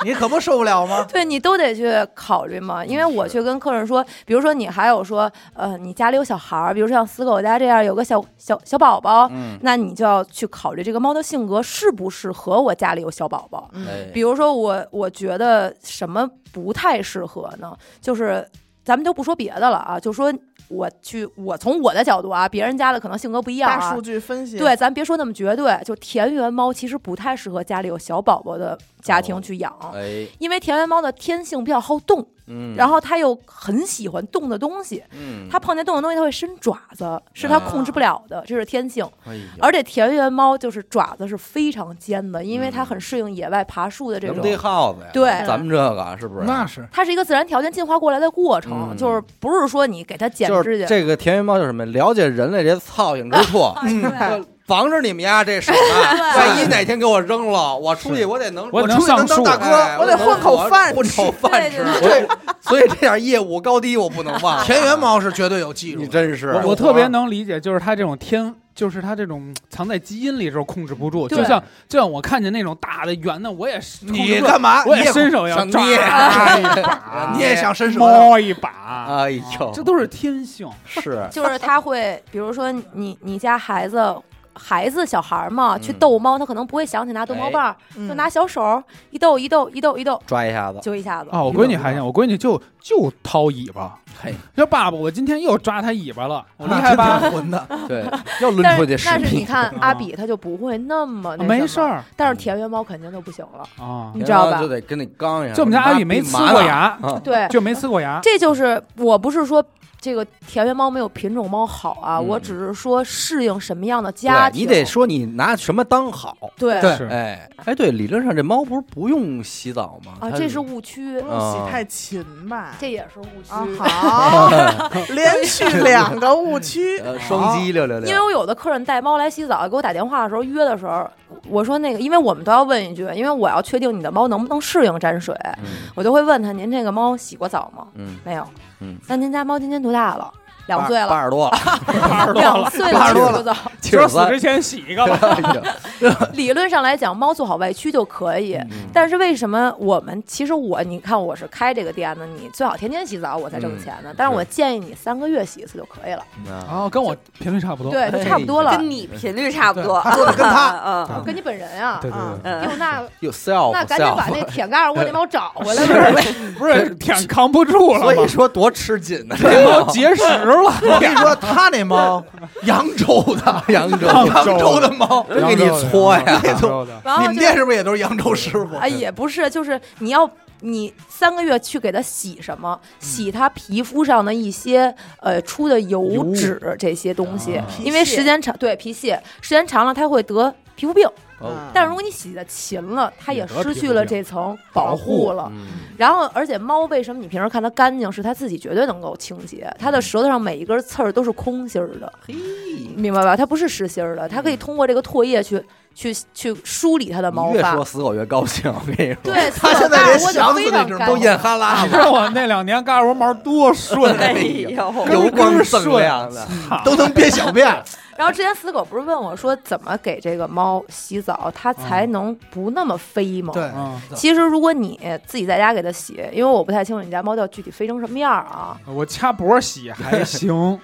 B: 你可不受不了吗？
F: 对你都得去考虑嘛，因为我去跟客人说，比如说你还有说，呃，你家里有小孩儿，比如说像死狗家这样有个小小小宝宝，
A: 嗯，
F: 那你就要去考虑这个猫的性格适不适合我家里有小宝宝。
A: 哎
F: 比如说我，我觉得什么不太适合呢？就是咱们就不说别的了啊，就说我去，我从我的角度啊，别人家的可能性格不一样
C: 大
F: 啊
C: 数。据分析，
F: 对，咱别说那么绝对，就田园猫其实不太适合家里有小宝宝的家
A: 哦
F: 庭去养，
A: 哎，
F: 因为田园猫的天性比较好动，
A: 嗯，
F: 然后它又很喜欢动的东西，
A: 嗯，
F: 它碰见动的东西它会伸爪子，是它
A: 啊
F: 控制不了的，这是天性。
A: 哎呀，
F: 而且田园猫就是爪子是非常尖的，因为它
A: 嗯
F: 很适应野外爬树的这
A: 能
F: 种。
A: 逮耗子呀，
F: 对
A: 咱们这个啊是不是？
B: 那是
F: 它是一个自然条件进化过来的过程，
A: 嗯
F: 就是不是说你给它剪
A: 就
F: 指
A: 是
F: 甲，
A: 这个田园猫就是什么？了解人类这操性之处，
F: 对
A: 防着你们家这手啊！万一哪天给我扔了，我出去
G: 是
A: 我得能，
G: 我
A: 我
G: 能
A: 出去
G: 上
A: 当
G: 树
A: 大哥，
G: 哎
A: 我
C: 我得混口饭
A: 混口饭吃。
F: 对对
A: 对，所以这点业务高低我不能忘。
B: 啊
A: 啊
B: 田园，猫是绝对有技术
A: 你
B: 的，
A: 真是
G: 我我特别能理解，就是它这种天，就是它这种藏在基因里时候控制不住，
F: 对
G: 就像就像我看见那种大的圆的，我也是控制
B: 你
G: 不住
B: 干嘛？
G: 我
B: 你
G: 也
B: 也啊
G: 伸手要
A: 想
G: 抓啊
A: 捏
F: 哎
G: 一把，
B: 你也想伸手
G: 摸一把，
A: 哎呦，
G: 这都是天性。
A: 是
F: 就是它会，比如说你你家孩子。孩子小孩嘛，
A: 嗯哎
F: 去逗猫，他可能不会想起拿逗猫棒，
C: 嗯
F: 就拿小手一逗一逗一逗一逗，
A: 抓一下子，
F: 就一下子。
G: 啊，我闺女还行，我闺女就就掏尾巴。
A: 嘿，
G: 说爸爸，我今天又抓它尾巴了，
B: 我
G: 我厉害吧？
B: 挺混的，
A: 对，要抡
F: 但
A: 出
F: 是
A: 去十
F: 但是你
A: 米。
F: 看阿比他就不会那么
A: 啊
F: 那什么
G: 啊没事，儿
F: 但是田园猫肯定就不行了，
G: 啊
F: 你，知道吧
A: 嗯就？得跟你刚一下。
G: 就我们家阿宇没呲过牙，嗯
A: 啊，
F: 对，
G: 就没呲过牙。
F: 这就是我不是说这个田园猫没有品种猫好啊，
A: 嗯
F: 我只是说适应什么样的家
A: 对，
F: 庭。
A: 你得说你拿什么当好。
F: 对
B: 对
G: 是
A: 哎哎，对，理论上这猫不是不用洗澡吗？它
F: 啊，这是误区
C: 不，用
A: 啊
C: 洗太勤吧？
F: 这也是误区。
C: 啊，好，连续两个 误区，
A: 呃双击六六六，
F: 因为我有的客人带猫来洗澡，给我打电话的时候约的时候，我说那个，因为我们都要问一句，因为我要确定你的猫能不能适应沾水，
A: 嗯
F: 我就会问他：您这个猫洗过澡吗？
A: 嗯
F: 没有。
A: 嗯，
F: 那您家猫今年多大了？两
A: 八
F: 岁了，
A: 八十多 了，
F: 两岁
A: 八十
F: 洗
A: 多
F: 过澡。
A: 七
G: 说
A: 十
G: 死
A: 三
G: 之。前洗一个吧。
F: 理论上来讲，猫做好外驱就可以。
A: 哎嗯
F: 但是为什么我们其实我你看我是开这个店的，你最好天天洗澡，我才
A: 嗯
F: 挣钱呢。但是我建议你三个月洗一次就可以了，
A: 啊，
G: 哦，跟我频率差不多。
F: 对，就差不多了。
D: 跟你频率差不多，
B: 跟他
D: 嗯
F: 跟你本人啊，
G: 对对对
C: 啊
G: 对，
D: 嗯
F: 哟 那
A: 有 self
F: 那赶紧把
A: self，
F: 那铁盖窝那猫找 回来吧。
G: 不是舔扛不住了
A: 所以
G: 吗？
A: 说多吃紧呢，
G: 这都结石了。
B: 我跟你说，他那 猫，扬州的，啊
A: 扬州
B: 扬州的猫，
A: 真给你搓呀，
G: 扬州的，
F: 然
B: 你
F: 后
B: 们
F: 就
B: 店是不是也都是扬州师傅？
F: 啊，也不是，就是你要你三个月去给它洗什么？洗它皮肤上的一些呃出的油脂这些东西，
A: 啊
F: 因为时间长，对皮屑时间长了它会得皮肤病。
C: 嗯
A: 哦
F: 但如果你洗的勤了，它也
G: 也得
F: 失
G: 皮
F: 去
G: 肤
F: 了
G: 病
F: 这层保护
A: 嗯
F: 了。然后，而且猫为什么你平时看它干净，是它自己绝对能够清洁，它的舌头上每一根刺儿都是空心儿的，
A: 嘿，
F: 明白吧？它不是实心儿的，它可以通过这个唾液去去去梳理它的毛
A: 你越
F: 发
A: 说。死狗越高兴，我跟你说，
F: 对，
B: 它现在连祥
F: 非
B: 子那
F: 常
B: 只
F: 干
B: 都
A: 都
F: 净。
A: 咽哈喇
G: 你
A: 子
G: 知，道啊我那两年嘎绒毛多
B: 嗯
G: 顺
D: 哎
G: 啊，
D: 呦，
A: 油光锃亮的，
B: 都能憋小便，
F: 然后之前死狗不是问我说，怎么给这个猫洗澡，它才能不那么飞 吗？
B: 对，
G: 嗯，
F: 其实如果你自己在家给它洗，因为我不太清楚你家猫叫具体飞成什么样儿啊，
G: 我掐脖洗还 行。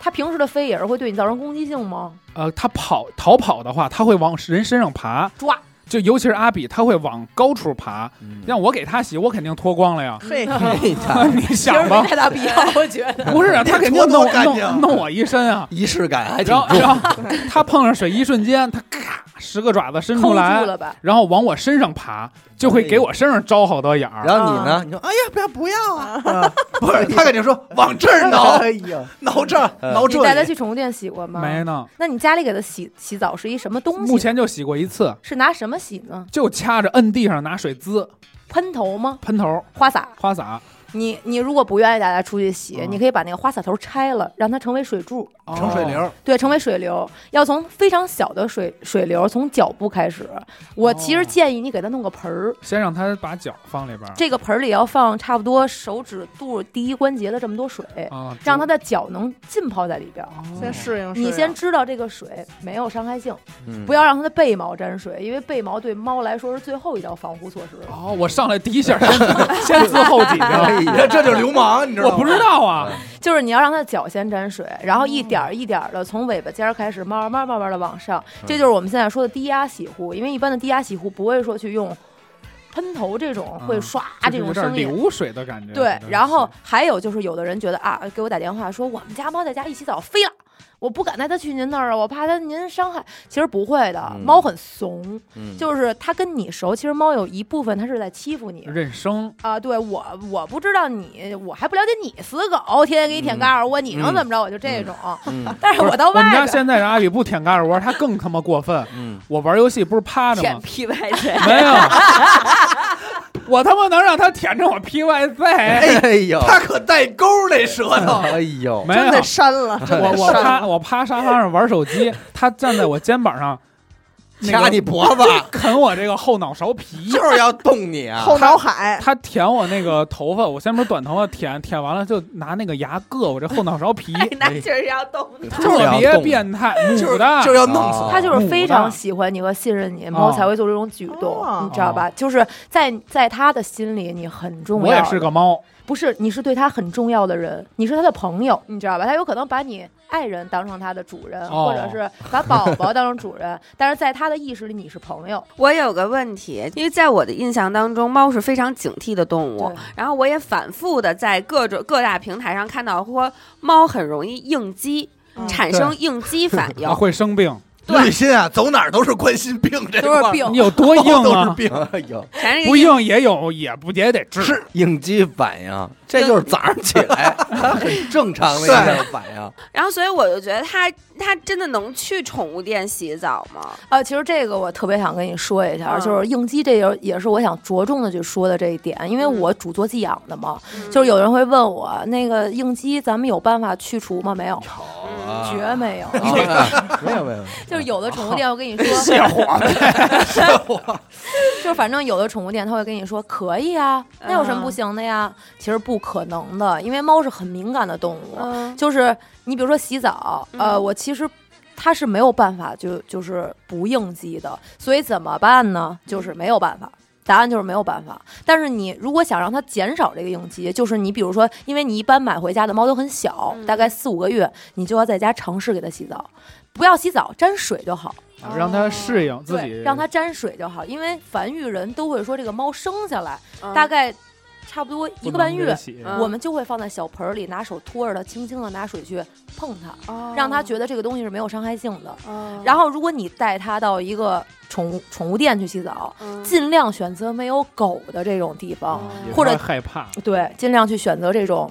F: 它平时的飞也是会对你造成攻击性吗？
G: 呃，它跑逃跑的话，它会往人身上爬，
F: 抓。
G: 就尤其是阿比，它会往高处爬。
A: 嗯
G: 让我给它洗，我肯定脱光了呀。
A: 嘿
C: 嘿，
F: 啊
A: 呀
G: 你
F: 其实
G: 想吧
F: 没，太大必要，我觉得。
G: 不是啊，它肯定
B: 脱多
G: 弄
B: 干
G: 弄
B: 净
G: 弄我一身啊。
A: 仪式感还挺
G: 然后，
A: 重，
G: 然后它碰上水一瞬间，它咔十个爪子伸
F: 抠
G: 出
F: 住
G: 来，
F: 了吧？
G: 然后往我身上爬，就会给我身上招好多眼儿。
A: 哎然后你呢？你说哎呀，不要不要啊！
B: 不是，他肯定说往这儿 挠，
A: 哎呀，
B: 挠这儿，
A: 嗯
B: 挠
F: 你
B: 哦这
F: 带他
B: 里。
F: 去宠物店洗过吗？
G: 没。呢，
F: 那你家里给他洗洗澡是一什么东西？
G: 目前就洗过一次，
F: 是拿什么洗呢？
G: 就掐着摁地上拿水滋
F: 喷头吗？
G: 喷头
F: 花洒？
G: 花洒，
F: 你你如果不愿意带他出去洗，
G: 嗯
F: 你可以把那个花洒头拆了，让它成为水柱，
B: 盛水
G: 哦
B: 流，
F: 对，成为水流，要从非常小的水水流从脚部开始。我其
G: 哦
F: 实建议你给他弄个盆儿，
G: 先让他把脚放里边儿。
F: 这个盆儿里要放差不多手指肚第一关节的这么多水，
G: 啊，
F: 让他的脚能浸泡在里边儿。
G: 哦
C: 先适应适应。
F: 你先知道这个水没有伤害性，
A: 嗯
F: 不要让它的背毛沾水，因为背毛对猫来说是最后一道防护措施。
G: 哦，我上来第 一下先先滋后脊
A: 哎
F: 啊
G: 梁，
B: 你
A: 呀，
B: 看这就是流啊
F: 哦
B: 氓，你知道
G: 我
B: 吗？
G: 不知道啊，
F: 就是你要让它的脚先沾水，然后一点儿一点儿的从尾巴尖儿开始，慢慢慢慢的往上，这就是我们现在说的低压洗护。因为一般的低压洗护不会说去用喷头这种会
G: 嗯
F: 唰
G: 就是
F: 这
G: 有
F: 种
G: 点
F: 声音。
G: 流水的感觉。
F: 对
G: 有，点
F: 然后
G: 是
F: 还有就是有的人觉得啊，给我打电话说我们家猫在家一洗澡飞了。我不敢带它去您那儿啊，我怕它您伤害。其实不会的，
A: 嗯
F: 猫很怂，
A: 嗯
F: 就是它跟你熟，其实猫有一部分它是在欺负你，
G: 认生，
F: 啊，对我我不知道你，我还不了解你，死狗天天给你舔盖儿窝，你能怎么着？我就这种。
A: 嗯
F: 但
G: 嗯
F: 是
G: 不是
F: 我到
G: 我们家
F: 外边
G: 现在的阿宇不舔盖儿窝，他更他妈过分。
A: 嗯，
G: 我玩游戏不是趴着
D: 舔
G: 吗？
D: 屁外谁？
G: 没有，我他妈能让他舔着我 PYZ？
A: 哎呦，
B: 他可带钩儿那舌头，
F: 哦
A: 哎呦，
G: 没
C: 真
G: 有
C: 得，删了，真
G: 我
C: 得
G: 我
C: 删了
G: 趴我趴沙发上玩手机，他站在我肩膀上，那
A: 掐
G: 个
A: 你脖子，
G: 啃我这个后脑勺皮，
A: 就是要动你啊！
C: 后脑海，
G: 他舔我那个头发，我先不是短头发舔舔完了就拿那个牙硌我这后脑勺皮，
D: 那确实要动你。
G: 特别变态，
B: 就
G: 母
B: 是
G: 的
B: 就是要弄死
A: 哦
B: 他。
F: 它就是非
G: 母
F: 常
G: 的
F: 喜欢你和信任你，
G: 哦
F: 猫才会做这种举动，
C: 哦
F: 你知道吧？就是在在它的心里你很重要。
G: 我也是个猫，
F: 不是你是对它很重要的人，你是它的朋友，你知道吧？它有可能把你爱人当成它的主人，
G: 哦
F: 或者是把宝宝当成主人，但是在它的意识里你是朋友。
D: 我有个问题，因为在我的印象当中，猫是非常警惕的动物
F: 对。
D: 然后我也反复的在各种各大平台上看到说，猫很容易应激，
C: 嗯
D: 产生应激反应
G: 啊。会生病。
D: 对
B: 绿心啊，走哪儿都是冠心病这
F: 都是
B: 块儿
F: 病
G: 你有多硬
B: 哦都是
G: 啊？
B: 病。
A: 哎呦，
D: 产 生一个
G: 不硬也有，也不也得治。
B: 是
A: 应激反应，这就是早上起 来它很正常的一个反应。
D: 然后，所以我就觉得它它真的能去宠物店洗澡吗？
F: 啊，其实这个我特别想跟你说一下，
D: 嗯
F: 就是应激，这也也是我想着重的去说的这一点，因为
D: 嗯
F: 我主做寄养的嘛，就是有人会问我那个应激，咱们有办法去除吗？没有，
D: 嗯
A: 啊
F: 绝 没有。
A: 没有没有，
F: 就是有的宠物店会跟你说，
G: 泻火 呗，
F: 就是反正有的宠物店他会跟你说可以啊，那有什
D: 嗯
F: 么不行的呀？其实不可能的，因为猫是很敏感的动物，
D: 嗯，
F: 就是你比如说洗澡，呃，
D: 嗯
F: 我其实它是没有办法就就是不应激的，所以怎么办
D: 嗯
F: 呢？就是没有办法。答案就是没有办法，但是你如果想让它减少这个应激，就是你比如说，因为你一般买回家的猫都很小，
D: 嗯
F: 大概四五个月，你就要在家尝试给它洗澡，不要洗澡，沾水就好。
G: 啊让它适应自己，
F: 哦对，让它沾水就好，因为繁育人都会说这个猫生下来
D: 嗯
F: 大概差不多一个半月，
G: 不能给它洗
D: 嗯
F: 我们就会放在小盆儿里，拿手托着它，轻轻的拿水去碰它，
D: 哦
F: 让它觉得这个东西是没有伤害性的。
D: 哦
F: 然后，如果你带它到一个宠物宠物店去洗澡，
D: 嗯
F: 尽量选择没有狗的这种地方，
G: 也
F: 或者
G: 不要害怕，
F: 对，尽量去选择这种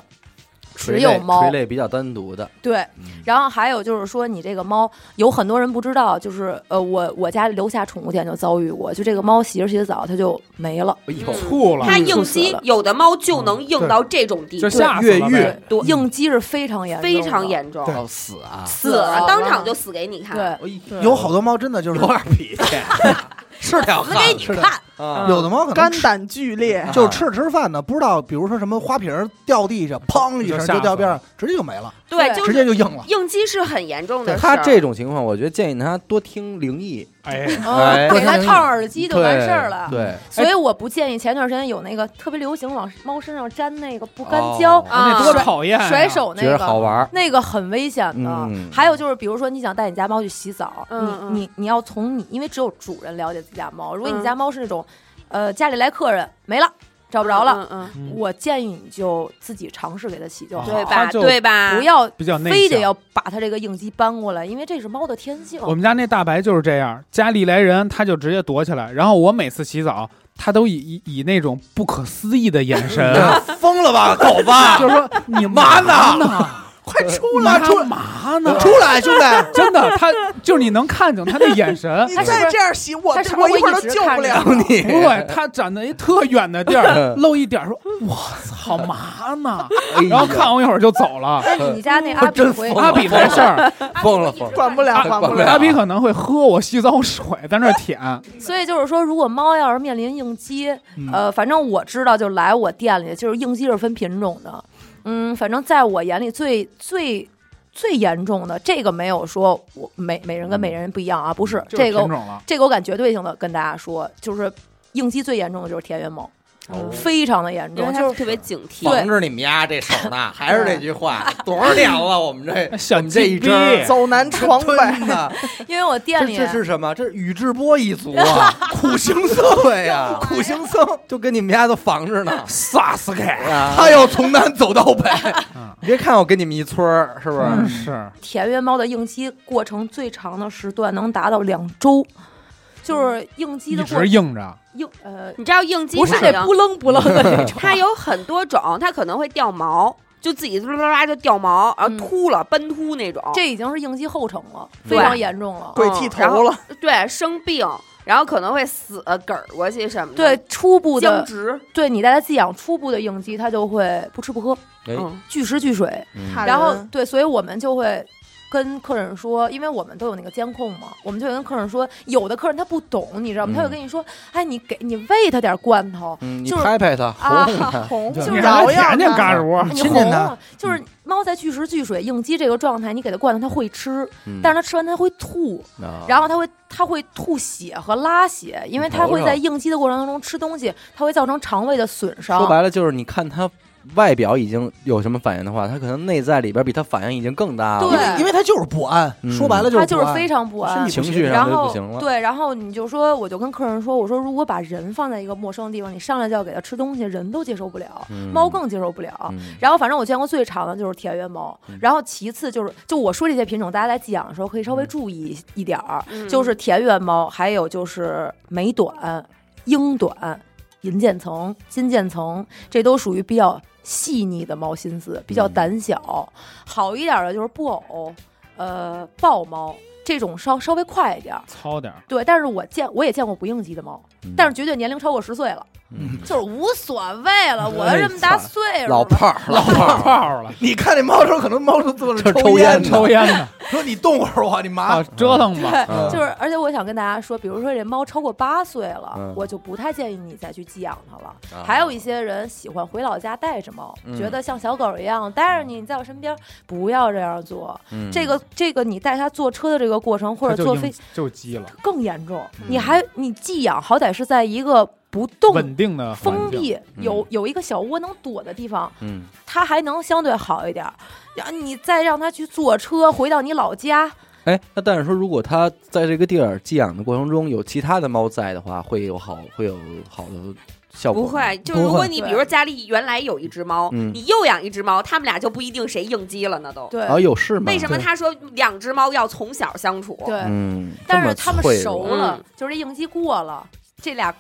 A: 垂
F: 只有
A: 类
F: 猫
A: 垂类比较单独的，
F: 对。
A: 嗯
F: 然后还有就是说，你这个猫有很多人不知道，就是呃，我我家楼下宠物店就遭遇过，就这个猫洗着洗着澡它就没了，
A: 哎呦，
G: 吐嗯了，
D: 它
F: 硬
D: 应
F: 猝死
D: 激
F: 了，
D: 有的猫就能硬到这种地
G: 就
D: 步，
G: 吓死
A: 越
G: 了
A: 狱
G: 呗。
F: 对，应激是非常严重，
D: 嗯非常，严重，
A: 要死啊！
D: 死了当场就死给你看。
F: 对，
A: 哎呦
B: 有好多猫真的就是
A: 有点脾 气，是条
F: 死给
A: 汉
F: 你
A: 子
F: 看，
A: 啊！
B: 有的猫可能
C: 肝
B: 吃
C: 胆俱裂。
B: 就吃着吃着饭呢，不知道，比如说什么花瓶儿掉地上，砰一
G: 就
B: 声
G: 吓
B: 就掉
G: 死
B: 边
G: 了
B: 上，直接就没了，
D: 对，
F: 对
D: 就
B: 直
D: 是
B: 接就硬了。
D: 应激是很严重的事儿。
A: 他这种情况，我觉得建议他多听灵异，
G: 哎，
F: 哦
A: 哎
F: 嗯给它套上耳机就完
A: 对
F: 事儿了。
A: 对，
F: 所以我不建议前段时间有那个特别流行往猫身上粘那个不干胶、
A: 哦
D: 啊
G: 那多讨厌啊，
F: 甩手那
A: 觉得好
F: 个。
A: 玩儿，
F: 那个很危险的，
A: 嗯
F: 还有就是，比如说你想带你家猫去洗澡，
D: 嗯
F: 你你你要从你，因为只有主人了解自己家猫。如果你
D: 嗯
F: 家猫是那种，呃，家里来客人没了，找不着了。
D: 嗯，嗯哦
E: 嗯
F: 我建议你就自己尝试给它洗就
E: 啊
F: 好，
D: 对
E: 它
D: 吧？
E: 就
D: 对吧？
F: 不要
E: 比较内
F: 非得
E: 向
F: 要把它这个应激搬过来，因为这是猫的天性。
E: 我们家那大白就是这样，家里来人他就直接躲起来，然后我每次洗澡，他都以以以那种不可思议的眼
B: 哎
E: 神，啊
A: 疯了 吧，狗吧，
E: 就是 说你
A: 嘛呢
E: 呢？
B: 快出
E: 妈
B: 来，出来，
E: 嘛呢？
B: 出来，兄弟！
E: 真的，他就是你能看见他的眼神
C: 你，
F: 它是不
C: 再
F: 是
C: 这样洗我，
F: 它是不
C: 我
F: 是会
C: 一会儿
F: 一
C: 都
F: 直
C: 救不
F: 看着
C: 了。
A: 你
E: 不会，他站在一特远的地 儿，
A: 嗯
E: 露一点说：“我操，嘛呢
A: 哎？”呀
E: 然后看我一会儿就走 了。
F: 但是你家那阿比
A: 真
F: 会
A: 疯
E: 阿比没事儿，
A: 疯了疯了，
C: 管不了，管不
A: 对
C: 了
A: 啊
E: 阿。比可能会喝我洗澡水，在那儿舔。
F: 所以就是说，如果猫要是面临应激，
B: 嗯
F: 呃，反正我知道，就来我店里，就是应激是分品种的。嗯，反正在我眼里最最最严重的这个没有说我每每人跟每人不一样啊，不是
E: 嗯就是
F: 这
E: 品
F: 个
E: 种了，
F: 这个我敢绝对性的跟大家说，就是应激最严重的就是田园猫，
A: 哦
F: 非常的严
D: 因为
F: 重，
D: 他
F: 就是
D: 特别警惕，
F: 对
A: 防着你们家这手 呢，还是这句话，多少年了？我们 这
E: 小
A: 我们这一
E: 鸡
A: 支
E: 逼
A: 儿
C: 走南闯北，
A: 真 的，
F: 因为我店
A: 这
F: 里
A: 这是什么？这是宇智波一族 啊，苦行僧呀，苦行僧就跟你们家都防着呢。
E: 萨斯给，
A: 他要从南走到 北，
B: 嗯
A: 你别看我跟你们一村儿，是不
E: 真
A: 是？
E: 是
F: 田园猫的应激过程最长的时段能达到两周，就是应激
E: 一
F: 的过
E: 直硬着。
F: 应呃。
D: 你知道应激
F: 不是
D: 反
F: 那
D: 应
F: 不楞不楞的那种，
D: 它有很多种，它可能会掉毛，就自己啦啦啦就掉毛，然后
F: 嗯
D: 秃了、奔秃那种。
F: 这已经是应激后程了，
A: 对
F: 非常严重了。
C: 鬼剃头了，
F: 哦
D: 对生病，然后可能会死、呃嗝儿过去什么的。
F: 对，初步
D: 僵
F: 的，
D: 直。
F: 对你带它寄养初步的应激，它就会不吃不喝，
A: 哎
D: 嗯，
F: 拒食拒水。
C: 怕
A: 嗯
F: 然后
C: 人
F: 对，所以我们就会跟客人说，因为我们都有那个监控嘛，我们就会跟客人说，有的客人他不懂，你知道吗？
A: 嗯
F: 他会跟你说，哎，你给你喂他点罐头，
A: 嗯，你
F: 就是
A: 拍拍他，
F: 啊
A: 哄哄他，
C: 红
F: 就是
E: 你
C: 饶
E: 还
C: 呀
E: 舔舔
C: 他
E: 嘎吱窝，
A: 嗯
B: 你
F: 你
B: 亲
F: 哄
B: 亲它
F: 啊，就是猫在拒食拒水应激这个状态，你给它罐头它会吃，
A: 嗯
F: 但是它吃完它会吐，
A: 啊
F: 然后它会它会吐血和拉血，因为它
A: 头
F: 会在
A: 上
F: 应激的过程当中吃东西，它会造成肠胃的损伤。
A: 说白了就是，你看他外表已经有什么反应的话，他可能内在里边比他反应已经更大了，
F: 对
B: 因为他就是不安，
A: 嗯
B: 说白了
F: 他
B: 是
F: 就
B: 不
F: 是
B: 安
F: 非常不
B: 身
F: 安
B: 体。
A: 情绪
F: 然
A: 上就
F: 后
A: 不行了。
F: 对，然后你就说，我就跟客人说，我说如果把人放在一个陌生的地方，你上来就要给它吃东西，人都接受不了，
A: 嗯
F: 猫更接受不了。
A: 嗯
F: 然后反正我见过最长的就是田园猫
A: 嗯，
F: 然后其次就是就我说这些品种，大家在寄养的时候可以稍
A: 嗯
F: 微注意一点儿，
D: 嗯
F: 就是田园猫，还有就是美短、英短、银渐层、金渐层，这都属于比较细腻的猫心思，比较
A: 嗯
F: 胆小。好一点的就是布偶，呃，豹猫。这种稍稍微快一点儿，
E: 糙点儿。
F: 对，但是我见我也见过不应激的猫，但是绝对年龄超过十岁了，
A: 嗯哎
F: 就是无所谓了，我这么大岁数
A: 老
F: 了，
A: 炮儿，老炮
E: 泡
A: 儿，
E: 泡了，
B: 你看那猫的时候，可能猫是坐
A: 就
B: 着
A: 是抽
B: 抽
A: 烟哦抽
B: 呢，
E: 抽烟呢，
B: 说你动会儿我，你麻
E: 啊，折腾吧。啊
A: 嗯
F: 就是，而且我想跟大家说，比如说这猫超过八岁了，
A: 嗯
F: 我就不太建议你再去寄养它了。
A: 啊
F: 还有一些人喜欢回老家带着猫，
A: 嗯
F: 觉得像小狗一样带着你，你在我身边，不要这样做。
A: 嗯
F: 这个这个，你带它坐车的这个过程或
E: 他
F: 者
E: 就
F: 坐
E: 硬
F: 飞
E: 就鸡了，
F: 更严重，
A: 嗯
F: 你还你寄养好歹是在一个不动。
E: 稳定的环
F: 封
E: 境，
F: 闭
A: 嗯
F: 有有一个小窝能躲的地方，
A: 嗯
F: 它还能相对好一点儿。然后你再让它去坐车回到你老家，
A: 哎，那但是说，如果他在这个地儿寄养的过程中有其他的猫在的话，会有好会有好的效果
D: 不
A: 吗，
D: 会，就
A: 哦不
D: 如
A: 会
D: 果你比如说家里原来有一只猫，
A: 嗯
D: 你又养一只猫，他们俩就不一定谁应激了呢都。
F: 对，
A: 啊有事吗？
D: 为什么他说两只猫要从小相处？
F: 对，
A: 嗯，
F: 但
A: 这么
F: 是他们
A: 脆
F: 熟
A: 弱
D: 弱
F: 了
D: 嗯，
F: 就是这应激过了，这俩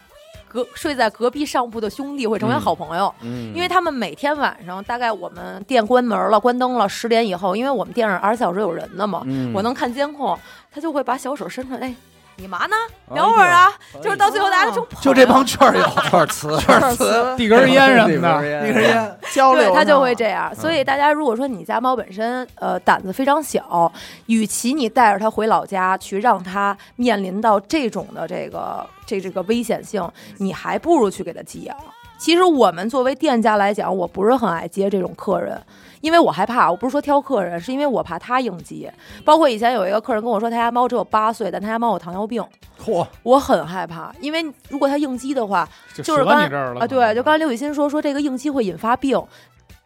F: 隔睡在隔壁上铺的兄弟会成为好朋友，
A: 嗯，
F: 因为他们每天晚上大概我们店关门了、关灯了，十点以后，因为我们店上二十四小时有人的嘛，
A: 嗯
F: 我能看监控，他就会把小手伸出来，哎，你嘛呢？
A: 哎
F: 聊会儿啊，
A: 呦
F: 就是到最后大家就成朋友
B: 就这帮圈儿友，
A: 串词，
B: 圈词，
E: 递根烟什么的，
A: 的
B: 一根烟，
C: 交
F: 对，
C: 流，嗯
F: 它就会这样。所以大家如果说你家猫本身呃胆子非常小，与其你带着它回老家去让它面临到这种的这个这这个危险性，你还不如去给它寄养。其实我们作为店家来讲，我不是很爱接这种客人，因为我害怕。我不是说挑客人，是因为我怕他应激。包括以前有一个客人跟我说，他家猫只有八岁，但他家猫有糖尿病，
B: 嚯，
F: 我很害怕，因为如果它应激的话，
E: 就
F: 就是
E: 折
F: 刚
E: 你这儿了
F: 啊，对，就刚才刘雨欣说说这个应激会引发病，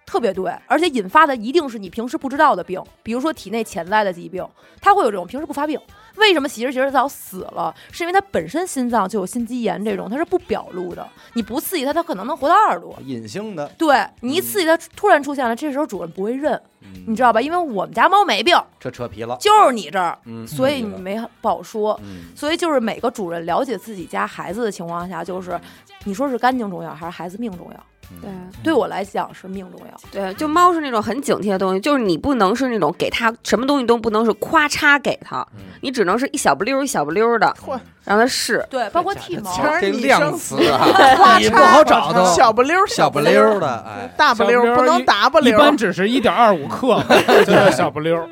F: 特别对，而且引发的一定是你平时不知道的病，比如说体内潜在的疾病，它会有这种平时不发病，为什么喜之杰克早死了？是因为他本身心脏就有心肌炎这种，他是不表露的。你不刺激他，他可能能活到二十多。
A: 隐性的，
F: 对你一刺激他，突然出现了，这时候主人不会认，你知道吧？因为我们家猫没病，
A: 嗯这扯皮了，
F: 就是你这儿，
A: 嗯，
F: 所以你没不好说。
A: 嗯，
F: 所以就是每个主人了解自己家孩子的情况下，就是你说是干净重要还是孩子命重要？
A: 嗯
D: 对啊
F: 对我来讲是命重要。
D: 对，就猫是那种很警惕的东西，就是你不能是那种给它什么东西都不能是咔嚓给它，
A: 嗯
D: 你只能是一小不溜儿一小不溜儿的
C: 嚯
D: 让它试。
F: 对，包括剃毛，
C: 全
A: 这
C: 是拟
A: 量
C: 声
A: 词
C: 词
A: 啊，
C: 咔
A: 也
C: 嚓
A: 不好找都
C: 小不溜儿，
A: 小不溜儿的， 哎，
C: 大不溜
E: 小不溜
C: 儿
E: 儿
C: 不能大不
E: 一
C: 溜儿
E: 般。只是一点二五克嘛，就叫小不溜儿。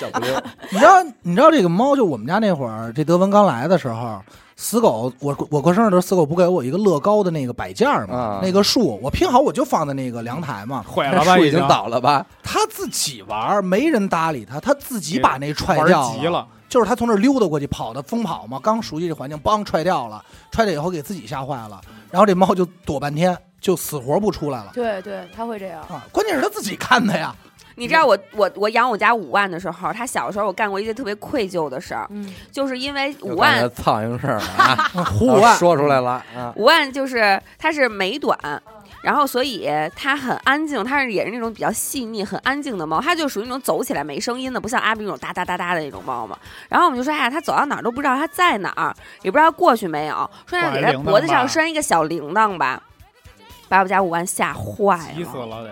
A: 小不溜儿，
B: 你知道，你知道这个猫，就我们家那会儿，这德文刚来的时候，死狗，我我过生日的时候，死狗不给我一个乐高的那个摆件儿嘛，
A: 啊
B: 那个树，我拼好我就放在那个阳台嘛，
E: 毁了
A: 那
E: 吧，
A: 树已
E: 经
A: 经倒了吧？
B: 它自己玩儿，没人搭理它，它自己把那踹
E: 玩
B: 掉
E: 急了。
B: 就是它从这儿溜达过去，跑的疯跑嘛，刚熟悉这环境，梆踹掉了，踹掉以后给自己吓坏了，然后这猫就躲半天，就死活不出来了
F: 对对，他会这样。
B: 啊！关键是它自己看的呀，
D: 你知道我我我养我家五万的时候，它小时候我干过一件特别愧疚的事儿，
F: 嗯，
D: 就是因为
A: 又干这
D: 五万
A: 苍蝇事儿了 啊，
B: 胡万
A: 说出来了啊，
D: 五万就是它是美短。然后，所以它很安静，它是也是那种比较细腻、很安静的猫，它就属于那种走起来没声音的，不像阿比那种哒哒哒哒的那种猫嘛。然后我们就说，哎呀，它走到哪儿都不知道它在哪儿，也不知道过去没有，说那给
E: 挂一
D: 它
E: 铃铛吧
D: 脖子上拴一个小铃铛吧，把我家五万吓坏
E: 急死了得。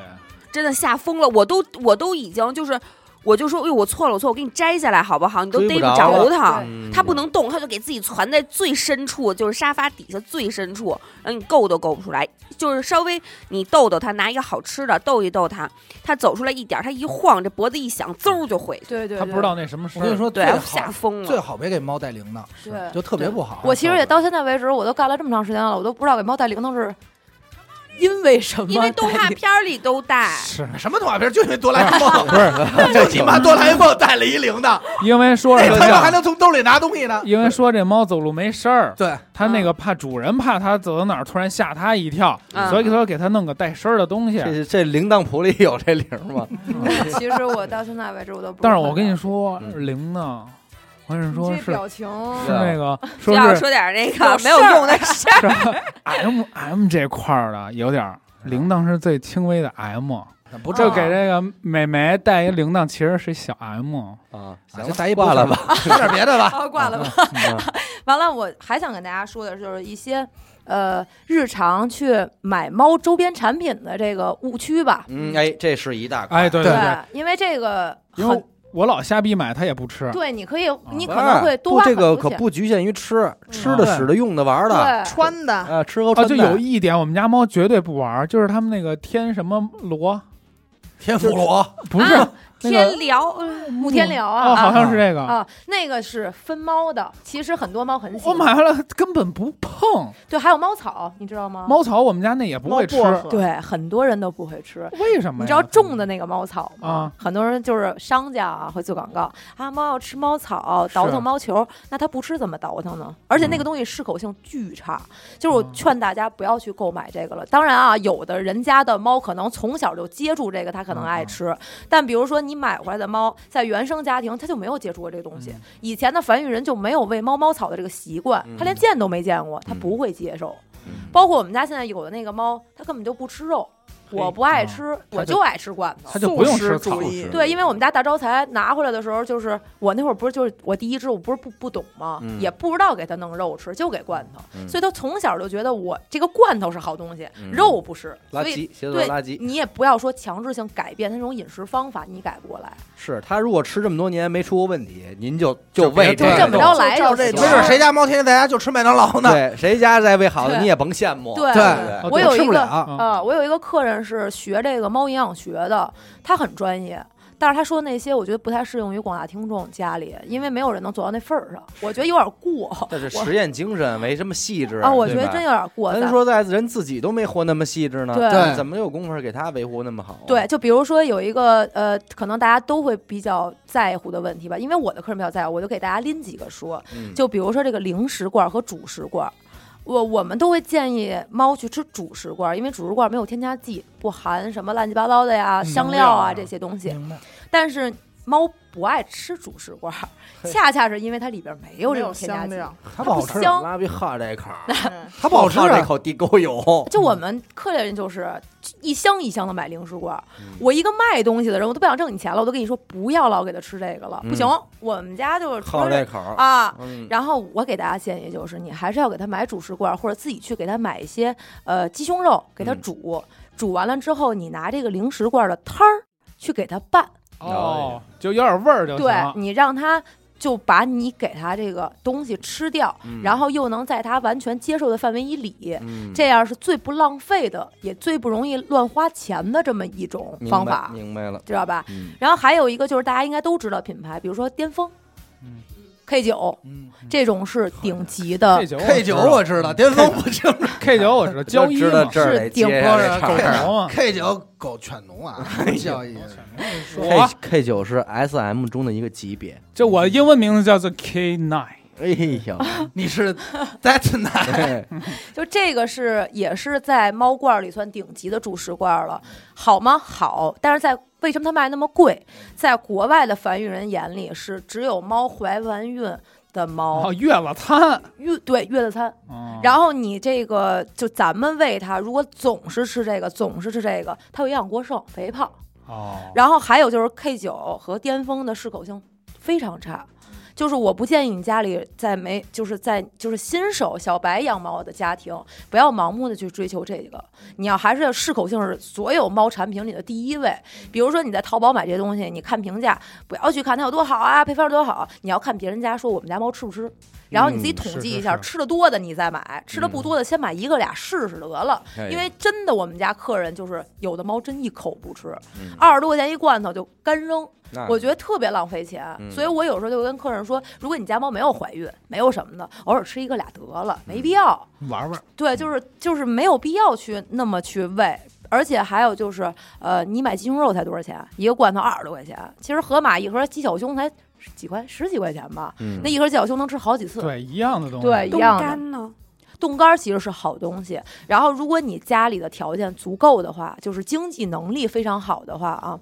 D: 真的吓疯了，我都我都已经就是，我就说，哎呦，我错了，我错了，我给你摘下来好不好？你都
A: 追
D: 逮
A: 不着
D: 着
A: 了
D: 它，
A: 嗯
D: 它不能动，它就给自己攒在最深处，就是沙发底下最深处，让你够都够不出来。就是稍微你逗逗它，拿一个好吃的逗一逗它，它走出来一点，它一晃，这脖子一响，嗖就回去。
F: 对对，
E: 他不知道那什么事儿。
B: 我跟你说，最
D: 对，哎
B: 好
D: 吓疯
B: 最
D: 了。
B: 好别给猫带铃铛，
F: 对。对
B: 就特别不好。
F: 我其实也到现在为止，我都干了这么长时间了，我都不知道给猫带铃铛是因为什么带铃。
D: 因为动画片儿里都带，
E: 是
B: 什么动画片？就那哆啦 A 梦，
E: 不是
B: 就你妈哆啦 A 梦带了一铃铛，
E: 因为说
B: 那
E: 是
B: 哎他妈还能从兜里拿东西 呢？
E: 因为说这猫走路没声儿，
B: 对，
E: 它那个
F: 嗯
E: 怕主人怕它走到哪儿突然吓它一跳，
D: 嗯
E: 所以说给它弄个带声儿的东西。
A: 这这铃铛谱里有这铃儿吗？
F: 其实我到现在为止我都不知道。
E: 但是我跟你说，
A: 嗯
E: 铃铛，我跟你说
F: 你
E: 是
F: 这表情，嗯
E: 是那个
D: 就
E: 说
D: 要
E: 是
D: 说点那个没有用的事儿。
E: 是 M M 这块儿的有点儿铃铛是最轻微的 M，
F: 嗯
B: 不
E: 这
B: 正
E: 给这个美眉带一铃铛其实是小 M。
A: 啊，
B: 行
A: 行，
B: 咱一
A: 挂了 吧，
B: 吧，说点别的吧。
F: 哦，挂了吧。
E: 嗯
F: 完了，我还想跟大家说的是就是一些呃日常去买猫周边产品的这个误区吧。
A: 嗯，哎，这是一大块，
E: 哎，对
B: 对
E: 对，
F: 因为这个
E: 因为
F: 很
E: 我老瞎逼买，它也不吃。
F: 对，你可以，
E: 啊
F: 你
A: 不
F: 可
A: 是，
F: 能会多
A: 哎不
F: 花
A: 这
F: 很
A: 个
F: 多
A: 可
F: 钱。
A: 不局限于吃，
G: 啊
A: 吃
E: 对
A: 的、使的、用的、玩的，
F: 对，
C: 穿的
A: 啊，吃喝
E: 啊，
A: 穿
E: 就
A: 戴
E: 有一点，我们家猫绝对不玩儿，就是他们那个天什么螺，
B: 天妇罗，
E: 不是、
D: 啊
E: 那个
D: 天聊，
F: 慕天聊
E: 哦，
F: 啊
E: 好像是这个。
F: 啊，那个是分猫的。其实很多猫很喜
E: 我
F: 欢，
E: 买回来根本不碰
F: 对，还有猫草，你知道吗？
E: 猫草，我们家那也不
C: 猫
E: 会吃，
C: 薄荷，
F: 对，很多人都不会吃。
E: 为什么呀？
F: 你知道种的那个猫草吗？
E: 啊
F: 很多人就是商家啊会做广告啊，猫要吃猫草，倒腾猫球，那它不吃怎么倒腾呢？而
E: 嗯
F: 且那个东西适口性巨差，就是我劝大家不要去购买这个了。当然啊，有的人家的猫可能从小就接触这个，它
E: 嗯
F: 可能爱吃。但比如说你买回来的猫，在原生家庭它就没有接触过这个东西，
E: 嗯
F: 以前的繁育人就没有喂猫猫草的这个习惯，它连
A: 嗯
F: 见都没见过，它
A: 嗯
F: 不会接受。
A: 嗯
F: 包括我们家现在有的那个猫，它根本就不吃肉，我不爱
A: 嗯
F: 吃，我就爱吃罐头
E: 它。就不用
C: 素
E: 吃
C: 食
E: 草
C: 主，义，
F: 对，因为我们家大招财拿回来的时候，就是我那会儿不是就是我第一只，我不是不不懂吗？
A: 嗯
F: 也不知道给它弄肉吃，就给罐头，
A: 嗯
F: 所以它从小就觉得我这个罐头是好东西，
A: 嗯
F: 肉不是，
A: 垃
F: 所以
A: 圾，鞋子
F: 对
A: 垃圾。
F: 你也不要说强制性改变它那种饮食方法，你改不过来，
A: 是他如果吃这么多年没出过问题，您就就喂
E: 就
A: 个
E: 别
F: 这么
A: 肉
F: 着来
C: 就照
F: 行
C: 这
B: 没
C: 种
B: 准谁家猫天天在家就吃麦当劳呢。
A: 对，谁家再喂好的
F: 对
A: 你也甭羡慕。
F: 对
A: 对
E: 对
F: 我有
B: 吃
F: 一
B: 不
F: 个
A: 嗯
B: 了。
F: 啊，我有一个客人是学这个猫营养学的，他很专业，但是他说那些我觉得不太适用于广大听众家里，因为没有人能做到那份儿上，我觉得有点过
A: 这是
F: 我
A: 实验精神，没什么细致
F: 啊，我觉
A: 对
F: 得
A: 吧
F: 真有点过。
A: 咱
F: 咱
A: 说在人自己都没活那么细致呢，
F: 对
B: 对
A: 怎么有功夫给他维护那么好？啊
F: 对，，就比如说有一个呃，可能大家都会比较在乎的问题吧，因为我的客人比较在乎，我就给大家拎几个说，
A: 嗯、
F: 就比如说这个零食罐儿和主食罐儿，我我们都会建议猫去吃主食罐儿，因为主食罐儿没有添加剂，不含什么乱七八糟的呀、香料啊这些东西。
B: 明白，
F: 但是猫不爱吃主食罐儿，恰恰是因为它里边没有这种添加
C: 香
F: 剂。
C: 料，
B: 它不好吃，
F: 香
A: 拉比哈这口儿，
C: 嗯
B: 它不好吃
A: 哈这
B: 啊。
A: 口地沟油，
F: 就我们客人就是一箱一箱的买零食罐儿，
A: 嗯
F: 我一个卖东西的人，我都不想挣你钱了，我都跟你说不要老给他吃这个了，不行，我们家就是除
A: 好嗯
F: 了
A: 这口儿，
F: 啊。
A: 嗯，
F: 然后我给大家建议就是，你还是要给他买主食罐儿，或者自己去给他买一些呃鸡胸肉，给他
A: 嗯
F: 煮，煮完了之后，你拿这个零食罐儿的汤儿去给他拌，
E: 哦，就有点味儿就行
F: 对嗯
E: 了。
F: 你让他就把你给他这个东西吃掉，
A: 嗯
F: 然后又能在他完全接受的范围以里，
A: 嗯
F: 这样是最不浪费的，也最不容易乱花钱的这么一种
A: 明白
F: 方法，
A: 明白了，
F: 知道吧？
A: 嗯，
F: 然后还有一个就是大家应该都知道品牌，比如说巅峰、
E: 嗯
F: K 九
B: 嗯
F: 这种是顶级的
E: K 九
B: ，K 九我知道，巅峰不清楚
E: K 九我知道，交易
A: 知道
E: 嘛，啊
A: 这儿
F: 是
A: 得
F: 顶
A: 接
E: 多
A: 着
E: 少
A: 这茬
E: 狗
A: 儿
E: 头 嘛。
B: ，K 九狗犬奴啊，教育
G: 啊
E: 我
A: K 九是 S M 中的一个级别。
E: 啊就我英文名字叫做 K Nine，
A: 哎呀，
B: 你是 That's not
A: 哎
F: 就这个是也是在猫罐儿里算顶级的主食罐儿了，好吗？好，但是在为什么它卖那么贵？在国外的繁育人眼里是只有猫怀完孕的猫
E: 哦，月了餐。
F: 月对月子餐，
G: 嗯
E: 哦
F: 然后你这个就咱们喂它，如果总是吃这个，总是吃这个，它有营养过剩，肥胖。
E: 哦，
F: 然后还有就是 K 九和巅峰的适口性非常差，就是我不建议你家里在没就是在就是新手小白养猫的家庭，不要盲目的去追求这个，你要还是适口性是所有猫产品里的第一位。比如说你在淘宝买这些东西，你看评价，不要去看它有多好啊，配方有多好，你要看别人家说我们家猫吃不吃。然后你自己
A: 嗯
F: 统
E: 是
F: 计
E: 是
F: 一下，
E: 是
F: 吃的多的你再买，吃的不
A: 嗯
F: 多的先买一个俩试试得了。
A: 哎
F: 因为真的，我们家客人就是有的猫真一口不吃，
A: 嗯
F: 二十多块钱一罐头就干扔，
A: 那
F: 我觉得特别浪费钱。
A: 嗯
F: 所以我有时候就跟客人说，如果你家猫没有怀孕，没有什么的，偶尔吃一个俩得了，
A: 嗯
F: 没必要。
E: 玩玩，
F: 对，就是就是没有必要去那么去喂。而且还有就是，呃，你买鸡胸肉才多少钱？一个罐头二十多块钱。其实盒马一盒鸡小胸才十几块，十几块钱吧。
A: 嗯
F: 那一盒鸡小胸能吃好几次。
E: 对，一样的东西。
F: 对，一
D: 冻
F: 样的。
D: 干呢？
F: 冻干儿其实是好东西。然后，如果你家里的条件足够的话，就是经济能力非常好的话啊，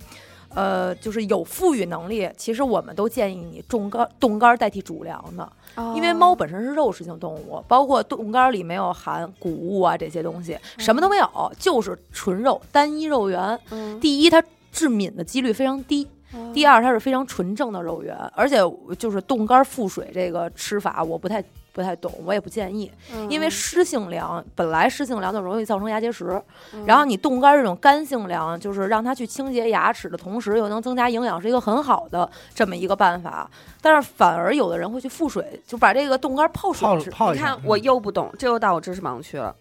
F: 呃，就是有富裕能力，其实我们都建议你种干冻干儿代替主粮的，
D: 哦
F: 因为猫本身是肉食性动物，包括冻干儿里没有含谷物啊这些东西，什么都没有，就是纯肉，单一肉源。
D: 嗯，
F: 第一，它致敏的几率非常低。嗯第
D: 二
F: 二，它是非常纯正的肉源，而且就是冻干儿复水这个吃法，我不太不太懂，我也不建议。
D: 嗯
F: 因为湿性粮本来湿性粮就容易造成牙结石，然后你冻干这种干性粮，就是让它去清洁牙齿的同时又能增加营养，是一个很好的这么一个办法。但是反而有的人会去复水，就把这个冻干泡水
B: 泡
F: 吃。
B: 泡
D: 你
B: 一下嗯
D: 看，我又不懂，这又到我知识盲区了。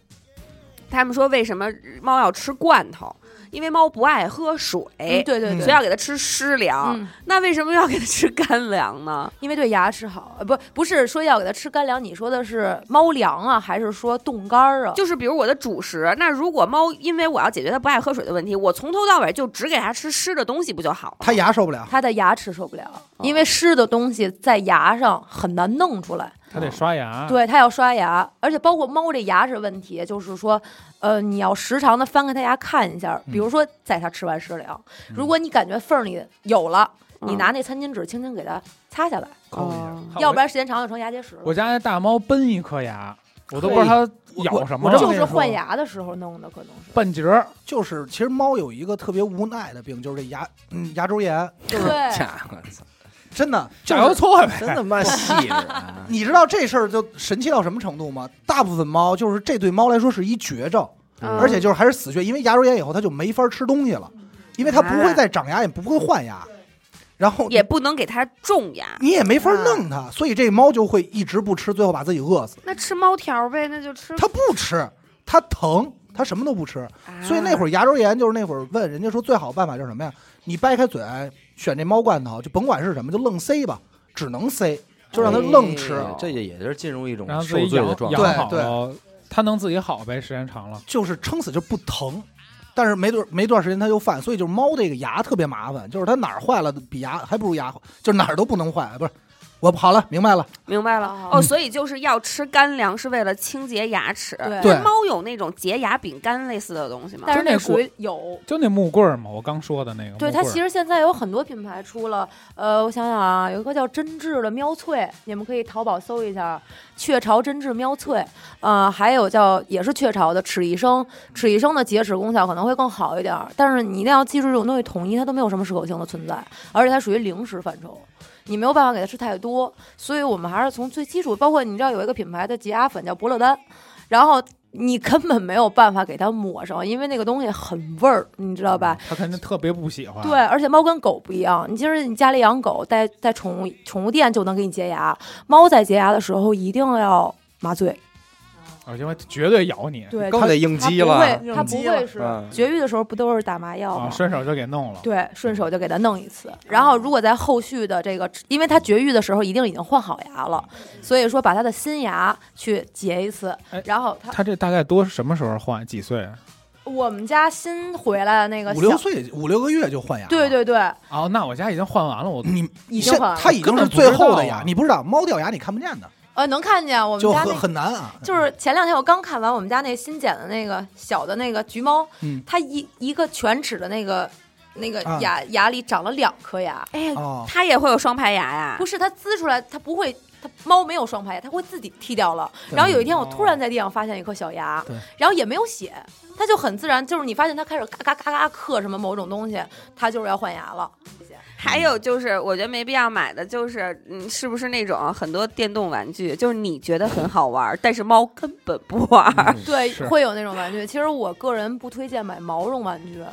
D: 他们说为什么猫要吃罐头？因为猫不爱喝水，
F: 嗯对对
B: 嗯
D: 所
F: 对
D: 以，要给它吃湿粮。
F: 嗯，
D: 那为什么要给它吃干粮 呢？
F: 因为对牙齿好，呃，不不是说要给它吃干粮，你说的是猫粮啊，还是说冻干儿啊？
D: 就是比如我的主食，那如果猫因为我要解决它不爱喝水的问题，我从头到尾就只给它吃湿的东西不就好了？
B: 他牙受不了，
F: 它的牙齿受不了，因为湿的东西在牙上很难弄出来。
E: 他得刷
G: 啊
E: 牙。，
F: 对，它要刷牙，而且包括猫这牙齿问题，就是说，呃，你要时常的翻开它牙看一下，比如说在它吃完食粮，如果你感觉缝儿里有了，你
D: 嗯
F: 拿那餐巾纸轻轻给它擦下来，
D: 哦
G: 啊
F: 要不然时间长就成牙结石了
E: 我。家那大猫崩一颗牙，我都不知道它咬什么
B: 我我这
F: 就
B: 么
E: 了，
F: 是换牙的时候弄的，可能是。
E: 半截儿。
B: 就是其实猫有一个特别无奈的病，就是这牙嗯牙周炎，就是
F: 对，
A: 家伙，
B: 真的就
E: 加油
B: 是。
E: 搓呗，
A: 真他妈细致 啊！
B: 你知道这事儿就神奇到什么程度吗？大部分猫就是这对猫来说是一绝症，
D: 嗯
B: 而且就是还是死穴，因为牙周炎以后它就没法吃东西了，因为它不会再长牙，也不会换牙，然后
D: 也嗯不能给它种牙。
B: 你也没法弄它，所以这猫就会一直不吃，最后把自己饿死。
D: 那吃猫条呗，那就吃。
B: 它不吃，它疼，它什么都不
D: 啊
B: 吃，
D: 哎
B: 所以那会儿牙周炎就是那会儿问人家说最好办法就是什么呀？你掰开嘴选这猫罐头，就甭管是什么，就愣塞吧，只能塞，就让它愣吃。
A: 哎这也也是进入一种
E: 然后自
A: 受
E: 己
A: 罪
E: 养
A: 的状
E: 养
A: 态。
E: 好
B: 对
E: 了，它能自己好呗，时间长了。
B: 就是撑死就不疼，但是没段没段时间它就犯，所以就是猫这个牙特别麻烦，就是它哪儿坏了比牙还不如牙，就是哪儿都不能坏，不是我好了，明白了，
D: 明白了
F: 哦
D: 哦，所以就是要吃干粮是为了清洁牙齿。
F: 对
B: 对
D: 那猫有那种洁牙饼干类似的东西吗？
F: 但是
G: 那
F: 那
G: 股
F: 属于有。
G: 就那木棍儿嘛，我刚说的那个木棍
F: 对
G: 儿。
F: 它其实现在有很多品牌出了，呃，我想想啊，有一个叫真挚的喵脆，你们可以淘宝搜一下，雀巢真挚喵脆，呃，还有叫也是雀巢的齿医生，齿医生的洁齿功效可能会更好一点儿，但是你一定要记住这种东西统一，它都没有什么适口性的存在，而且它属于零食范畴。你没有办法给它吃太多，所以我们还是从最基础，包括你知道有一个品牌的洁牙粉叫伯乐丹，然后你根本没有办法给它抹上，因为那个东西很味儿，你知道吧？
G: 他肯定特别不喜欢。
F: 对，，而且猫跟狗不一样，你就是你家里养狗，在在宠物宠物店就能给你洁牙，猫在洁牙的时候一定要麻醉，
G: 而且绝对咬你，
F: 对，
A: 更
F: 它
A: 得应
F: 它
A: 激
F: 不
A: 了
F: 会，。它不
C: 应激了
F: 会是
A: 嗯
F: 绝育的时候不都是打麻药
G: 啊，
F: 吗？
G: 顺手就给弄了。
F: 对，顺手就给它弄一次。然后，如果在后续的这个，因为它绝育的时候一定已经换好牙了，所以说把它的新牙去结一次
G: 哎。
F: 然后它，
G: 他这大概多什么时候换？几岁？啊
F: 我们家新回来的那个
B: 五六
F: 小，
B: 岁五六个月就换牙，
F: 对，对对，
G: 哦，那我家已经换完了，我
B: 你
F: 已经
B: 现
F: 换
B: 它
F: 了。
B: 已经是
G: 根本不
B: 最后的
G: 知道
B: 牙
G: 啊，
B: 你不知道猫掉牙你看不见的，
F: 呃，能看见我们
B: 就
F: 家那
B: 很很难啊。
F: 就是前两天我刚看完我们家那新捡的那个小的那个橘猫，
B: 嗯
F: 它一一个犬齿的那个那个
B: 啊
F: 牙、牙里长了两颗牙，
D: 哎，
B: 哦，
D: 它也会有双排牙呀
F: 不？是它滋出来，它不会。它猫没有双排牙，它会自己剔掉了。然后有一天，我突然在地上发现一颗小牙
B: 对，
F: 然后也没有血，它就很自然，就是你发现它开始嘎嘎嘎嘎刻什么某种东西，它就是要换牙了。
D: 还有就是，我觉得没必要买的就是，嗯，是不是那种很多电动玩具，就是你觉得很好玩，但是猫根本不玩。
F: 对，
G: 是
F: 会有那种玩具。其实我个人不推荐买毛绒玩具，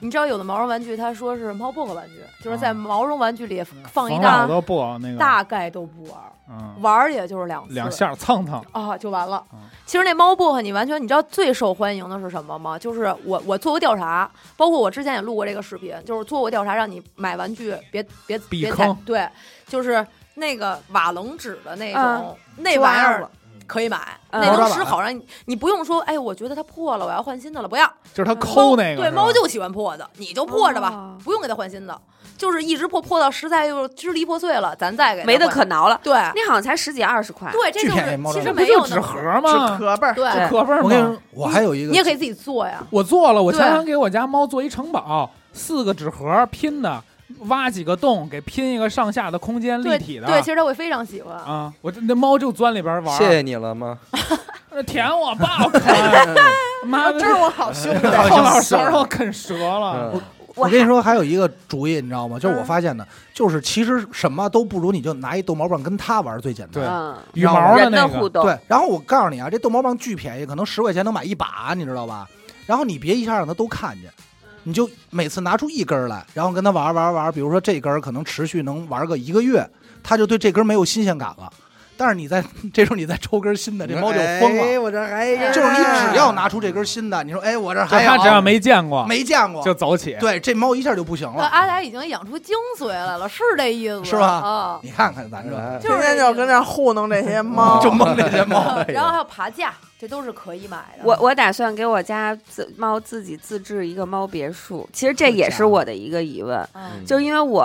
F: 你知道有的毛绒玩具，它说是猫薄荷玩具，就是在
G: 啊
F: 毛绒玩具里放
B: 嗯
F: 一
G: 缝
F: 大
G: 好多布偶那个，
F: 大概都不玩儿，
G: 嗯，
F: 玩儿也就是两次
G: 两下蹭蹭，
F: 啊就完了
G: 嗯。
F: 其实那猫薄荷，你完全你知道最受欢迎的是什么吗？就是我我做过调查，包括我之前也录过这个视频，就是做过调查，让你买玩具别别
G: 避
F: 别踩
G: 坑，
F: 对，就是那个瓦楞纸的那种
D: 嗯
F: 那玩意儿。可以买，
D: 嗯
F: 那
B: 猫抓
F: 能
B: 板
F: 使好让你，你不用说，哎，我觉得它破了，我要换新的了，不要，
G: 就是他抠
F: 嗯猫
G: 那个。
F: 对，
G: 是吧
F: 猫就喜欢破的，你
B: 嗯
F: 就破着吧，
D: 哦
F: 不用给它换新的，就是一直破破到实在就是支离破碎了，咱再给它
D: 没得
F: 换
D: 可挠了，
F: 对
D: 那好像才十几二十块。
F: 对，这
B: 巨
F: 就
B: 便宜
F: 是
B: 猫
F: 其
B: 粮
F: 实
G: 不
F: 没有
G: 就
F: 那
G: 纸
F: 么
G: 盒吗？
C: 壳儿
F: 对，
G: 纸壳儿
B: 我跟你
G: 吗？
B: 说，我还有一个，
F: 你也可以自己做呀。
G: 我做了，我
F: 对
G: 前两天给我家猫做一城堡，四个纸盒拼的，挖几个洞给拼一个上下的空间立
F: 对
G: 体的。
F: 对，其实它会非常喜欢。
G: 啊，我这那猫就钻里边玩
A: 谢
G: 儿，
A: 谢你了吗？嗯
G: 呃舔我 爸我啃，妈
D: 啊
G: 的
C: 这是我好兄弟，
G: 后脑勺让我啃折了。
A: 嗯
B: 我跟你说，还有一个主意，你知道吗？
F: 嗯
B: 就是我发现的，就是其实什么都不如你就拿一逗猫棒跟它玩最简单。
D: 嗯，
G: 羽毛的
D: 人
G: 那
D: 的
G: 个
D: 互动，
B: 对，然后我告诉你啊，这逗猫棒巨便宜，可能十块钱能买一把，你知道吧？然后你别一下让它都看见，你就每次拿出一根儿来，然后跟它玩玩玩。比如说这根儿可能持续能玩个一个月，它就对这根儿没有新鲜感了。但是你在这时候你再抽根新的，这猫就疯了。
A: 哎我这还一根儿
B: 就是你只要拿出这根新的，你说哎，我这
G: 就
B: 还有
G: 它只要没见过，
B: 没见过，
G: 就走起。
B: 对这猫一下就不行
F: 那
B: 了。
F: 阿达已经养出精髓来了，是这意思
B: 是吧
D: 哦
F: 啊，
B: 你看看咱这
A: 哎
F: 就
C: 天
F: 是
C: 天就跟那儿糊弄这些猫，
B: 就蒙这 些猫。
A: 哎呀
F: 然后还有爬架，这都是可以买的。
D: 我我打算给我家自猫自己自制一个猫别墅，其实这也是我的一个疑问，
F: 嗯
D: 就是因为我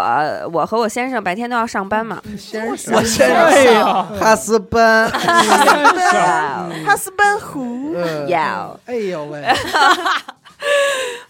D: 我和我先生白天都要上班嘛，
A: 先生
B: 我先
G: 哎
F: 啊
G: 呀，
A: 哈斯班，
C: 他是奔狐，
B: 呃
D: 要
B: 哎呦喂，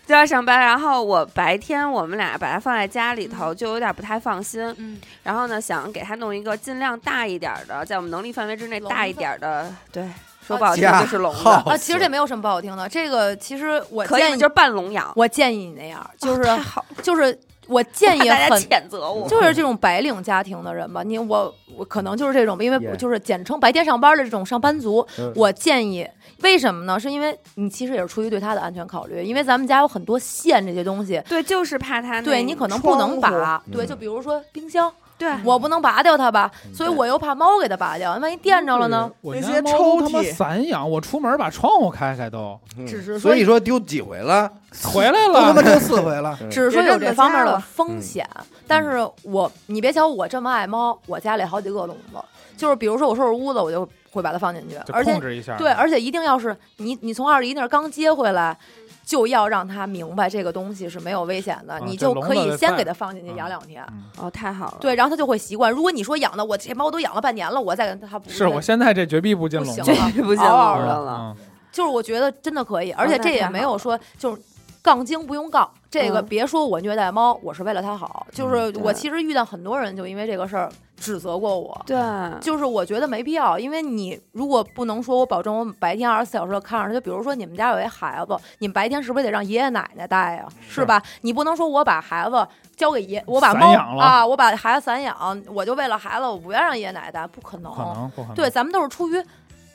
D: 就要上班，然后我白天我们俩把它放在家里头，就有点不太放心。
F: 嗯，
D: 然后呢，想给它弄一个尽量大一点儿的，在我们能力范围之内
F: 笼
D: 大一
F: 子
D: 点儿的，对，说不好听
A: 家
D: 就是笼
A: 好
D: 子，
F: 啊，其实这没有什么不好听的。这个其实我
D: 可以
F: 建
D: 吗
F: 议
D: 就是，半笼养，
F: 我建议你那样，就是
D: 太好了，
F: 就是我建议
D: 大家
F: 很
D: 谴责
A: 嗯
D: 我，
F: 就是这种白领家庭的人吧，你我我可能就是这种，因
A: Yeah
F: 为就是简称白天上班的这种上班族
A: 嗯。
F: 我建议，为什么呢？是因为你其实也是出于对他的安全考虑，因为咱们家有很多线这些东西，
D: 对，就是怕它那
F: 对你可能不能拔
C: 窗。
A: 户
F: 对，
A: 嗯
F: 就比如说冰箱，
D: 对
F: 我不能拔掉它吧，所以我又怕猫给它拔掉，万一电着了
A: 嗯
F: 呢？
G: 我
C: 那
G: 家
C: 些
G: 猫
C: 抽
G: 他妈
C: 屉
G: 散养，我出门把窗户开开 都
C: 只是
A: 嗯所
C: 说
A: 以说丢几回了？
G: 回来
B: 都他妈
G: 了。
B: 丢四回 了。
F: 只是说有这方面的风险，
A: 嗯
F: 但是我你别瞧我这么爱猫，我家里好几个笼子，就是比如说我收拾屋子，我就会把它放进去，
G: 就
F: 而且
G: 控制一下，
F: 对，而且一定要是你，你从二姨那儿刚接回来，就要让它明白这个东西是没有危险的，
G: 啊
F: 你
G: 这
F: 就
G: 笼
F: 可
G: 子
F: 以
G: 得
F: 先
G: 放
F: 给它放进去
G: 嗯
F: 养两天。
D: 哦，太好了，
F: 对，然后它就会习惯。如果你说养的，我这猫都养了半年了，我再跟它不
G: 是我现在这绝壁不进
F: 不
G: 笼
F: 行
G: 子
D: 这
G: 了，
D: 不行
F: 嗷嗷
D: 了
G: 嗯
D: 了。
G: 嗯
F: 就是我觉得真的可以，而且
D: 啊那
F: 这
D: 太
F: 也
D: 好
F: 没有
D: 了
F: 说就是杠精不用杠，这个
D: 嗯
F: 别说我虐待猫，我是为了它好。就是
G: 嗯
D: 对
F: 我其实遇到很多人就因为这个事儿指责过我，
D: 对，
F: 就是我觉得没必要，因为你如果不能说我保证我白天二十四小时都看着它，就比如说你们家有一孩子，你们白天是不是得让爷爷奶奶带呀、是吧？你不能说我把孩子交给爷，我把
G: 嗯散
F: 猫
G: 养了
F: 啊，我把孩子散养，我就为了孩子我不愿意让爷爷奶奶带，不可能。
G: 嗯不可能不可能。
F: 对，，咱们都是出于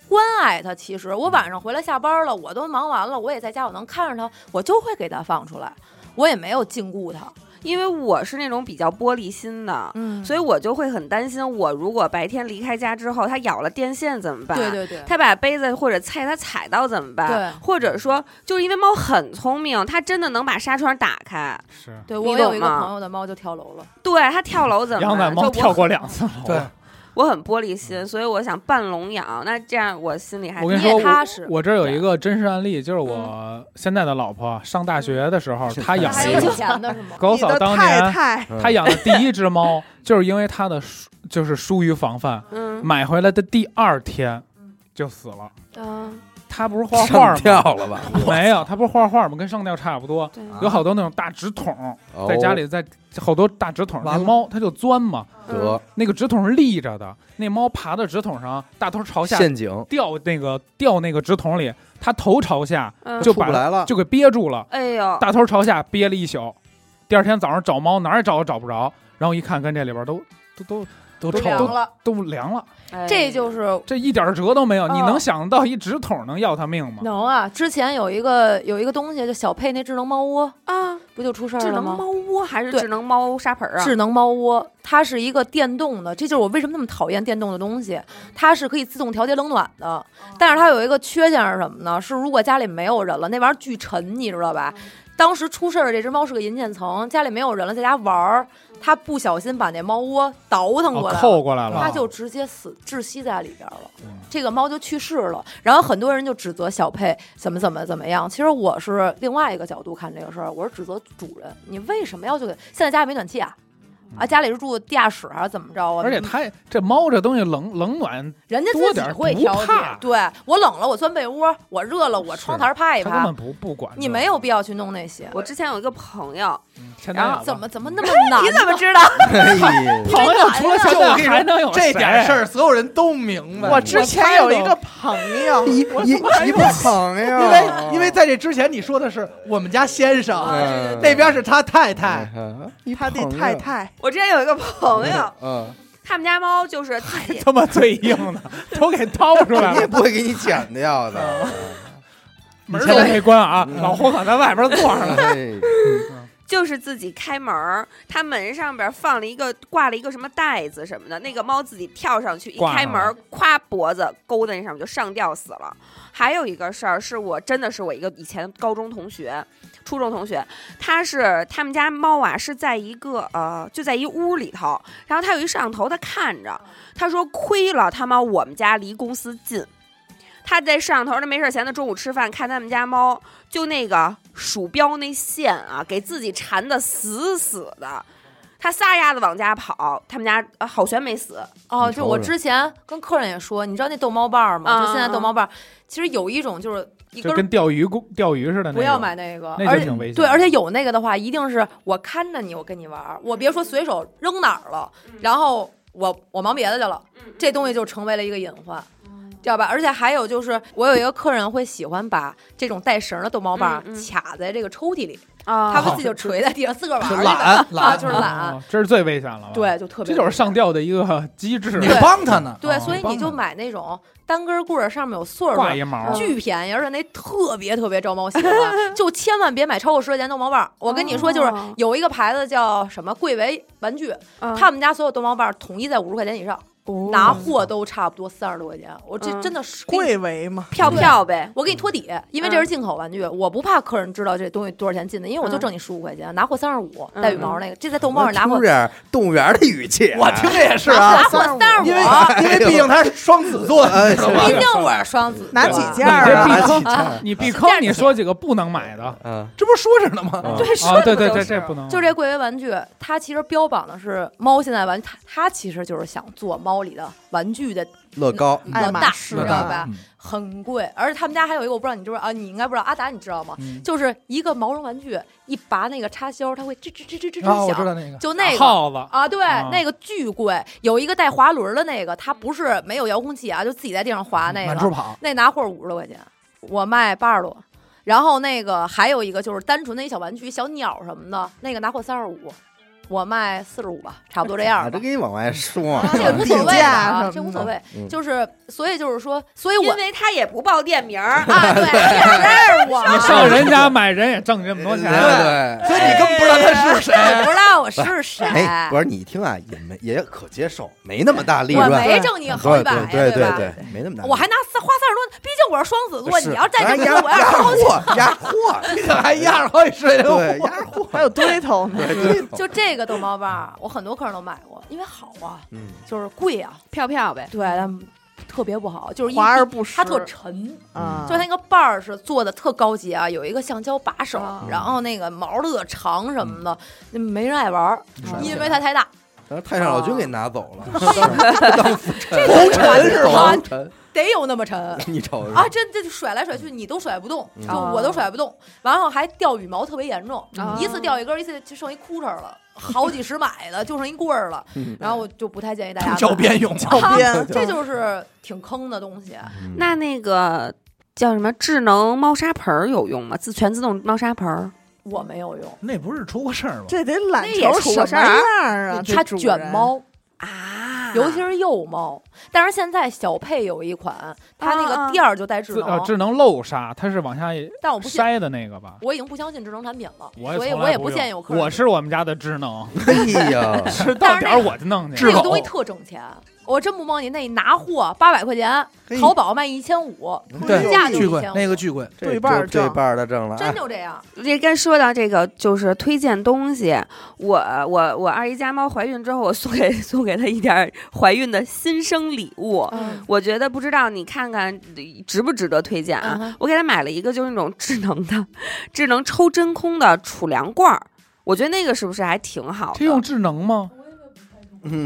F: 关爱它。其实我晚上回来下班了，我都忙完了，我也在家，我能看着它，我就会给它放出来，我也没有禁锢它。
D: 因为我是那种比较玻璃心的，
F: 嗯
D: 所以我就会很担心，我如果白天离开家之后，它咬了电线怎么办？
F: 对对对，
D: 它把杯子或者菜它踩到怎么办？
F: 对
D: 或者说，就是因为猫很聪明，它真的能把纱窗打开。
G: 是
F: 对
D: 你
F: 我有
D: 懂
F: 一个
D: 吗
F: 朋友的猫就跳楼了，
D: 对，它跳楼怎么
G: 羊奶
D: 办？
G: 猫
D: 就
G: 跳
D: 我
G: 过两次楼，
A: 哦
B: 对，
D: 我很玻璃心，所以我想半笼养。那这样我心里还
G: 我跟
F: 你
G: 你说
F: 也
G: 我
F: 踏实。
G: 我这儿有一个真实案例，
C: 嗯
G: 就是我现在的老婆上大学的时候，
A: 嗯
G: 她
A: 那
G: 养
F: 还
G: 了
F: 有
G: 一
F: 以
G: 个
F: 前 的是吗？
G: 狗
C: 你的
G: 嫂，当
C: 太
G: 年
C: 太，
G: 她养的第一只猫，就是因为她的疏就是疏于防范，
D: 嗯
G: 买回来的第二天就死了。
D: 嗯，
G: 她不是画
A: 上
G: 画吗？
A: 吊了啊吧？
G: 没有，她不是画画吗？跟上吊差不多。
C: 啊
D: 对，
G: 有好多那种大纸筒，
A: 哦
G: 在家里在好多大纸筒，
A: 完了
G: 那猫它就钻嘛，
A: 哦
D: 嗯
A: 得
F: 嗯
G: 那个纸筒是立着的，那猫爬到纸筒上，大头朝下
A: 陷阱
G: 掉那个掉那个纸筒里，它头朝下
D: 嗯
G: 就
A: 出不
G: 把
A: 来了，
G: 就给憋住了，
D: 哎呦，
G: 大头朝下憋了一宿，第二天早上找猫哪儿也找也找不着，然后一看跟这里边都都都
A: 都
G: 都
A: 臭
F: 凉了，
G: 都凉了，
D: 哎
F: 这就是
G: 这一点辙都没有，
F: 哦
G: 你能想到一纸筒能要它命吗？
F: 能啊！之前有一个有一个东西，就小佩那智能猫窝，
D: 啊，
F: 不就出事
D: 智
F: 儿了
D: 能
F: 吗？
D: 猫窝还是
F: 对
D: 智能猫砂盆啊？
F: 智能猫窝，它是一个电动的，这就是我为什么那么讨厌电动的东
D: 嗯
F: 西。它是可以自动调节冷暖
D: 哦
F: 的，但是它有一个缺陷是什么呢？是如果家里没有人了，那玩意儿巨沉，你知道吧？
D: 嗯
F: 当时出事儿的这只猫是个银渐层，家里没有人了，在家玩儿，它不小心把那猫窝倒腾过
G: 哦
F: 来了，
G: 扣过来了，
F: 它就直接死窒息在里边了
G: 嗯，
F: 这个猫就去世了。然后很多人就指责小佩怎么怎么怎么样，其实我是另外一个角度看这个事儿，我是指责主人，你为什么要去给？现在家里没暖气啊？啊，家里是住地下室还是怎么着啊？
G: 嗯而且它也这猫这东西冷冷暖，
F: 人家
G: 多
F: 自己
G: 点儿
F: 会
G: 不
F: 调节
G: 怕，
F: 对我冷了我钻被窝，我热了我窗
G: 是
F: 台趴
G: 它
F: 一
G: 根
F: 趴
G: 本，不不管这个。
F: 你没有必要去弄那些。
D: 我之前有一个朋友，
G: 前
D: 然后
G: 男友吧
F: 怎么怎么 那么难？
D: 你怎么知道？
A: 哎
G: 朋友除了前男友还能有
B: 这点事
G: 儿？
B: 儿所有人都明白。
C: 啊我之前有一
B: 哦
C: 个朋 友，
B: 一一
A: 一朋友，
B: 因为因为在这之前你说的是我们家先生，
H: 哦
A: 嗯
B: 那边是他太太，
C: 他
A: 朋
C: 的
A: 友
C: 太太，
D: 我之前有一个朋 友，
A: 嗯，
D: 他们家猫就是自己
G: 他妈最硬 的都给掏出来
A: 你也
G: 了，
A: 不会给你剪掉的。
G: 门儿都没关啊！老胡可在外边坐
B: 嗯
G: 着呢。
A: 哎
D: 就是自己开门儿，它门上边放了一个挂了一个什么袋子什么的，那个猫自己跳上去，一
G: 挂上
D: 开门儿，咵脖子勾在那上面就上吊死了。还有一个事儿是我真的是我一个以前高中同学。初中同学，他是他们家猫啊，是在一个呃，就在一屋里头，然后他有一摄像头，他看着，他说亏了他妈我们家离公司近，他在摄像头那没事儿闲的中午吃饭看他们家猫，就那个鼠标那线啊，给自己缠的死死的。他撒丫子往家跑，他们家、呃好悬没死，
F: 哦，
A: 你
F: 就
A: 瞅
F: 我
A: 瞅
F: 之前跟客人也说，你知道那逗猫棒儿吗？
D: 啊
F: 就现在
D: 啊
F: 逗猫棒儿，其实有一种就是一根
G: 嗯就
F: 儿
G: 跟钓鱼公钓鱼似的那种，
F: 不要买那个，
G: 那
F: 而
G: 就
F: 且
G: 挺危险。
F: 对，而且有那个的话，一定是我看着你，我跟你玩儿，我别说随手扔哪儿了，
D: 嗯
F: 然后我我忙别的去了，这东西就成为了一个隐患。知道吧？而且还有就是，我有一个客人会喜欢把这种带绳儿的逗猫棒
D: 嗯嗯
F: 儿卡在这个抽屉里，
D: 啊
F: 他会自己就垂在地上自个儿玩
B: 哦就
F: 儿去的
B: 懒
F: 啊，
B: 懒，
F: 就是懒，
G: 哦，这是最危险了吧？，
F: 对，就特别
G: 这就是上吊的一个机制
B: 你，
F: 对
B: 帮他呢，
F: 对，
G: 哦
F: 所以
G: 棒
F: 你就
G: 的
F: 买那种单根棍儿，上面有穗儿
G: 挂
F: 的，
G: 一毛，
F: 巨便宜，而且那特别特别招猫喜欢，就千万别买超过十块钱逗猫棒儿。我跟你说，就是
D: 哦
F: 有一个牌子叫什么贵为玩具，
D: 他
F: 他们家所有逗猫棒儿统一在五十块钱以上，
C: 嗯
F: 拿货都差不多三十多块钱，我这
D: 嗯
F: 真的是给你
C: 贵为嘛，
D: 票票呗，
G: 嗯
F: 我给你托底，因为
D: 嗯
F: 这是进口玩具，我不怕客人知道这东西多少钱进的，因为我就挣你十五块钱，拿货三十五，
D: 嗯
F: 带羽毛那个，这在逗猫上拿货
A: 听，着动物园的语气，
B: 我听着也是啊，
F: 拿货三十
B: 因为
F: 五，
B: 因为毕竟他是双子座，你知道吗
F: 毕？ 竟我是双子，
C: 拿几件
G: 你
C: 儿
G: 这
C: 啊？
G: 避坑，
F: 啊？
G: 你避坑，你说几个不能买 的
A: 嗯，
B: 这不是说着呢吗？
A: 嗯
F: 对，是
G: 啊？对对
F: 就
G: 对，
F: 是
G: 这不能买，
F: 就这贵为玩具，它其实标榜的是猫现在玩具，它它其实就是想做猫里的玩具的
A: 乐高，
C: 爱
F: 老
C: 马
F: 大，
C: 仕
F: 你知道
C: 的
F: 吧？很贵，而且他们家还有一个我不知道你知不知道啊，你应该不知道，阿达你知道吗？
G: 嗯
F: 就是一个毛绒玩具，一拔那个插销，它会吱吱吱吱吱
B: 啊，我
F: 吱
B: 知
F: 响，
B: 道那个，
F: 就那个。
G: 耗子，
F: 啊，对，
G: 啊
F: 那个巨贵，有一个带滑轮的那个，它不是没有遥控器啊，就自己在地上滑那
B: 满处
F: 个，
B: 跑，
F: 那拿货五十多块钱，我卖八十多。然后那个还有一个就是单纯的一小玩具，小鸟什么的，那个拿货三十五，我卖四十五吧，差不多这样
H: 啊，
F: 吧
H: 这。给你往外说，
F: 这个无所谓
C: 定价
F: 啊，
C: 什
F: 这
C: 么
F: 无所
C: 的
F: 谓，
A: 嗯
F: 就是所以就是说，所以
D: 因
F: 我
D: 为他也不报店名儿，
F: 啊，对，但是我
G: 你上人家买人也挣这么多钱，
H: 对。
B: 啊所以你根本不知道他是谁。
F: 我不知道我是谁，
H: 哎，不是你一听啊，也没也可接受，没那么大利
F: 我
H: 润，
F: 没挣你好
H: 对
F: 几百呀，
H: 对
F: 吧？
H: 对，没那么大利润。
F: 我还拿三花三十多，毕竟我是双子座，
H: 是哎
F: 你要再这么
H: 咱
F: 说，我要
H: 压
F: 是高兴。
H: 货，压货，
B: 你可还压着好几水流
H: 对，压货，
C: 还有堆头呢，
H: 对，
F: 就这个逗猫棒儿，我很多客人都买过，因为好啊，
H: 嗯，
F: 就是贵啊，
D: 票票 呗，
F: 对，但特别不好，就是一
C: 华而不实。
F: 它特沉，
C: 啊，
F: 就是它那个把儿是做的特高级啊，有一个橡胶把手
D: 啊，
F: 然后那个毛特长什么的，
C: 嗯
F: 那没人爱玩儿，因为它太大。
H: 当时太上老君给拿走 了，
B: 红尘是吧？
H: 沉，
F: 得有那么沉
H: 你瞅瞅
F: 啊！真这就甩来甩去，你都甩不动，
C: 嗯
F: 就我都甩不
C: 啊
F: 动。完后还掉羽毛特别严重，
D: 啊
F: 一次掉一根儿，一次就剩一裤衩儿了，好几十买的就剩一棍儿了。
C: 嗯
F: 然后我就不太建议大家 买
B: 教鞭用，
C: 靠边，
F: 这就是挺坑的东西。
D: 那那个叫什么智能猫砂盆儿有用吗？自全自动猫砂盆儿，
F: 我没有用，
B: 那不是出过事儿吗？
C: 这得懒
D: 那也
C: 成
D: 出过
C: 什
D: 事
C: 么
D: 儿啊
C: 样啊？这
F: 它
C: 主
F: 卷
C: 人，
F: 猫，
D: 啊
F: 尤其是幼猫。但是现在小佩有一款，它那
D: 啊啊
F: 个垫儿就带智
G: 自呃
F: 能，
G: 智能漏沙，它是往下
F: 但我不信，
G: 筛的那个吧？
F: 我已经不相信智能产品了，
G: 我
F: 所以
G: 从
F: 我
G: 来
F: 也
G: 不
F: 不
G: 用
F: 建议我客人。
G: 我是我们家的智 能，
H: 哎呀，
G: 是到点儿我就弄去
B: 智
F: 这个
B: 狗
F: 东西特挣钱，我真不蒙你，那你拿货八百块钱，
H: 嘿
F: 淘宝卖一千五，
B: 对
F: 原价就
B: 巨
F: 一
B: 贵
F: 千，
B: 那个巨贵，
H: 这
C: 对半儿
H: 这这
C: 挣
H: 半儿的挣了，
F: 真
H: 啊，
F: 就这样。
D: 这该说到这个就是推荐东西，我我我二姨家猫怀孕之后，我送给 送给她一点儿怀孕的新生礼物。
F: 嗯
D: 我觉得不知道你看看值不值得推荐啊
F: 嗯哼
D: 我给她买了一个就是那种智能的、智能抽真空的储粮罐儿，我觉得那个是不是还挺好
G: 这用嗯
D: 的？
G: 智能吗？
D: 不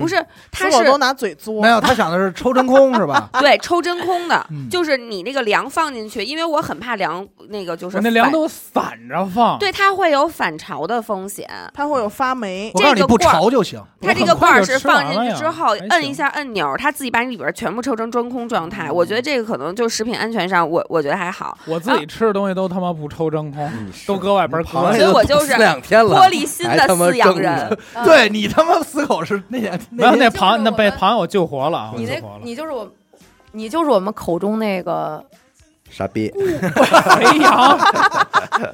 H: 不
D: 是，它
C: 我都
D: 是
C: 拿嘴嘬
B: 没。有他想的是抽真空是 吧？
D: 对抽真空的，
B: 嗯
D: 就是你那个粮放进去，因为我很怕粮那个就是
G: 我哦那粮
D: 反
G: 都散着放，
D: 对它会有反潮的风险。
C: 它会有发霉
B: 我，告诉你
D: 这个
B: 不
D: 罐儿
B: 潮就行，
D: 它这
G: 我
D: 个
G: 很快
D: 罐儿
G: 就是吃
D: 放
G: 完
D: 进
G: 了
D: 去
G: 呀
D: 之后
G: 还，
D: 摁
G: 行
D: 一下按钮，它自己把里边全部抽成真空状态。我觉
G: 嗯
D: 得这个可能就食品安全上，我我觉得还好。
G: 我自己
F: 啊
G: 吃的东西都他妈不抽真
A: 嗯
G: 空，嗯都搁外边搁
H: 螃蟹
D: 所以
H: 都
D: 我就是
H: 死两天了，
D: 玻璃心
H: 还
D: 的
H: 他妈
D: 饲养
H: 蒸
D: 人，
F: 嗯
B: 对你他妈死狗是那天
G: 没有
B: 天
G: 那
F: 就是
G: 螃
F: 我
G: 那被
F: 们
G: 螃蟹我救活了，我
F: 你
G: 救
F: 那
G: 活，了。
F: 你就是我，你就是我们口中那个，
H: 傻逼
G: 肥羊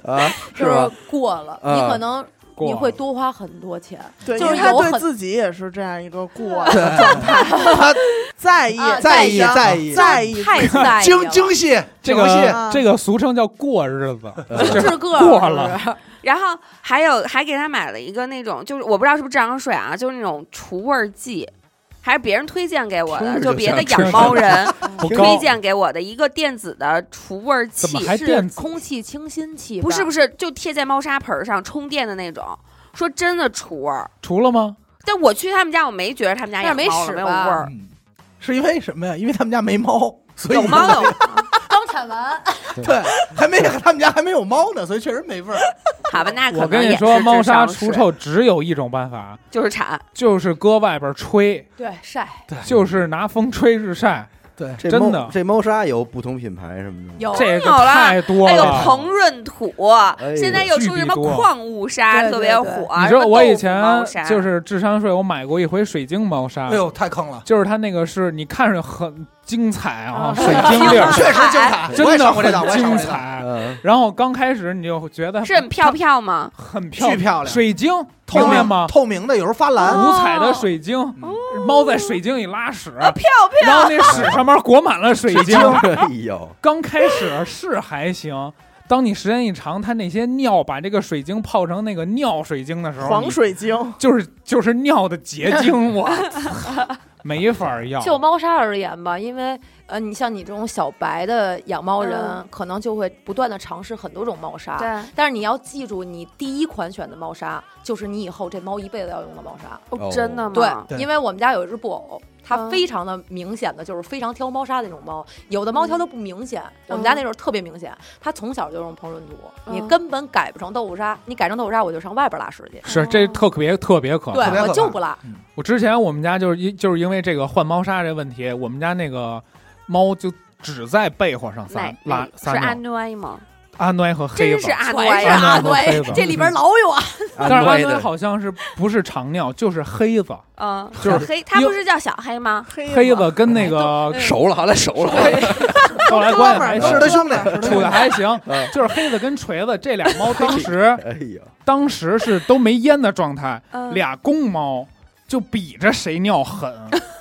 H: 啊，
F: 就是
H: 吧？
F: 过了，
H: 嗯
F: 你可能
G: 过
F: 你会多花很多钱。
C: 对，
F: 就
C: 因为
F: 是
C: 它
F: 有
C: 对
F: 很
C: 自己也是这样一个过，
B: 他
C: 在意
F: 啊
B: 在意
C: 意在
B: 在意
C: 在意，
F: 太在意
B: 精
F: 了，
B: 精细
G: 这
B: 游戏
G: 个这个俗称叫过日子，就是
F: 是个儿
G: 过了，
F: 是不是
D: 然后还有还给他买了一个那种，就是我不知道是不是智商税啊，就是那种除味儿剂，还是别人推荐给我
H: 听
D: 的，
H: 着
D: 就
H: 就
D: 别
H: 像
D: 的
G: 吃
D: 养猫人
G: 不
D: 推
G: 高，
D: 荐给我的一个电子的除味儿器
G: 怎么，还电
F: 是
G: 子？
F: 空气清新器吧，
D: 不是不是，就贴在猫砂盆儿上充电的那种。说真的除味儿，
G: 除了吗？
D: 但我去他们家，我没觉得他们家
F: 但是
D: 养
F: 没
D: 猫
F: 屎
D: 了，没有味
F: 吧
D: 儿。
B: 嗯是因为什么呀？因为他们家没猫，所以
D: 有猫有
F: 刚产完，
B: 对，还没他们家还没有猫呢，所以确实没味儿。
G: 啊
D: 好吧？那可
G: 我
D: 能
G: 跟
D: 也
G: 你
D: 是
G: 说，
D: 智
G: 猫砂
D: 商
G: 除
D: 税
G: 臭只有一种办法，
D: 就是铲，
G: 就是搁外边吹，
F: 对晒
G: 就是拿风吹日晒，
B: 对，
H: 这
G: 真
H: 猫
G: 的
H: 这猫砂有不同品牌什么的吗，
F: 有
G: 这个
D: 有了
G: 太多
D: 还有
G: 了。
D: 膨哎润土，
H: 哎
D: 现在又出什么矿物砂，
F: 对
D: 特
F: 对
D: 别
F: 对
D: 火。
G: 你知
D: 什
G: 道
D: 么
G: 我以
D: 豆腐猫
G: 前
D: 砂
G: 就是智商税，我买过一回水晶猫砂
B: 哎哎，呦太坑了，
G: 就是它那个是你看着很精彩
C: 啊
G: 啊，水晶粒儿，
H: 确实精彩， 我
G: 真
H: 也
G: 的
H: 上过这当，我
G: 很
H: 也上
G: 精
H: 过这档，
G: 彩。
A: 嗯，
G: 然后刚开始你就觉得
D: 是很飘飘吗？
G: 很漂
H: 巨
G: 亮，哦
H: 漂亮，
G: 水晶
H: 透
G: 明白
H: 明
G: 吗？
H: 透明的，有时候发蓝，
G: 五彩的水晶，猫在水晶里拉屎，
D: 飘飘
G: 然后那屎上面裹满了水晶。
H: 哎呦，
G: 刚开始是还行，当你时间一长，它那些尿把这个水晶泡成那个尿水晶的时候，
C: 黄水晶，
G: 你就是就是尿的结晶，我操没法要。
F: 就猫砂而言吧，因为呃，你像你这种小白的养猫人，
D: 嗯
F: 可能就会不断的尝试很多种猫砂。
D: 对，
F: 但是你要记住，你第一款选的猫砂就是你以后这猫一辈子要用的猫砂。
D: 哦
H: 哦
D: 真的吗？
F: 对，
B: 对
F: 因为我们家有一只布偶，它
D: 嗯
F: 非常的明显的就是非常挑猫砂的那种猫，有的猫挑的不明显，我们
D: 嗯
F: 家那时候特别明显，它从小就用膨润土，你
D: 嗯
F: 根本改不成豆腐砂，你改成豆腐砂我就上外边拉屎去。
G: 是这特别特别可
F: 对
G: 怕。
H: 哦别可
F: 我
H: 怕
F: 就不拉，
G: 我之前我们家就是因就是因为这个换猫砂这问题，我们家那个猫就只在被窝上撒
D: 哪
G: 拉
D: 哪是
G: 撒
D: 阿
G: 尿，
D: 诺吗？
G: 阿noi和黑
D: 真
G: 子
D: 是。阿诺
F: 全是
G: 呀
F: 阿
G: 安慰
F: 对
G: 吧，
F: 这里边老有啊。
H: 啊
G: 但是阿
H: 对，
G: noi 好像是不是长尿就是黑子，
D: 嗯，
G: 就是
D: 小黑，他
G: 因
D: 不是叫小黑吗？
G: 黑子跟那个
D: 都
H: 熟了，后来熟了，
G: 后来关系
H: 是
G: 还行
H: 他 兄弟，
G: 处的还行，就是黑子跟锤子这俩猫当时
H: 哎呦，
G: 当时是都没烟的状态，
D: 嗯
G: 俩公猫就比着谁尿狠，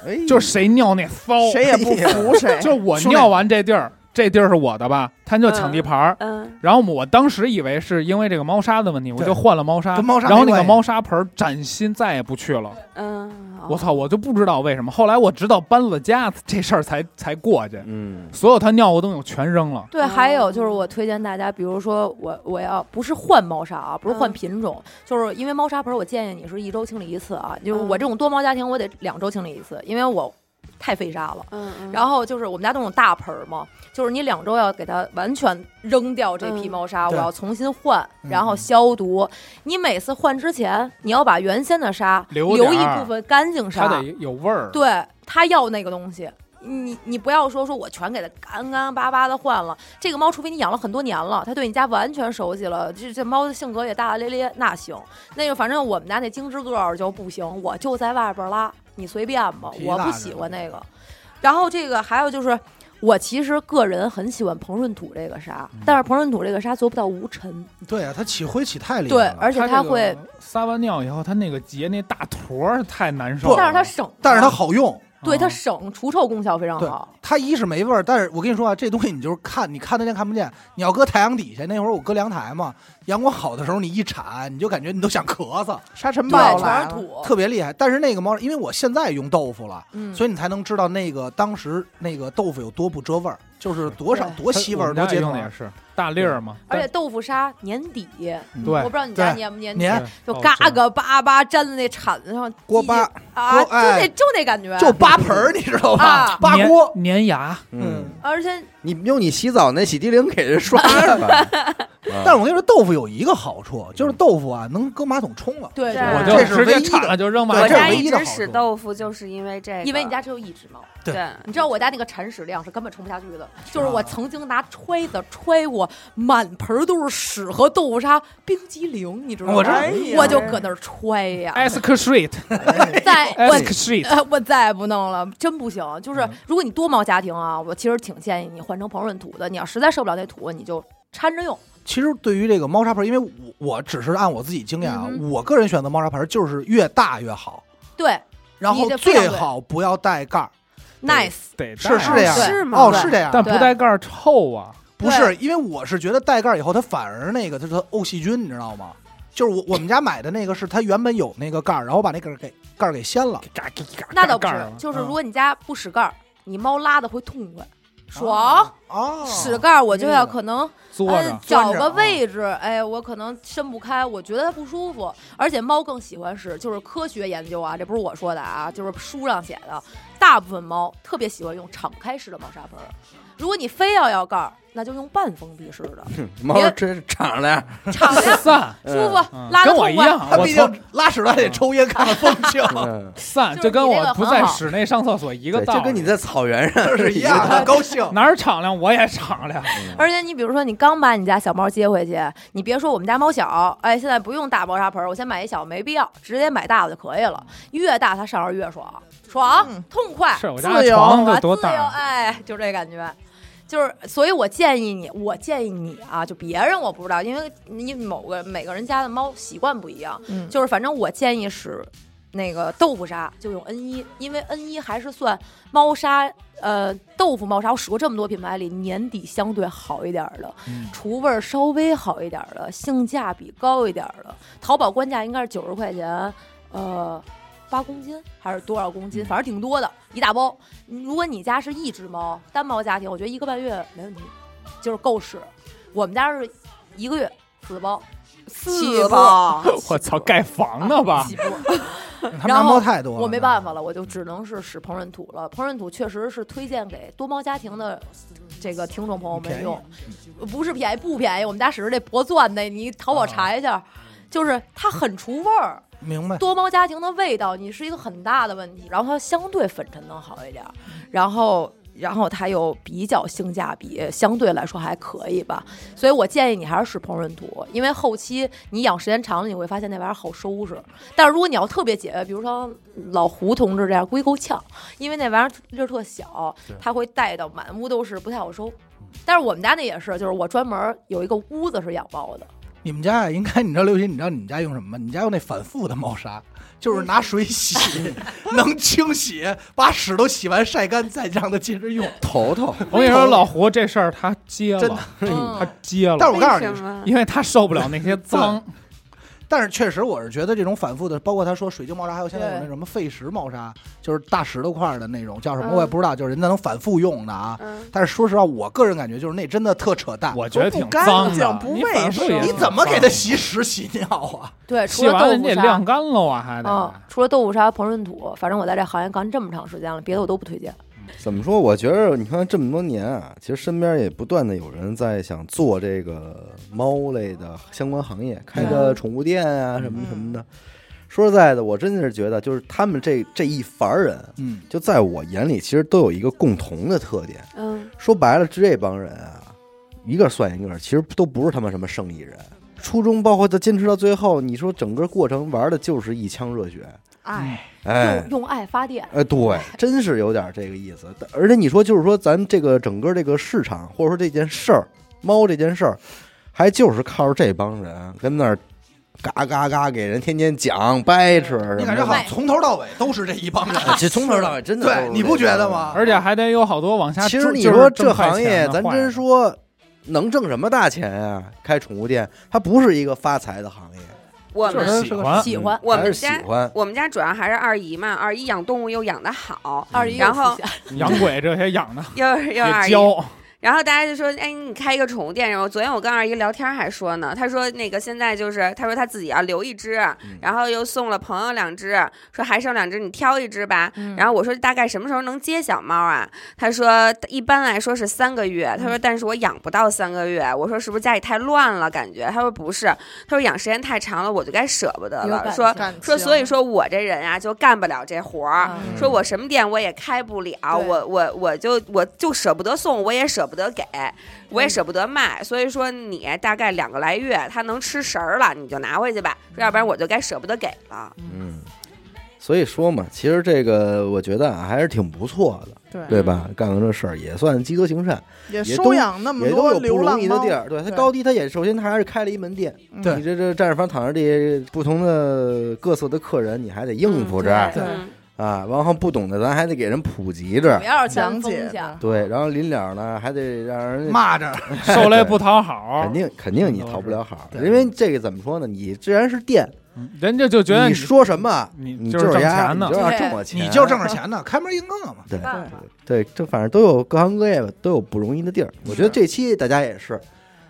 H: 哎呦
G: 就是谁尿那骚，，
C: 谁哎也不服 谁
G: 就我尿完这地儿，这地儿是我的吧，他就抢地盘儿。
D: 嗯，
G: 然后我当时以为是因为这个猫砂的问题，我就换了猫砂，
H: 跟猫砂
G: 然后那
H: 没
G: 个
H: 关系
G: 猫砂盆儿崭新再也不去了。
D: 嗯，
F: 哦
G: 我操，我就不知道为什么。后来我直到搬了家，这事儿才才过去，
A: 嗯，
G: 所有它尿过的东西我全扔了。
F: 对，
D: 哦
F: 还有就是我推荐大家，比如说我我要不是换猫砂啊，不是换
D: 嗯
F: 品种，就是因为猫砂盆，我建议你是一周清理一次啊。就是
D: 嗯
F: 我这种多猫家庭，我得两周清理一次，因为我太费沙了。
D: 嗯，嗯，
F: 然后就是我们家都是那种大盆儿嘛，就是你两周要给它完全扔掉这批
D: 嗯
F: 猫砂，我
B: 对
F: 要重新换，
B: 嗯
F: 然后消毒。你每次换之前，你要把原先的沙
G: 留
F: 留
G: 点
F: 一
G: 儿
F: 部分干净
G: 它
F: 沙，
G: 得有味儿，
F: 对他要那个东西，你你不要说说我全给它干干巴巴的换了。这个猫，除非你养了很多年了，它对你家完全熟悉了，这这猫的性格也大大咧咧，那行。那就反正我们家那精致个儿就不行，我就在外边拉，你随便吧，
B: 皮
F: 我
B: 大
F: 不
B: 着
F: 喜
B: 呢
F: 欢那个。然后这个还有就是。我其实个人很喜欢膨润土这个沙，
B: 嗯
F: 但是膨润土这个沙做不到无尘，
B: 对啊，它起灰起太厉害
F: 对，
B: 了，
F: 而且
G: 它
F: 它
G: 这个
F: 会，
G: 撒完尿以后，它那个结那大坨儿太难受了。
F: 但是它省，
B: 但是它好用。
F: 对它
G: 啊
F: 省除臭功效非常
B: 对
F: 好，
B: 它一是没味儿，但是我跟你说啊，这东西你就是看，你看得见看不见。你要搁太阳底下，那会儿我搁凉台嘛，阳光好的时候你一铲，你就感觉你都想咳嗽，
C: 沙尘
F: 对
C: 暴
F: 全
C: 来
F: 是
C: 了，
F: 土，
B: 特别厉害。但是那个猫，因为我现在用豆腐了，
F: 嗯，
B: 所以你才能知道那个当时那个豆腐有多不遮味儿，就是多少
F: 对
B: 多吸味儿，多
G: 它我们家
B: 接
G: 用
B: 头
G: 的也是大粒儿嘛，
F: 嗯而且豆腐砂年底，
H: 嗯
G: 但
F: 我
G: 对
F: 不知道你家
B: 哎对
F: 粘不粘
B: 粘
F: 底，
G: 对
F: 就
G: 哦
F: 嘎
G: 这
F: 嘎巴巴粘在那铲子上，
B: 锅
F: 叽叽
B: 巴
F: 啊，
B: 锅
F: 就那
B: 哎
F: 就那感觉，
B: 就扒盆儿，你知道吧
F: 啊？
B: 扒
G: 粘
B: 锅，
G: 粘牙，
A: 嗯，
F: 而且
H: 你用你洗澡那洗涤灵给人刷上 吧。
B: 但是我跟你说，豆腐有一个好处，
G: 嗯
B: 就是豆腐啊能搁马桶冲了。
F: 对，
D: 对
G: 我
D: 这
G: 就是啊直
B: 唯
G: 接
B: 一
G: 铲
B: 的
G: 了就扔
D: 我
G: 吧。
B: 对这是
D: 家
F: 哎
B: 唯
D: 一
B: 一的
D: 直
B: 好
D: 使
B: 处
D: 豆腐就是因为这个，
F: 因为你家只有一只猫，
B: 对
D: 对，
F: 你知道我家那个铲屎量是根本冲不下去的，就是
B: 啊
F: 我曾经拿揣子揣过满盆儿都是屎和豆腐砂冰激凌，你知道吗？
B: 我知道哎
C: 哎呀
F: 我就搁那儿揣呀，
G: Ask Street，哎
F: 在我
G: Ask Street，
F: 呃，我再也不弄了，真不行。就是
B: 嗯
F: 如果你多毛家庭啊，我其实挺建议你换成膨润土的。你要实在受不了那土，你就掺着用。
B: 其实对于这个猫砂盆，因为我我只是按我自己经验啊，
F: 嗯
B: 我个人选择猫砂盆就是越大越好，
F: 对
B: 然后
F: 你这非常
B: 最
F: 对
B: 好不要带盖儿，
F: ，nice，
G: 得
B: 是是
G: 带
B: 这样
F: 对
D: 是吗？
B: 哦，
F: 对
B: 是这样，
G: 但不带盖儿臭啊。
B: 不是因为我是觉得带盖儿以后它反而那个它它沤细菌，你知道吗？就是我我们家买的那个是它原本有那个盖儿，然后把那个给盖儿给掀了，
G: 嘎嘎嘎
F: 那倒不
G: 盖儿
F: 是
G: 了，哦
F: 就是
B: 嗯
F: 如果你家不使盖儿，你猫拉的会痛快，爽。
B: 哦，
F: 使盖儿我就要可能
G: 坐
F: 嗯
G: 着，啊
F: 找
B: 钻
F: 个
B: 着
F: 位置，哎，我可能伸不开，我觉得它不舒服。而且猫更喜欢使，就是科学研究啊，这不是我说的啊，就是书上写的，大部分猫特别喜欢用敞开式的猫砂盆儿。如果你非要要盖儿，那就用半封闭式的，
A: 猫真是敞亮，
F: 敞开
G: 散，
F: 舒服，
G: 嗯
F: 哎拉的
G: 跟我
F: 痛
G: 一
F: 快。
G: 样，
B: 它
G: 我
B: 毕竟
G: 从
B: 啊拉屎了得抽烟看看风 景，
A: 嗯，
G: 散，
F: 就
G: 就
F: 是
G: 跟
F: 你这
G: 我
F: 个
G: 不
F: 很
G: 在
F: 好
G: 室内上厕所一个
H: 对，
G: 道 理，
H: 就跟你在草原上
B: 是一样的，高兴。
G: 哪儿敞亮我也敞亮，
F: 啊而且你比如说你刚刚把你家小猫接回去，你别说我们家猫小，哎，现在不用大猫砂盆，我先买一小，没必要，直接买大的就可以了。越大它上着越爽，爽、
C: 嗯
F: 痛快，
G: 是我
C: 自
G: 家的
C: 由
G: 床
F: 啊
G: 就多
F: 自由
G: 大，
F: 哎，就这感觉。就是，所以我建议你，我建议你啊，就别人我不知道，因为你某个每个人家的猫习惯不一样，
C: 嗯
F: 就是反正我建议使那个豆腐砂，就用 N 一，因为 N 一还是算猫砂，呃，豆腐猫砂，我使过这么多品牌里年底相对好一点儿的，
B: 嗯
F: 除味儿稍微好一点儿的，性价比高一点儿的，淘宝官价应该是九十块钱，呃。八公斤还是多少公斤？反正挺多的，一大包。嗯如果你家是一只猫，单猫家庭，我觉得一个半月没问题，就是够使。我们家是一个月四包，
D: 四吧，
G: 我操，盖房呢吧？
F: 起步。
B: 他们
F: 然
B: 家
F: 后
B: 猫太多了，
F: 我没办法了，我就只能是使烹饪土了。烹饪土确实是推荐给多猫家庭的这个听众朋友们用，
B: 嗯
F: 不是便宜不便宜，我们家使的这铂钻的，你淘
B: 啊
F: 宝查一下，就是它很除味儿。
B: 明白。
F: 多猫家庭的味道，你是一个很大的问题。然后它相对粉尘能好一点儿，然后然后它又比较性价比，相对来说还可以吧。所以我建议你还是使烹饪土，因为后期你养时间长了，你会发现那玩意儿好收拾。但是如果你要特别节约，比如说老胡同志这样，估计够呛，因为那玩意儿粒儿特小，它会带到满屋都是，不太好收。但是我们家那也是，就是我专门有一个屋子是养猫的，
B: 你们家呀，应该你知道刘鑫，你知道你们家用什么吗？你们家用那反复的猫砂，就是拿水洗， 能清洗，把屎都洗完晒干，再让它接着用。
A: 头头，
G: 我跟你说，老胡这事儿他接
B: 真的
G: 了，他
F: 嗯，
G: 接了，
B: 但 是我告诉
D: 为
B: 你
D: 什，么
G: 因为他受不了那些脏。
B: 但是确实我是觉得这种反复的，包括他说水晶猫砂，还有现在有那什么狒石猫砂，就是大石头块儿的那种，叫什么
D: 嗯
B: 我也不知道，就是人家能反复用的啊。
D: 嗯，
B: 但是说实话，我个人感觉就是那真的特扯淡。
G: 我觉得挺
C: 不干
G: 脏的
C: 净，不
G: 你
C: 卫
G: 反复
C: 生
G: 也挺
B: 啊你怎么给它
G: 脏
B: 洗屎洗尿啊？
F: 对，除
G: 洗
F: 了
G: 完了
F: 豆
G: 你
F: 腐
G: 得
F: 砂。
G: 晾干了啊，
A: 哦
G: 还
F: 嗯
G: 得。，
F: 除了豆腐砂、膨润土，反正我在这行业干这么长时间了，别的我都不推荐。
A: 怎么说？我觉得你看这么多年啊，其实身边也不断的有人在想做这个猫类的相关行业，开个宠物店啊什么什么的。说实在的，我真的是觉得，就是他们这这一凡人，
B: 嗯，
A: 就在我眼里，其实都有一个共同的特点。
D: 嗯，
A: 说白了，这帮人啊，一个算一个，其实都不是他妈什么生意人。初衷包括他坚持到最后，你说整个过程玩的就是一腔热血，
C: 哎，
A: 哎
F: 用，用爱发电，
A: 哎，对，真是有点这个意思。但而且你说，就是说，咱这个整个这个市场，或者说这件事儿，猫这件事儿，还就是靠着这帮人跟那儿嘎嘎嘎给人天天讲掰扯什么的。
B: 你感觉好像
F: 卖
B: 从头到尾都是这一帮人。
A: 这从头到尾 真的
B: 对
A: 都是
B: 你不
A: 这帮
B: 觉得
A: 人
B: 吗
G: 而且还得有好多往下
A: 其
G: 追。
A: 实你
G: 就是
A: 说
G: 挣
A: 这
G: 快
A: 行
G: 钱
A: 业，
G: 的
A: 咱
G: 坏
A: 真
G: 的
A: 说能挣什么大钱啊？开宠物店，它不是一个发财的行业。
D: 我
G: 就
D: 们
G: 是喜欢，
F: 喜欢
A: 嗯
D: 我们
A: 还是喜
D: 家
A: 欢。
D: 我们家主要还是二姨嘛，二姨养动物又养的好，
F: 二一
D: 然后
G: 养鬼这些养 的
D: 又又
G: 也
D: 二姨，
G: 娇，
D: 然后大家就说：“哎，你开一个宠物店。”然后昨天我跟二姨聊天还说呢，她说那个现在就是她说她自己要留一只，然后又送了朋友两只，说还剩两只你挑一只吧。
F: 嗯
D: 然后我说大概什么时候能接小猫啊？她说一般来说是三个月。她说但是我养不到三个月。我说是不是家里太乱了感觉？她说不是，她说养时间太长了我就该舍不得
F: 有
D: 了。
F: 哎感
D: 说
F: 情
D: 说所以说我这人啊就干不了这活儿。
F: 嗯
D: 说我什么店我也开不了，
F: 对
D: 我我我就我就舍不得送，我也舍不得给，我
F: 嗯
D: 也舍不得卖，所以说你大概两个来月，它能吃食儿了，你就拿回去吧，说要
F: 嗯
D: 不然我就该舍不得给了。
A: 嗯，所以说嘛，其实这个我觉得啊，还是挺不错的，
C: 对
A: 对吧？干个这事儿也算积德行善，
C: 也
A: 也
C: 收
A: 都
C: 养那么
A: 也都
C: 嗯多
A: 有不
C: 流浪
A: 容易的
C: 猫
A: 地，儿。对他
C: 对
A: 高低，他也首先他还是开了一门店，
G: 嗯
B: 对
A: 你这这站着房躺着地，不同的各色的客人，你还得应付着
F: 嗯
C: 对
D: 嗯
A: 啊。然后不懂的，咱还得给人普及着
F: 不。要
C: 讲解
F: 讲风
C: 的
F: 向，
A: 对，然后临了呢，还得让人
B: 骂着，
G: 受累不讨 好，
A: 肯定肯定你讨不了好，
B: 对
A: 因为这个怎么说呢？你既然是店，
G: 嗯人家就觉得
A: 你说什么，
G: 你
A: 你
G: 就是是挣
A: 呀，
G: 钱
A: 你
G: 呢
A: 就要
F: 对嗯
A: 挣我钱，
B: 你就挣着钱呢，开门营业嘛。
A: 对
F: 办法
A: 对，这反正都有各行各业吧，都有不容易的地儿。我觉得这期大家也是，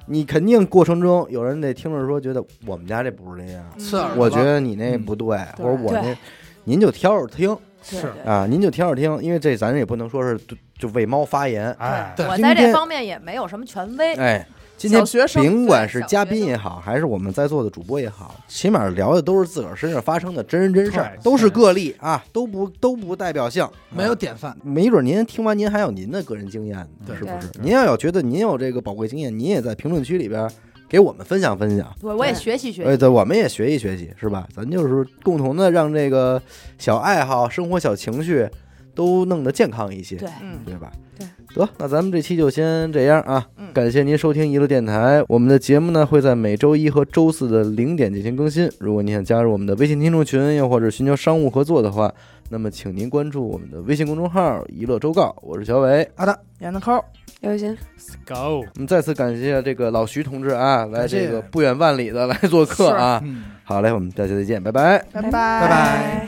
A: 你肯定过程中有人得听着说，觉得我们家这不是那啊样，
B: 刺耳了，
A: 我觉得你那
G: 嗯
A: 不对，或
C: 对
A: 者我那
F: 嗯对，
A: 您就挑着听
F: 对
G: 是。
A: 啊，您就挑着听，因为这咱也不能说是就就为猫发言，
G: 哎，
B: 对
F: 我
A: 今
F: 在这
A: 天
F: 方面也没有什么权威，
A: 哎，今天
C: 小学生
A: 甭管
F: 对
A: 是
F: 小
A: 嘉
F: 学
A: 宾
F: 生
A: 也好，还是我们在座的主播也好，起码聊的都是自个儿身上发生的真人真事儿，
G: 对
A: 都是
G: 对
A: 个例啊，都不都不代表性，啊
B: 没有典范。
A: 没准您听完您还有您的个人经验呢，
B: 对
A: 是不是？
G: 对
A: 您要有觉得您有这个宝贵经验，您也在评论区里边给我们分享分享，
F: 我我也
C: 对
F: 学习学习。
A: 哎，对，我们也学习学习，是吧？咱就是共同的让这个小爱好、生活小情绪都弄得健康一些，
F: 对
C: 嗯，
A: 对吧？
F: 对，
A: 得，那咱们这期就先这样啊！
C: 嗯
A: 感谢您收听娱乐电台，我们的节目呢会在每周一和周四的零点进行更新。如果您想加入我们的微信听众群，又或者寻求商务合作的话，那么请您关注我们的微信公众号“娱乐周告”，我是小伟。
C: 严的抠儿，
D: 哎
I: 刘雨欣，
G: Go，
A: 我们再次感谢这个老徐同志啊，来
B: 感谢
A: 这个不远万里的来做客啊！
B: 嗯。
A: 好嘞，我们大家再见，拜拜。
C: 拜拜
B: 拜拜。